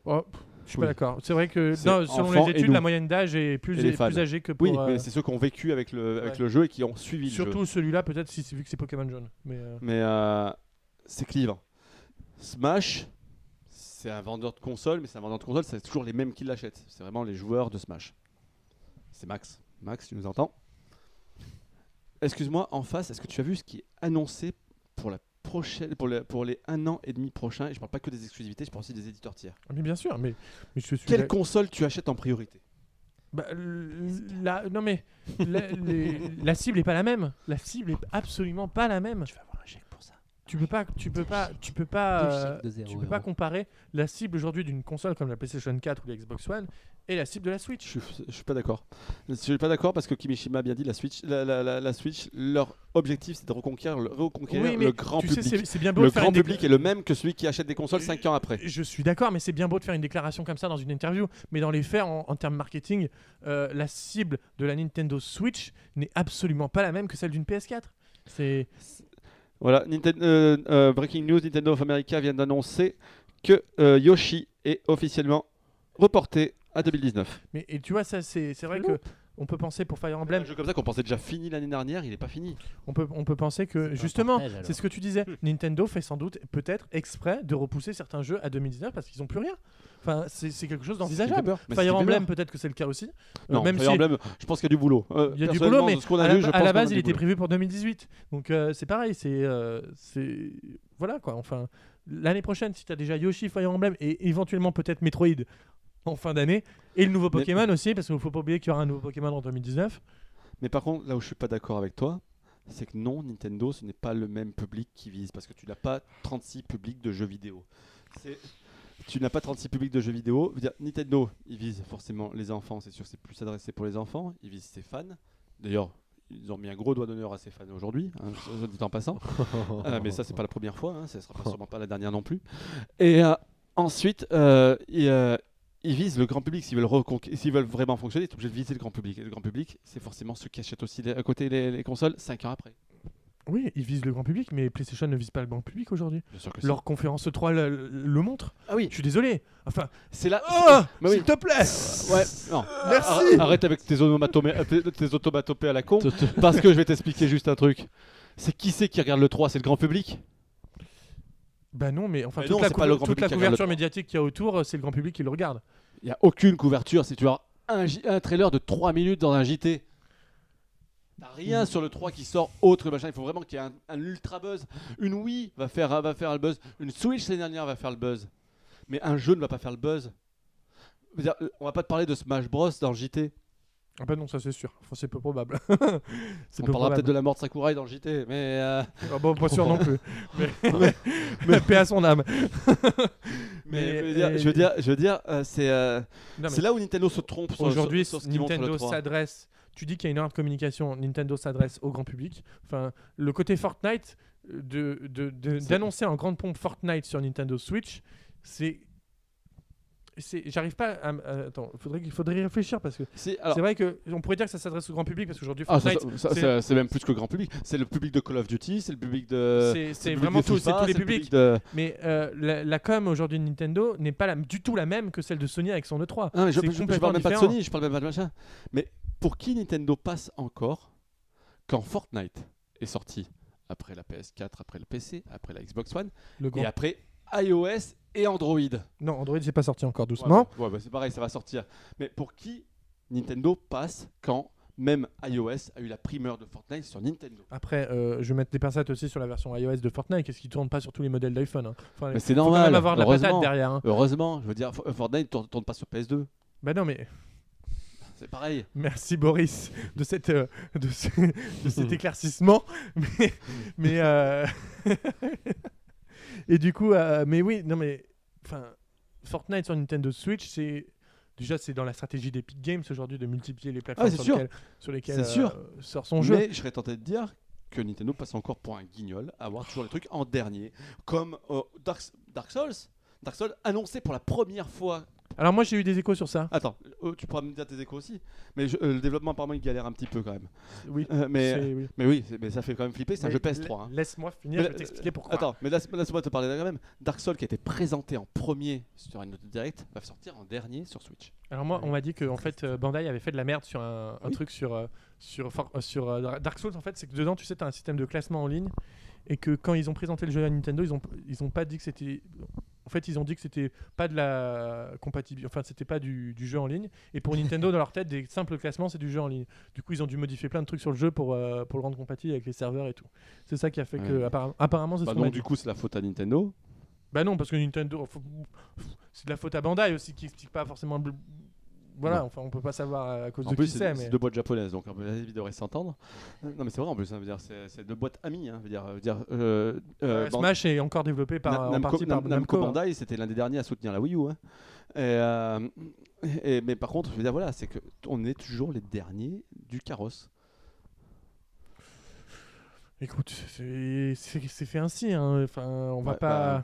Oh, pff, je suis pas Oui. d'accord. C'est vrai que C'est non, selon enfant les et études, nous. la moyenne d'âge est plus, Et les est fans. plus âgée que pour. Oui, euh, mais c'est ceux qui ont vécu avec le, avec ouais. le jeu et qui ont suivi le jeu. surtout celui-là, peut-être, si, vu que c'est Pokémon jaune. Mais euh, Mais euh, c'est clivant. Smash, c'est un vendeur de console, mais c'est un vendeur de console, c'est toujours les mêmes qui l'achètent. C'est vraiment les joueurs de Smash. C'est Max. Max, tu nous entends Excuse-moi, en face, est-ce que tu as vu ce qui est annoncé pour la prochaine, pour, le- pour les un an et demi prochains Et je parle pas que des exclusivités, je parle aussi des éditeurs tiers. mais bien sûr, mais, mais je suis. Quelle console tu achètes en priorité Bah, l- la, non mais la, les- la cible est pas la même. La cible est absolument pas la même. Tu vas avoir un chèque pour ça. Tu peux pas, tu peux pas, tu peux pas, Deux euh, chiffres de zéro tu peux pas euro. comparer la cible aujourd'hui d'une console comme la PlayStation 4 ou la Xbox One et la cible de la Switch. Je suis, je suis pas d'accord. Je suis pas d'accord parce que Kimishima a bien dit la Switch, la, la- la- la Switch leur objectif c'est de reconquérir, le- reconquérir le grand tu public. sais, c'est- c'est bien beau Le de faire grand une déc- public est le même que celui qui achète des consoles 5 ans après. Je suis d'accord, mais c'est bien beau de faire une déclaration comme ça dans une interview. Mais dans les faits, en, en termes marketing, euh, la cible de la Nintendo Switch n'est absolument pas la même que celle d'une PS4. C'est Voilà, Ninten- euh, euh, Breaking News, Nintendo of America vient d'annoncer que euh, Yoshi est officiellement reporté à 2019. mais et tu vois ça, c'est c'est vrai que on peut penser pour Fire Un Emblem, jeu comme ça qu'on pensait déjà fini l'année dernière, il n'est pas fini. on peut on peut penser que un Euh, justement, partage, alors. c'est ce que tu disais, Nintendo fait sans doute peut-être exprès de repousser certains jeux à 2019 parce qu'ils ont plus rien. Enfin, c'est c'est quelque chose d'envisageable. Fire Mais c'est ce qui fait Emblem peur. peut-être que c'est le cas aussi. Euh, Non, même Fire si- Emblem, je pense qu'il y a du boulot. Euh, Il y a du personnellement, boulot, mais de ce qu'on a à, la, vu, je à la pense qu'on a base, du il était boulot. prévu pour 2018. Donc euh, c'est pareil, c'est euh, c'est voilà quoi. Enfin, l'année prochaine, si t'as déjà Yoshi, Fire Emblem et éventuellement peut-être Metroid en fin d'année et le nouveau Mais- Pokémon aussi, parce qu'il ne faut pas oublier qu'il y aura un nouveau Pokémon en 2019. Mais par contre, là où je suis pas d'accord avec toi, c'est que non, Nintendo, ce n'est pas le même public qui vise, parce que tu n'as pas 36 publics de jeux vidéo. C'est- Tu n'as pas 36 publics de jeux vidéo. Je veux dire, Nintendo, il vise forcément les enfants, c'est sûr, c'est plus adressé pour les enfants, il vise ses fans. D'ailleurs, ils ont mis un gros doigt d'honneur à ses fans aujourd'hui, hein, soit dit en passant. Euh, mais ça, c'est pas la première fois, hein, ça sera pas- sûrement pas la dernière non plus. Et euh, ensuite, euh, ils, euh, ils visent le grand public. S'ils veulent, reconqu- s'ils veulent vraiment fonctionner, ils sont obligés de viser le grand public. Et le grand public, c'est forcément ceux qui achètent aussi les- à côté les, les consoles 5 ans après. Oui, ils visent le grand public, mais PlayStation ne vise pas le grand public aujourd'hui. Bien sûr que si. Leur conférence 3 le, le montre. Ah oui, Ah, Je suis désolé. Enfin, c'est là. oh, Mais oui. s'il te plaît. Euh, Ouais, Ah, non. Merci. Arrête avec tes onomatomées- euh, tes tes automatopées à la con, parce que je vais t'expliquer juste un truc. C'est qui c'est qui regarde le 3 C'est le grand public Bah non, mais enfin Mais toute, non, la, c'est couver- pas le grand toute public la qui regarde couverture le- médiatique qu'il y a autour, euh, c'est le grand public qui le regarde. Il n'y a aucune couverture. C'est tu as un, J- un trailer de 3 minutes dans un JT. T'as rien sur le 3 qui sort autre que machin. Il faut vraiment qu'il y ait un, un ultra buzz. Une Wii va faire, va faire le buzz. Une Switch l'année dernière va faire le buzz. Mais un jeu ne va pas faire le buzz. Je veux dire, euh, On va pas te parler de Smash Bros dans le JT. Ah bah non, ça c'est sûr. Enfin, c'est peu probable. c'est peu On parlera probable. peut-être de la mort de Sakurai dans le JT. Mais euh, Ah bah, pas sûr non plus. Mais, mais, paix à son âme. Mais, Mais- je veux dire- mais- je veux dire, je veux dire, euh, c'est euh, Non, mais c'est là où Nintendo se trompe sur- Aujourd'hui, sur, sur ce qu'ils montre le Nintendo 3. s'adresse. Tu dis qu'il y a une erreur de communication. Nintendo s'adresse au grand public. Enfin, le côté Fortnite, d'annoncer de, de, C'est- d'annoncer en grande pompe Fortnite sur Nintendo Switch, c'est. c'est- J'arrive pas à. m- euh, attends, faudrait, qu'il- faudrait y réfléchir parce que C'est alors- c'est vrai que on pourrait dire que ça s'adresse au grand public parce qu'aujourd'hui ah, ça- Fortnite, ça- ça- c'est- c'est- c'est même plus que grand public. C'est le public de Call of Duty, euh, c'est le public de. c'est- le c'est public vraiment de tout, c'est FIFA, tous les le public publics. de- Mais euh, la, la com aujourd'hui de Nintendo n'est pas la- du tout la même que celle de Sony avec son E3. Ah, mais je, C'est je- je complètement parle même pas de différent. Sony, je parle même pas de machin. Mais pour qui Nintendo passe encore quand Fortnite est sorti après la PS4, après le PC, après la Xbox One Le et grand- après iOS et Android. Non, Android, c'est pas sorti encore doucement. Ouais, ouais, bah, c'est pareil, ça va sortir. Mais pour qui Nintendo passe quand même iOS a eu la primeur de Fortnite sur Nintendo Après, euh, je vais mettre des pincettes aussi sur la version iOS de Fortnite. Qu'est-ce qui tourne pas sur tous les modèles d'iPhone hein. Enfin, Mais c'est faut quand normal. même avoir de la patate heureusement, derrière. hein. heureusement, je veux dire, Fo- Fortnite tourne, tourne pas sur PS2. Bah non, mais C'est pareil. merci Boris de, cette, euh, de, ce- de cet éclaircissement. Mais, mais euh, et du coup, euh, mais oui, non mais enfin, Fortnite sur Nintendo Switch, c'est déjà c'est dans la stratégie d'Epic Games aujourd'hui de multiplier les plateformes Ah, c'est sur, sûr. lesquelles, sur lesquelles, C'est sûr. euh, sort son jeu. Mais je serais tenté de dire que Nintendo passe encore pour un guignol, à avoir toujours les trucs en dernier, comme euh, Dark, Dark Souls. Dark Souls annoncé pour la première fois. Alors moi j'ai eu des échos sur ça. Attends, euh, tu pourras me dire tes échos aussi. Mais je- euh, le développement apparemment il galère un petit peu quand même. Oui. Euh, mais, c'est- oui. mais oui, c'est- mais ça fait quand même flipper. C'est un Mais jeu PS3. hein. la- Laisse-moi finir, je Mais, vais euh, t'expliquer pourquoi. Attends, mais laisse- laisse-moi te parler de quand même. Dark Souls qui a été présenté en premier sur une note directe va sortir en dernier sur Switch. Alors moi, on m'a dit que en fait, euh, Bandai avait fait de la merde sur un, un Oui. truc sur euh, sur For- euh, sur euh, Dra- Dark Souls. En fait, c'est que dedans, tu sais, t'as un système de classement en ligne et que quand ils ont présenté le jeu à Nintendo, ils ont ils ont pas dit que c'était en fait, ils ont dit que c'était pas de la compatibilité, enfin c'était pas du, du jeu en ligne. Et pour Nintendo, dans leur tête, des simples classements, c'est du jeu en ligne. Du coup, ils ont dû modifier plein de trucs sur le jeu pour, euh, pour le rendre compatible avec les serveurs et tout. C'est ça qui a fait que Ouais. apparemment, apparemment c'est ce Bah qu'on m'a donc dit. du coup c'est la faute à Nintendo. Bah non, parce que Nintendo, faut- c'est de la faute à Bandai aussi qui explique pas forcément. le- Voilà, enfin on peut pas savoir à cause En de plus qui c'est c'est. c'est Mais... deux boîtes japonaises donc ils devraient s'entendre. Euh, Non mais c'est vrai en plus, hein, veut dire, c'est c'est deux boîtes amies. hein, veut dire, veut dire, euh, euh, Euh, Ban- Smash est encore développé par, Na- en Namco, partie par Nam- Namco. Namco hein. Bandai c'était l'un des derniers à soutenir la Wii U. hein. Et, euh, et- mais par contre je veux dire voilà c'est que t- on est toujours les derniers du carrosse. Écoute, c'est c'est- c'est fait ainsi. hein. Enfin, on va Ouais, pas. bah,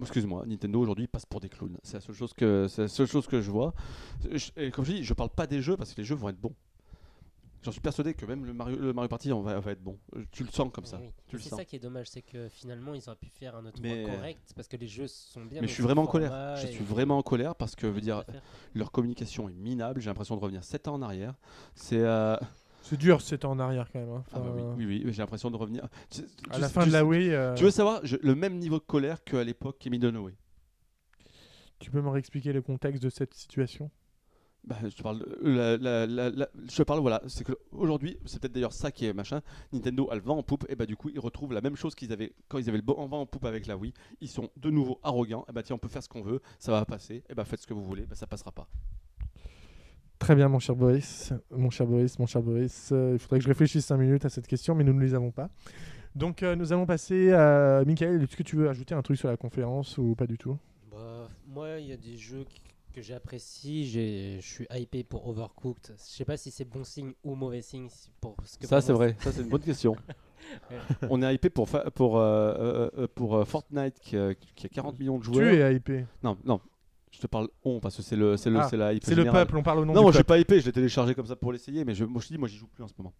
Excuse-moi, Nintendo aujourd'hui passe pour des clowns. C'est la seule chose que c'est la seule chose que je vois. Je- et comme je dis, je parle pas des jeux parce que les jeux vont être bons. J'en suis persuadé que même le Mario, le Mario Party on va, va être bon. Euh, Tu le sens comme ça. Eh Oui. Tu le C'est sens. ça qui est dommage, c'est que finalement ils auraient pu faire un autre Mais- euh, correct parce que les jeux sont bien. Mais je dans suis leur vraiment en colère. format Je et- suis vraiment en colère parce que je veux dire Tout à fait. leur communication est minable. J'ai l'impression de revenir 7 ans en arrière. C'est euh, C'est dur, c'est en arrière quand même. hein. ah bah oui, Enfin, oui, oui, j'ai l'impression de revenir Tu- tu- À tu- la fin tu- de la Wii, euh, Tu veux savoir je- le même niveau de colère qu'à l'époque Kemi Dunaway. tu peux me réexpliquer le contexte de cette situation Bah, je te parle, de- la- la- la- la- je te parle, voilà, c'est que aujourd'hui, c'est peut-être d'ailleurs ça qui est machin. Nintendo a le vent en poupe, et bah du coup, ils retrouvent la même chose qu'ils avaient quand ils avaient le bon vent en poupe avec la Wii. Ils sont de nouveau arrogants. Et bah tiens, on peut faire ce qu'on veut, ça va passer. Et bah faites ce que vous voulez, bah ça passera pas. Très bien, mon cher Boris. Mon cher Boris, mon cher Boris. Euh, il faudrait que je réfléchisse 5 minutes à cette question, mais nous ne les avons pas. Donc, euh, nous allons passer à Michael. Est-ce que tu veux ajouter un truc sur la conférence ou pas du tout Bah, moi, il y a des jeux qui- que j'apprécie. j'ai- Je suis hypé pour Overcooked. Je sais pas si c'est bon signe ou mauvais signe si- pour ce que. Ça, pour c'est moi, vrai. Ça, c'est une bonne question. Ouais. on est hypé pour, fa- pour, euh, euh, euh, pour euh, Fortnite qui, a- qui a 40 millions de joueurs. Tu es hypé. Non, non, je te parle on parce que c'est le, c'est le, Ah, c'est la hype C'est le générale. peuple, on parle au nom Non, du moi je suis peuple. pas hypé, je l'ai téléchargé comme ça pour l'essayer, mais je, moi je te dis, moi j'y joue plus en ce moment.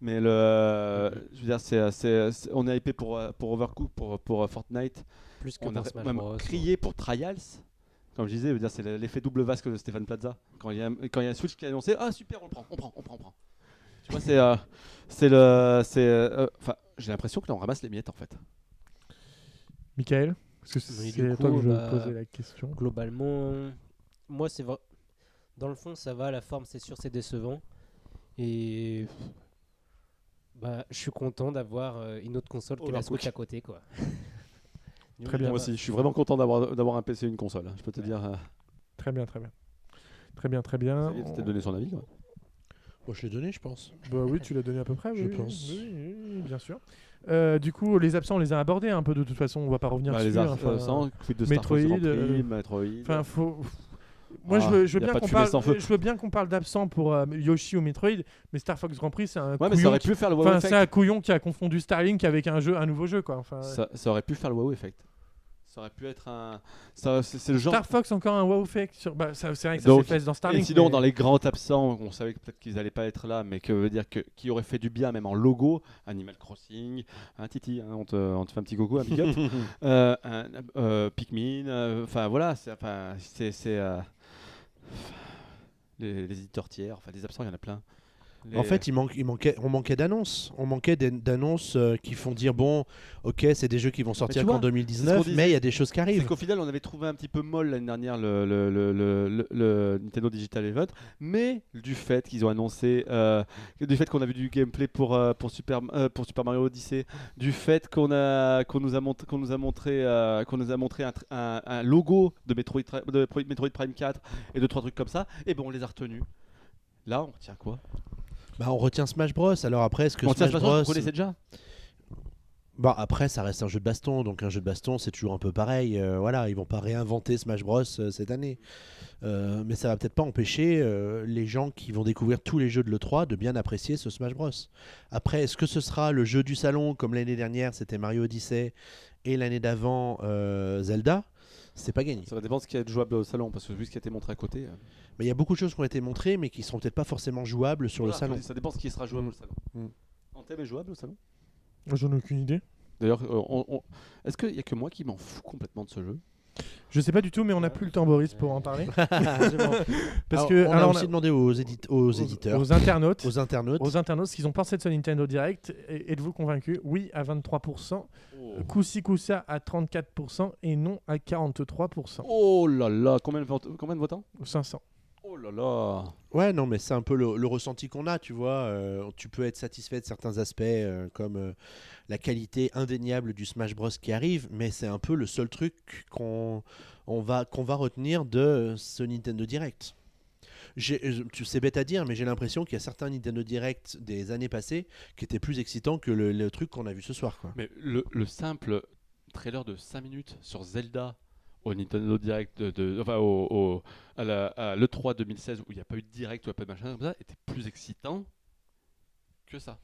Mais le, je veux dire, c'est, c'est- c'est- on est hypé pour, euh, pour Overcooked, pour, pour euh, Fortnite. Plus que On a pour Smash même Bros. crié pour Trials. Comme je disais, je veux dire, c'est le- l'effet double vasque de Stéphane Plaza. Quand il y a, quand il y a un Switch qui est annoncé, ah super, on le prend, on prend, on prend, on prend. Tu vois, c'est, euh, c'est le, c'est, euh, enfin, j'ai l'impression que là on ramasse les miettes en fait. Michael Parce que Mais c'est du à toi coup, que je bah, posais la question. Globalement, moi, c'est vrai. Dans le fond, ça va. La forme, c'est sûr, c'est décevant. Et. Bah, je suis content d'avoir euh, une autre console que la Overcooked. Switch à côté, quoi. Très bien. Moi aussi, je suis vraiment content d'avoir, d'avoir un PC et une console. hein. Je peux te dire, euh, Très bien, très bien. Très bien, très bien. Xavier, On- t'as donné son avis. quoi. Bon, Oh, je l'ai donné, je pense. Bah oui, tu l'as donné à peu près, oui, Je oui, pense. oui, oui, oui, bien sûr. Euh, du coup, les absents, on les a abordés hein, un peu de toute façon, on va pas revenir Bah, dessus. les hein, arts, enfin, euh, sans, quid de Metroid, Star Fox Grand Prix, euh, Metroid. Enfin, faut. Moi, je Ah, veux, je veux y a bien pas de qu'on fumée parle, sans feu. je veux bien qu'on parle d'absent pour euh, Yoshi ou Metroid, mais Star Fox Grand Prix, c'est un ouais, mais ça couillon. aurait qui- pu faire le wow Enfin, effect. c'est un couillon qui a confondu Starlink avec un jeu, un nouveau jeu, quoi. Enfin, Ça, ça aurait pu faire le wow effect. Ça aurait pu être un. ça- c'est, c'est le genre. Star Fox encore un wow fake sur. Bah, ça, c'est vrai que ça Donc, s'est fait dans Et Starlink. sinon, mais- dans les grands absents, on savait que peut-être qu'ils n'allaient pas être là, mais que veut dire que qui aurait fait du bien, même en logo, Animal Crossing, hein, Titi, hein, on, te, on te fait un petit coucou, un big up, euh, un, euh, Pikmin, euh, enfin voilà, c'est, enfin, c'est, c'est, euh, les, les éditeurs tiers, enfin des absents, il y en a plein. En Les- fait, il manque, il manquait, on manquait d'annonces. On manquait d'an- d'annonces euh, qui font dire bon, ok, c'est des jeux qui vont sortir tu qu'en vois, 2019, c'est ce qu'on mais il y a des choses qui C'est arrivent. qu'au final, on avait trouvé un petit peu molle l'année dernière le, le- le- le- le- le Nintendo Digital Event, mais du fait qu'ils ont annoncé, euh, du fait qu'on a vu du gameplay pour, euh, pour, Super, euh, pour Super Mario Odyssey, du fait qu'on a qu'on nous a montré qu'on nous a montré euh, qu'on nous a montré un, tr- un- un logo de Metroid, Tri- de Pro- Metroid Prime 4 et deux trois trucs comme ça, et ben on les a retenus. Là, on retient quoi Bah, on retient Smash Bros. Alors après, est-ce que On retient Smash Smash Bros. Bros, vous connaissez déjà. Bon, après, ça reste un jeu de baston, donc un jeu de baston, c'est toujours un peu pareil. euh, voilà, ils vont pas réinventer Smash Bros euh, cette année. Euh, mais ça va peut-être pas empêcher euh, les gens qui vont découvrir tous les jeux de l'E3 de bien apprécier ce Smash Bros. Après, est-ce que ce sera le jeu du salon comme l'année dernière, c'était Mario Odyssey, et l'année d'avant, euh, Zelda C'est pas gagné. Ça va dépendre de ce qui est jouable au salon, parce que vu ce qui a été montré à côté, euh, Mais il y a beaucoup de choses qui ont été montrées, mais qui seront peut-être pas forcément jouables sur voilà, le salon. Ça dépend de ce qui sera jouable au salon. Mm. Anthem est jouable au salon J'en ai aucune idée. D'ailleurs, euh, on- on- est-ce qu'il n'y a que moi qui m'en fous complètement de ce jeu Je sais pas du tout, mais on n'a plus le temps, Boris, pour en parler. Parce Alors, que on alors, a on a- aussi demandé aux, édite- aux aux- éditeurs, aux internautes, aux internautes, aux internautes ce qu'ils ont pensé de ce Nintendo Direct. Et- Êtes-vous convaincu Oui à 23%, Oh. Oh. Koussi Koussa à 34% et non à 43%. Oh là là, combien de, vote- combien de votants 500. Oh là là Ouais, non, mais c'est un peu le, le ressenti qu'on a, tu vois. Euh, tu peux être satisfait de certains aspects, euh, comme euh, la qualité indéniable du Smash Bros qui arrive, mais c'est un peu le seul truc qu'on on va, qu'on va retenir de euh, ce Nintendo Direct. J'ai- euh, tu- C'est bête à dire, mais j'ai l'impression qu'il y a certains Nintendo Direct des années passées qui étaient plus excitants que le, le truc qu'on a vu ce soir. Quoi. Mais le, le simple trailer de 5 minutes sur Zelda au Nintendo Direct, de, de- enfin au, au- à, la- à l'E3 2016 où il n'y a pas eu de direct ou il n'y a pas de machin comme ça, était plus excitant que ça.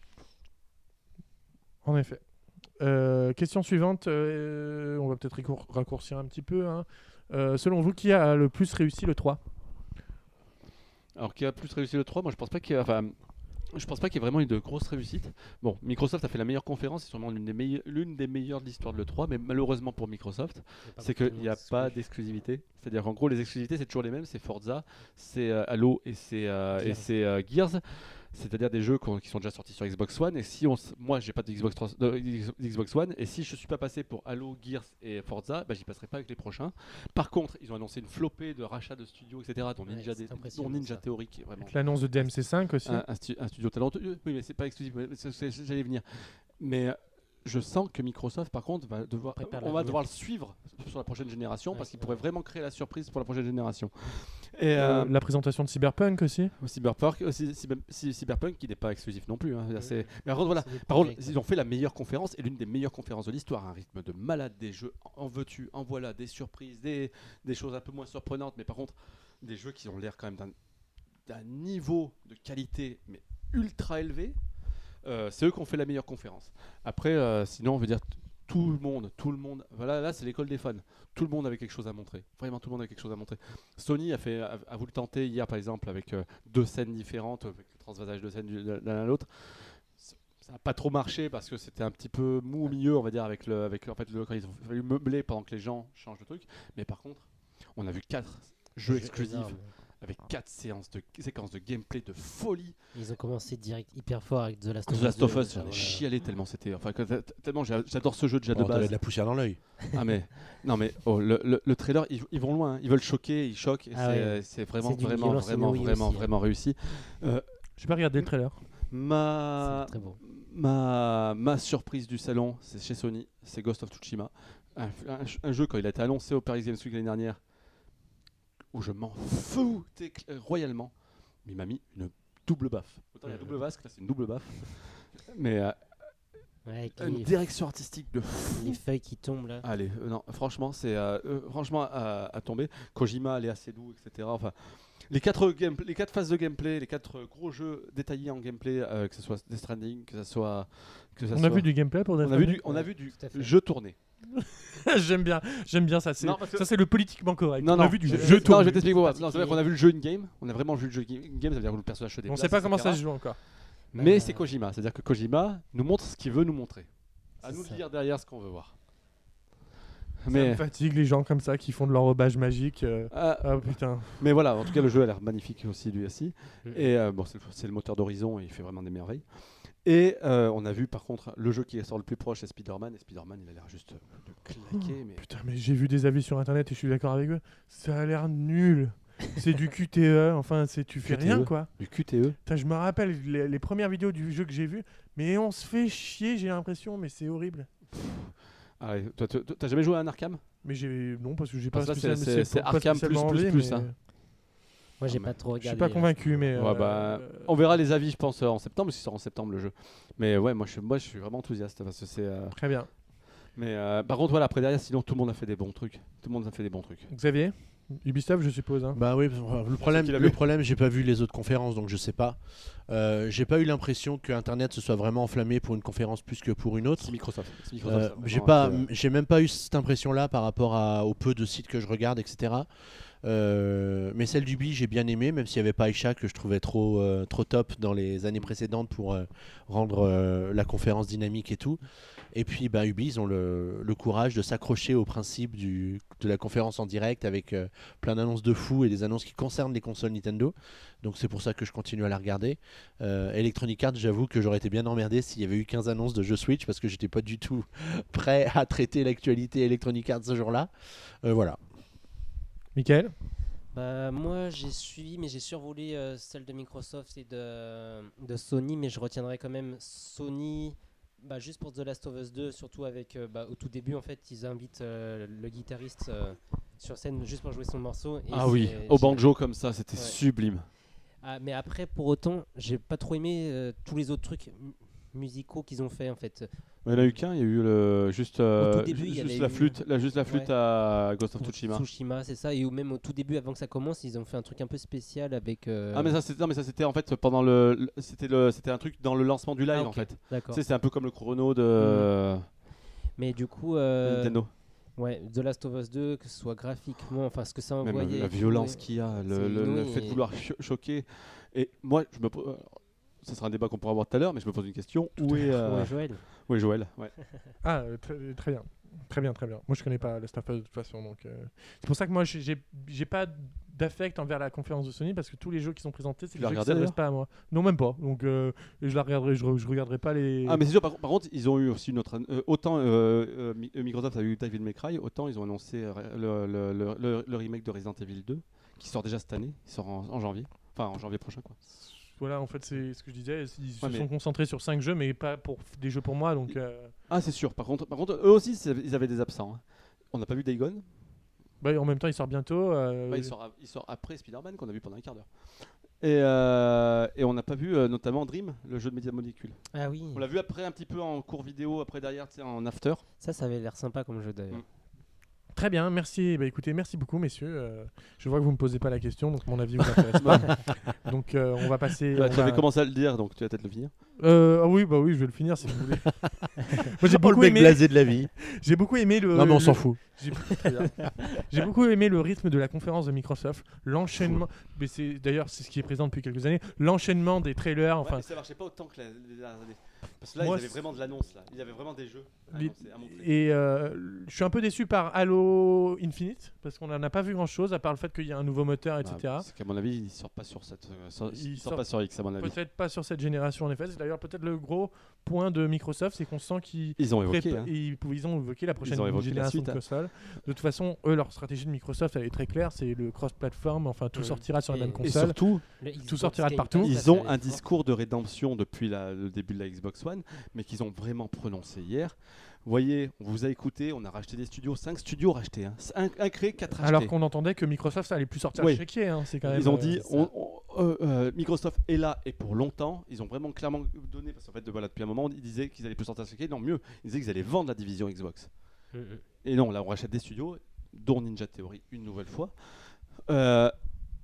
En effet. Euh, question suivante, euh, on va peut-être ricour- raccourcir un petit peu. hein. Euh, selon vous, qui a le plus réussi le 3 Alors qui a plus réussi le 3, moi je pense pas qu'il y a, enfin, je pense pas qu'il y ait vraiment eu de grosses réussites. Bon, Microsoft a fait la meilleure conférence, c'est sûrement l'une des, meille- l'une des meilleures de l'histoire de l'E3, mais malheureusement pour Microsoft, c'est qu'il n'y a pas d'exclusivité. C'est-à-dire qu'en gros, les exclusivités, c'est toujours les mêmes, c'est Forza, c'est euh, Halo et c'est euh, et Gears. c'est euh, Gears. C'est-à-dire des jeux qu'on- qui sont déjà sortis sur Xbox One. Et si on, s- moi, j'ai pas de Xbox, 3 de X- Xbox One, et si je suis pas passé pour Halo, Gears et Forza, bah, j'y passerai pas avec les prochains. Par contre, ils ont annoncé une flopée de rachats de studios, etc. Dont Ouais, Ninja, c'est des- dont impressionnant, Ninja ça. Theory, qui est vraiment Avec l'annonce de DMC5 aussi. Ah. un, un stu- un studio talentueux. Euh, Oui, mais c'est pas exclusif. mais c'est- c'est- c'est- J'allais venir. Mais euh, je sens que Microsoft, par contre, va devoir, Prépare la on va route. devoir le suivre sur la prochaine génération Ouais, parce qu'il c'est pourrait vrai. vraiment créer la surprise pour la prochaine génération. Et Euh, euh, la présentation de Cyberpunk aussi. Cyberpunk, euh, Cy- Cyber- Cy- Cyberpunk, qui n'est pas exclusif non plus. hein. C'est- Mais par contre, voilà. Par contre, ils ont fait la meilleure conférence et l'une des meilleures conférences de l'histoire. Un rythme de malade, des jeux en en veux-tu, en voilà, des surprises, des, des choses un peu moins surprenantes, mais par contre, des jeux qui ont l'air quand même d'un- d'un niveau de qualité, mais ultra élevé. Euh, c'est eux qui ont fait la meilleure conférence. Après, euh, sinon, on veut dire t- tout le monde, tout le monde. Voilà, là, c'est l'école des fans. Tout le monde avait quelque chose à montrer. Vraiment, tout le monde avait quelque chose à montrer. Sony a fait, a, a voulu tenter hier, par exemple, avec euh, deux scènes différentes, avec le transvasage de scènes du- de l'un à l'autre. C'est- ça n'a pas trop marché parce que c'était un petit peu mou au milieu, on va dire, avec le, avec en fait le, quand ils ont fallu meubler pendant que les gens changent de truc. Mais par contre, on a vu quatre jeux exclusifs énorme. avec quatre séances de séquences de gameplay de folie. Ils ont commencé direct hyper fort avec The Last of Us. The Last of 2, Us, j'en ai voilà. chialé tellement c'était, enfin que- tellement j'a- j'adore ce jeu déjà de On a base. de la poussière dans l'œil. Ah mais non mais oh, le, le- le trailer ils, ils vont loin, hein. ils veulent choquer, ils choquent. et Ah c'est ouais. euh, c'est vraiment C'est d'une vraiment violence vraiment inouïe vraiment aussi, hein. vraiment réussi. J'ai pas regardé le trailer. Ma C'est très beau. Ma, ma surprise du salon, c'est chez Sony, c'est Ghost of Tsushima. Un, un- un jeu, quand il a été annoncé au Paris Games Week l'année dernière, où je m'en foutais cl- euh, royalement, mais il m'a mis une double baffe. Autant il y a double Euh. vasque, là c'est une double baffe. Mais euh, Ouais, avec une les, direction artistique de fou. les feuilles qui tombent là. Allez, euh, non, franchement, c'est euh, euh, franchement à, à tomber. Kojima, est assez doux, etc. Enfin, les quatre game- les quatre phases de gameplay, les quatre euh, gros jeux détaillés en gameplay, euh, que ce soit Death Stranding, que ce soit que ça On a soit- vu du gameplay pour Death on a vu Stranding du, on a Ouais, vu du tout à fait. jeu tourné. J'aime bien, j'aime bien ça. C'est Non, parce que- ça, c'est le politiquement correct. Non, on non, a vu du je, jeu je- non, tourné. je vais t'expliquer. pourquoi. Non, c'est Particulier. vrai qu'on a vu le jeu in game. On a vraiment vu le jeu in game. in game, ça veut dire que le personnage se On déplace, sait pas comment ça etc.. se joue Euh. encore. Mais Bah, c'est Kojima, c'est-à-dire que Kojima nous montre ce qu'il veut nous montrer. À C'est nous de ça. dire derrière ce qu'on veut voir. Ça me Mais fatigue les gens comme ça qui font de l'enrobage magique. euh. euh, Ah putain. Mais voilà, en tout cas, le jeu a l'air magnifique aussi, lui aussi. Mm. Et euh, bon, c'est le, c'est le moteur d'Horizon, et il fait vraiment des merveilles. Et euh, on a vu par contre le jeu qui sort le plus proche, c'est Spider-Man. Et Spider-Man, il a l'air juste de claquer. Mais... Putain, mais j'ai vu des avis sur internet et je suis d'accord avec eux. Ça a l'air nul. C'est du QTE, enfin, c'est tu fais QTE. rien quoi. Du E. QTE. Putain, je me rappelle les, les premières vidéos du jeu que j'ai vu, mais on se fait chier, j'ai l'impression, mais c'est horrible. Ah ouais, toi, toi, toi, t'as jamais joué à un Arkham Mais j'ai non parce que j'ai Parce pas que là, spécialement- Ah, c'est- c'est pas Arkham spécialement plus, plus, envie, plus, mais hein. Moi, j'ai Ah, pas trop Je regardé. suis pas euh, convaincu, mais Ouais, euh, bah, euh, On verra les avis, je pense, euh, en septembre, s'il sort en septembre le jeu. Mais ouais, moi je, suis- moi, je suis vraiment enthousiaste. Parce que c'est, euh, Très bien. Mais euh, par contre, voilà, après derrière, sinon tout le monde a fait des bons trucs. Tout le monde a fait des bons trucs. Xavier, Ubisoft, je suppose. hein. Bah oui, parce que, euh, le problème, qu'il a le vu. problème, j'ai pas vu les autres conférences, donc je sais pas. Euh, j'ai pas eu l'impression que Internet se soit vraiment enflammé pour une conférence plus que pour une autre. C'est Microsoft. C'est Microsoft, Euh, ça, j'ai vraiment, pas, c'est, euh, j'ai même pas eu cette impression-là par rapport à, au peu de sites que je regarde, etc. Euh, mais celle du bi, j'ai bien aimé, même s'il y avait pas Aisha que je trouvais trop, euh, trop top dans les années précédentes pour euh, rendre euh, la conférence dynamique et tout. Et puis, ben, Ubi, ils ont le, le courage de s'accrocher au principe du, de la conférence en direct avec euh, plein d'annonces de fous et des annonces qui concernent les consoles Nintendo. Donc, c'est pour ça que je continue à la regarder. Euh, Electronic Arts, j'avoue que j'aurais été bien emmerdé s'il y avait eu 15 annonces de jeux Switch parce que j'étais pas du tout prêt à traiter l'actualité Electronic Arts ce jour-là. Euh, voilà. Michael, Bah, moi, j'ai suivi, mais j'ai survolé euh, celle de Microsoft et de, de Sony, mais je retiendrai quand même Sony, bah, juste pour The Last of Us 2, surtout avec, euh, bah, au tout début, en fait, ils invitent euh, le guitariste euh, sur scène juste pour jouer son morceau. et Ah oui, c'est- au j'ai- banjo comme ça, c'était Ouais. sublime. Ah, mais après, pour autant, j'ai pas trop aimé euh, tous les autres trucs mu- musicaux qu'ils ont fait, en fait. Il y en a eu qu'un, il y a eu le, juste, euh, tout début, ju- il y juste avait la eu- euh, flûte, la, juste la flûte Ouais. à Ghost of Tsushima. Tsushima, c'est ça. Et ou même au tout début, avant que ça commence, ils ont fait un truc un peu spécial avec. euh, Ah mais ça c'était non, mais ça, c'était en fait pendant le, le- c'était le c'était un truc dans le lancement du live Ah, en ok, fait. Tu D'accord. sais, c'est un peu comme le chrono de Mais du coup. euh, Nintendo. Ouais, The Last of Us 2, que ce soit graphiquement, enfin ce que ça Même envoyait. la et tout, violence ouais. qu'il y a, le, c'est le- le inouï fait de et- vouloir cho- choquer et moi je me po- euh, ça sera un débat qu'on pourra avoir tout à l'heure mais je me pose une question où est, euh, Ouais, Joël. où est Joël Ouais. ah euh, tr- très bien, très bien, très bien. Moi, je connais pas le staff de toute façon, donc euh, c'est pour ça que moi, j'ai- j'ai j'ai pas d'affect envers la conférence de Sony parce que tous les jeux qui sont présentés, c'est Tu des l'as jeux qui regardé, s'adressent pas à moi. Non, même pas. Donc, euh, je la regarderai, je, re- je regarderai pas les. Ah mais c'est sûr par, par contre ils ont eu aussi une autre an- euh, autant euh, euh, Mi- euh, Microsoft a eu David May Cry autant ils ont annoncé euh, le, le- le- le- le remake de Resident Evil 2 qui sort déjà cette année, il sort en, en janvier, enfin en janvier prochain quoi. Voilà, en fait, c'est ce que je disais. Ils se Ouais, mais- sont concentrés sur cinq jeux, mais pas pour f- des jeux pour moi. Donc, Il- euh, Ah, c'est sûr. Par contre, par contre, eux aussi, c'est- ils avaient des absents. hein. On n'a pas vu Dagon. bah, en même temps, il sort bientôt. euh, Bah, il, sort, a- il sort après Spider-Man qu'on a vu pendant un quart d'heure. Et, euh, et on n'a pas vu euh, notamment Dream, le jeu de média molécule. Ah oui, On l'a vu après un petit peu en cours vidéo, après derrière, tu sais, en after. ça, ça avait l'air sympa comme jeu d'ailleurs. Mm. Très bien, merci. Bah, écoutez, merci beaucoup, messieurs. Euh, je vois que vous me posez pas la question, donc mon avis vous intéresse pas. donc, euh, on va passer. Bah, on tu va- avais commencé à le dire, donc tu vas peut-être le finir. Euh, ah oui, bah oui, je vais le finir si vous voulez. Moi, j'ai Oh, le beaucoup mec aimé. blasé de la vie. J'ai beaucoup aimé le. non mais on s'en le- fout. J'ai très bien. J'ai beaucoup aimé le rythme de la conférence de Microsoft, l'enchaînement. Mais c'est d'ailleurs c'est ce qui est présent depuis quelques années, l'enchaînement des trailers. Enfin, ça marchait pas autant que les, dernières années. Parce que là, Moi, ils avaient c'est- vraiment de l'annonce. là. Ils avaient vraiment des jeux. à Les- annoncer, ah à montrer. Et euh, je suis un peu déçu par Halo Infinite, parce qu'on n'en a pas vu grand chose, à part le fait qu'il y a un nouveau moteur, etc. Bah, c'est qu'à mon avis, il sort pas sur cette. euh, sort- Il il sort sort- pas sur X, à mon avis. peut-être pas sur cette génération, en effet. C'est d'ailleurs peut-être le gros point de Microsoft, c'est qu'on sent qu'ils Ils ont évoqué. prépa- hein. ils, pou- ils ont évoqué la prochaine ont évoqué la génération suite, de hein. console. De toute façon, eux, leur stratégie de Microsoft, elle est très claire, c'est le cross-platform, enfin tout Oui. sortira sur la Et- même et Et console. surtout, Le Tout Xbox sortira de Game partout. Pass, ça ils fait ont aller un fort. discours de rédemption depuis la- le début de la Xbox One, mais qu'ils ont vraiment prononcé hier. Voyez, on vous a écouté, on a racheté des studios, 5 studios rachetés, hein. un, un créé, 4 rachetés. Alors qu'on entendait que Microsoft, ça allait plus sortir Oui. le chéquier. hein, c'est quand même, Ils ont euh, dit, ça. on- on- euh, euh, Microsoft est là et pour longtemps. Ils ont vraiment clairement donné, parce qu'en fait, de- voilà, depuis un moment, ils disaient qu'ils allaient plus sortir ce qui est, non mieux, ils disaient qu'ils allaient vendre la division Xbox. Mm, mm. Et non, là, on rachète des studios, dont Ninja Theory une nouvelle fois. Euh,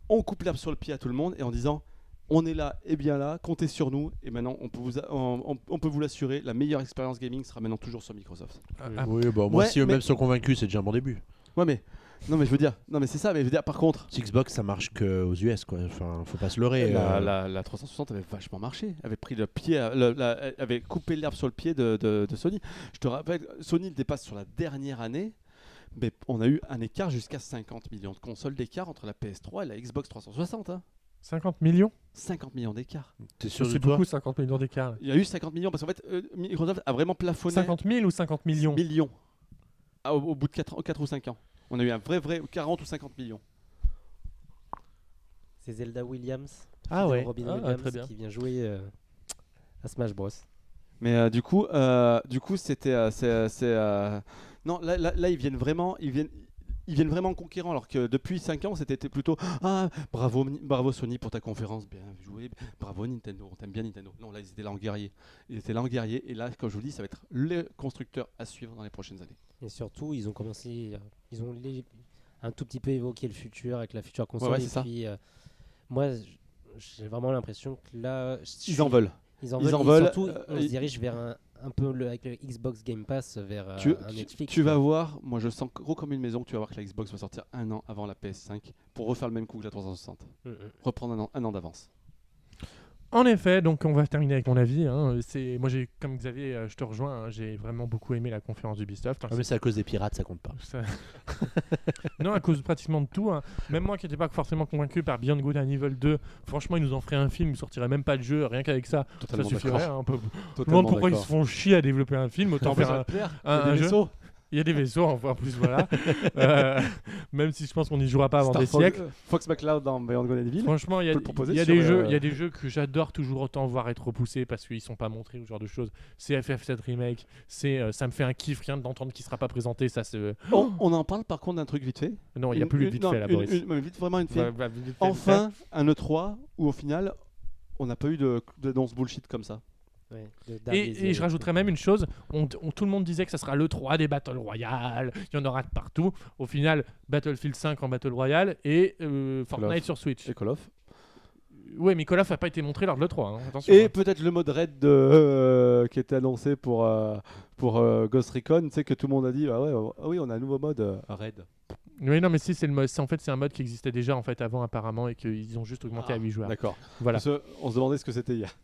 on coupe l'herbe sur le pied à tout le monde et en disant, on est là et bien là, comptez sur nous. Et maintenant, on peut vous, a- on- on- on peut vous l'assurer, la meilleure expérience gaming sera maintenant toujours sur Microsoft. Ah, Oui. ah, Oui, bah, moi, Ouais, si eux-mêmes mais- sont convaincus, c'est déjà un bon début. Ouais, mais non, mais je veux dire, non, mais c'est ça. Mais je veux dire, par contre. Si Xbox, ça marche que aux US, quoi. Enfin, faut pas se leurrer. la, euh. la- la 360 avait vachement marché, avait pris le pied, à- le- la- avait coupé l'herbe sur le pied de, de- de Sony. Je te rappelle, Sony le dépasse sur la dernière année, mais on a eu un écart jusqu'à 50 millions de consoles d'écart entre la PS3 et la Xbox 360. hein. 50 millions 50 millions d'écart. T'es sûr de C'est toi beaucoup, 50 millions d'écart. là. Il y a eu 50 millions parce qu'en fait, euh, Microsoft a vraiment plafonné 50 000 ou 50 millions millions Ah, au, au bout de 4, ou 5 ans. On a eu un vrai, vrai 40 ou 50 millions. C'est Zelda Williams. Ah c'est ouais. Robin Ah, Williams très bien. qui vient jouer euh, à Smash Bros. Mais euh, du coup, euh, du coup, c'était, euh, c'est, euh, c'est, euh, non, là, là, là, ils viennent vraiment, ils viennent. Ils viennent vraiment conquérants, alors que depuis 5 ans, c'était plutôt Ah, bravo, Ni- bravo Sony pour ta conférence, bien joué, bravo Nintendo, on t'aime bien Nintendo. Non, là, ils étaient là en guerrier. Ils étaient là en guerrier, et là, comme je vous dis, ça va être le constructeur à suivre dans les prochaines années. Et surtout, ils ont commencé, euh, ils ont lég- un tout petit peu évoqué le futur avec la future console. ouais, et c'est ça. puis, euh, moi, j- j'ai vraiment l'impression que là, je suis- Ils en veulent. Ils en Ils veulent. en et veulent, surtout, euh, on et- se dirige vers un, un peu le, avec le Xbox Game Pass vers euh, tu, un tu- Netflix. tu quoi. vas voir, moi je sens gros comme une maison, que tu vas voir que la Xbox va sortir un an avant la PS5 pour refaire le même coup que la 360. Mm, mm. Reprendre un an, un an d'avance. En effet, donc on va terminer avec mon avis. hein. C'est, moi, j'ai, comme Xavier, euh, je te rejoins, hein, j'ai vraiment beaucoup aimé la conférence d'Ubisoft. hein. Ah, mais c'est à cause des pirates, ça compte pas. Ça- non, à cause pratiquement de tout. hein. Même moi qui n'étais pas forcément convaincu par Beyond Good and Evil 2, franchement, ils nous en feraient un film, ils sortiraient même pas de jeu, rien qu'avec ça, Totalement ça suffirait. d'accord. hein, on peut- Je me Totalement demande pourquoi ils d'accord. se font chier à développer un film, autant faire un- un, un jeu. Il y a des vaisseaux, enfin, en plus, voilà. Euh, même si je pense qu'on n'y jouera pas avant des siècles. Fox McCloud dans Beyond Good and Evil. Franchement, il y a, peut le proposer il y a sur, des euh, jeux, il y a des jeux que j'adore toujours autant voir être repoussés parce qu'ils sont pas montrés ou ce genre de choses. C'est FF7 remake, c'est euh, ça me fait un kiff rien d'entendre qu'il sera pas présenté, ça se On, on en parle par contre d'un truc vite fait. Non, il y a Une- plus une- vite non, fait là, une- Boris. une- mais vite, vraiment une fait. Va- va- vite fait, vite bah, fait. enfin, un E3 où au final, on n'a pas eu de d'annonce bullshit comme ça. Ouais, de Dark Et, et Desire. je rajouterais même une chose, on- on- tout le monde disait que ça sera le 3 des Battle Royale, il y en aura de partout. Au final, Battlefield 5 en Battle Royale et euh, Call Fortnite of. sur Switch. Call of. Ouais, mais Call of n'a pas été montré lors de l'E3, hein, attention. Et peut-être le mode raid de, euh, qui était annoncé pour, euh, pour euh, Ghost Recon, tu sais que tout le monde a dit, ah ouais, euh, ah oui, on a un nouveau mode euh, raid. Oui, non, mais si, c'est le mo- c'est- en fait, c'est un mode qui existait déjà en fait avant apparemment et qu'ils ont juste augmenté Ah, à 8 joueurs. D'accord. Voilà. Parce que On se demandait ce que c'était hier.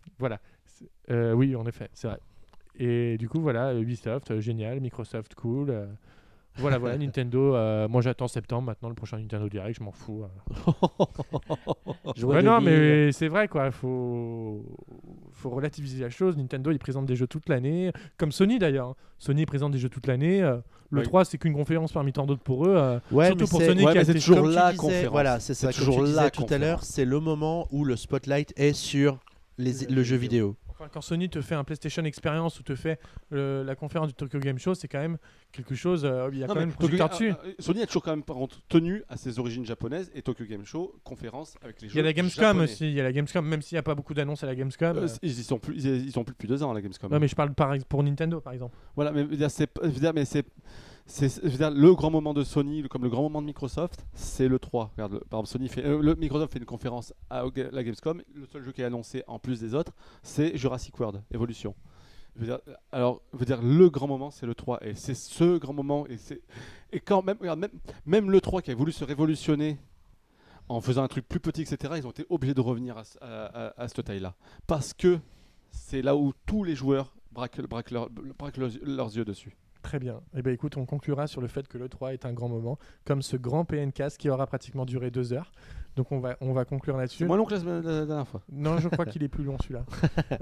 Euh, oui, en effet, c'est vrai. Et du coup, voilà, Ubisoft, euh, génial, Microsoft, cool. euh, voilà, voilà, Nintendo, euh, moi j'attends septembre maintenant, le prochain Nintendo Direct, je m'en fous. euh. Joie Ouais, de non, vivre. mais c'est vrai, quoi, faut... faut relativiser la chose. Nintendo, ils présentent des jeux toute l'année, comme Sony d'ailleurs. hein. Sony présente des jeux toute l'année. euh, le Ouais. 3, c'est qu'une conférence parmi tant d'autres pour eux. euh. Ouais, Surtout mais pour c'est- Sony ouais, qui a mais c'est été- toujours Comme tu la disais, conférence. Voilà, c'est ça. C'est Comme toujours tu disais la tout à l'heure, c'est le moment où le spotlight est sur les- Le le jeu vidéo. Enfin, quand Sony te fait un PlayStation Experience ou te fait euh, la conférence du Tokyo Game Show, c'est quand même quelque chose. euh, il y a Non, quand mais même le Tokyo- producteur ah, dessus. ah, ah, Sony a toujours quand même par contre, tenu à ses origines japonaises et Tokyo Game Show, conférence avec les jeux. Il y a la Gamescom japonais. aussi, il y a la Gamescom, même s'il n'y a pas beaucoup d'annonces à la Gamescom. Euh, euh, ils y sont plus, ils y sont plus depuis deux ans à la Gamescom. Ouais, mais je parle par ex- pour Nintendo, par exemple. Voilà, mais je veux dire, c'est, je veux dire, mais c'est, c'est, je veux dire, le grand moment de Sony, le- comme le grand moment de Microsoft, c'est le 3. Regarde, le- par exemple, Sony fait, euh, le Microsoft fait une conférence à au- la Gamescom. Le seul jeu qui est annoncé en plus des autres, c'est Jurassic World Evolution. Je veux dire, alors, je veux dire, le grand moment, c'est le 3. Et c'est ce grand moment. Et, c'est, et quand même, regarde, même, même le 3 qui a voulu se révolutionner en faisant un truc plus petit, etc., ils ont été obligés de revenir à, ce- à- à- à cette taille-là. Parce que c'est là où tous les joueurs braquent, braquent leur- braquent leurs- leurs yeux dessus. Très bien. Eh bien, écoute, on conclura sur le fait que l'E3 est un grand moment, comme ce grand PNCast qui aura pratiquement duré deux heures. Donc, on va, on va conclure C'est là-dessus. moins long que la, semaine- la- la dernière fois. Non, je crois qu'il est plus long celui-là.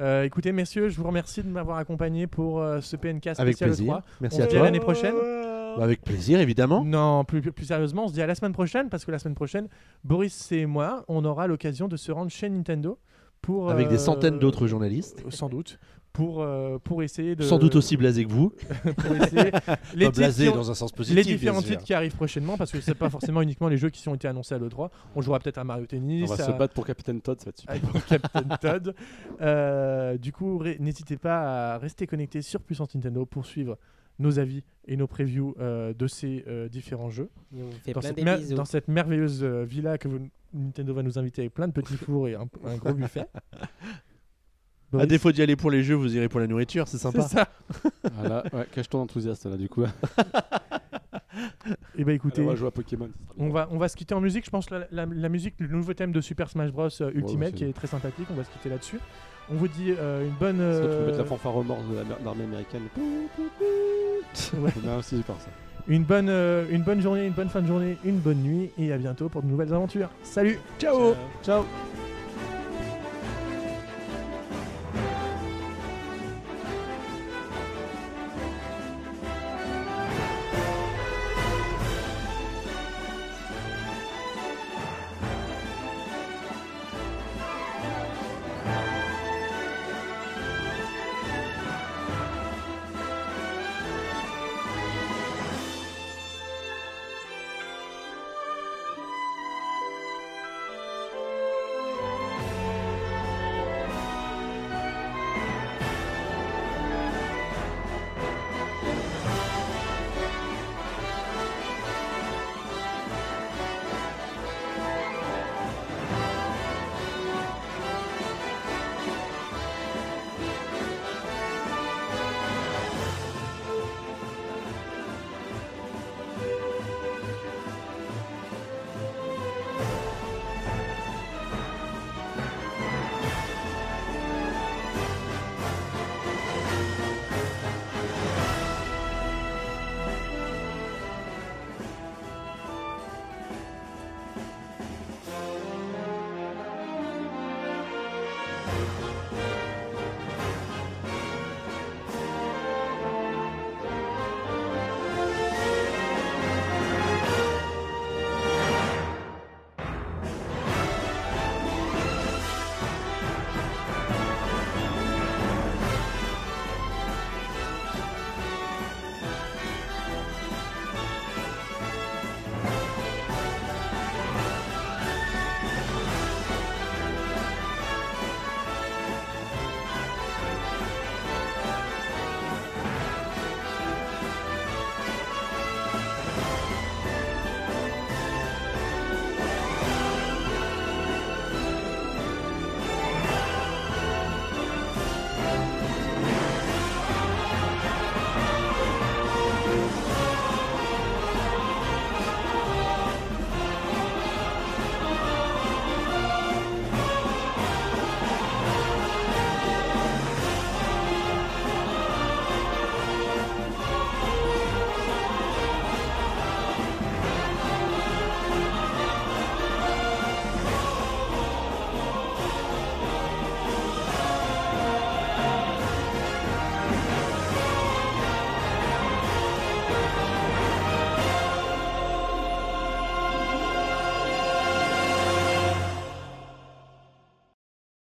Euh, écoutez, messieurs, je vous remercie de m'avoir accompagné pour euh, ce PNCast Avec spécial plaisir. E3. Merci On à se dit toi. l'année prochaine. Bah, avec plaisir, évidemment. Non, plus, plus sérieusement, on se dit à la semaine prochaine, parce que la semaine prochaine, Boris et moi, on aura l'occasion de se rendre chez Nintendo pour... Avec euh, des centaines d'autres journalistes. euh, Sans doute. Pour, euh, pour essayer de... Sans doute aussi blasés que vous. Pour essayer... les Pas titres qui blasés ont- dans un sens positif. les bien différents sûr. titres qui arrivent prochainement, parce que c'est pas forcément uniquement les jeux qui ont été annoncés à l'E3. On jouera peut-être à Mario Tennis. On va à- se battre pour Capitaine Todd, ça va être super. à Captain Todd. Euh, du coup, ré- n'hésitez pas à rester connectés sur Puissance Nintendo pour suivre nos avis et nos previews euh, de ces euh, différents jeux. Et on vous fait Dans plein cette, de mer- bisous. dans cette merveilleuse euh, villa que vous- Nintendo va nous inviter avec plein de petits fours et un, un gros buffet. À Boris, défaut d'y aller pour les jeux, vous irez pour la nourriture, c'est c'est sympa. ça. voilà, ouais, cache ton enthousiaste là du coup. Et ben écoutez, Allez, on va jouer à Pokémon. ça sera bien. On va, on va se quitter en musique. Je pense la, la, la musique, le nouveau thème de Super Smash Bros euh, Ultimate c'est qui est bien. très sympathique. On va se quitter là-dessus. On vous dit euh, une bonne. Sinon, tu peux euh, mettre la fanfare remorse de la mer- de l'armée américaine. Ouais. On a un aussi par ça. une, bonne, euh, une bonne journée, une bonne fin de journée, une bonne nuit et à bientôt pour de nouvelles aventures. Salut! Ciao Ciao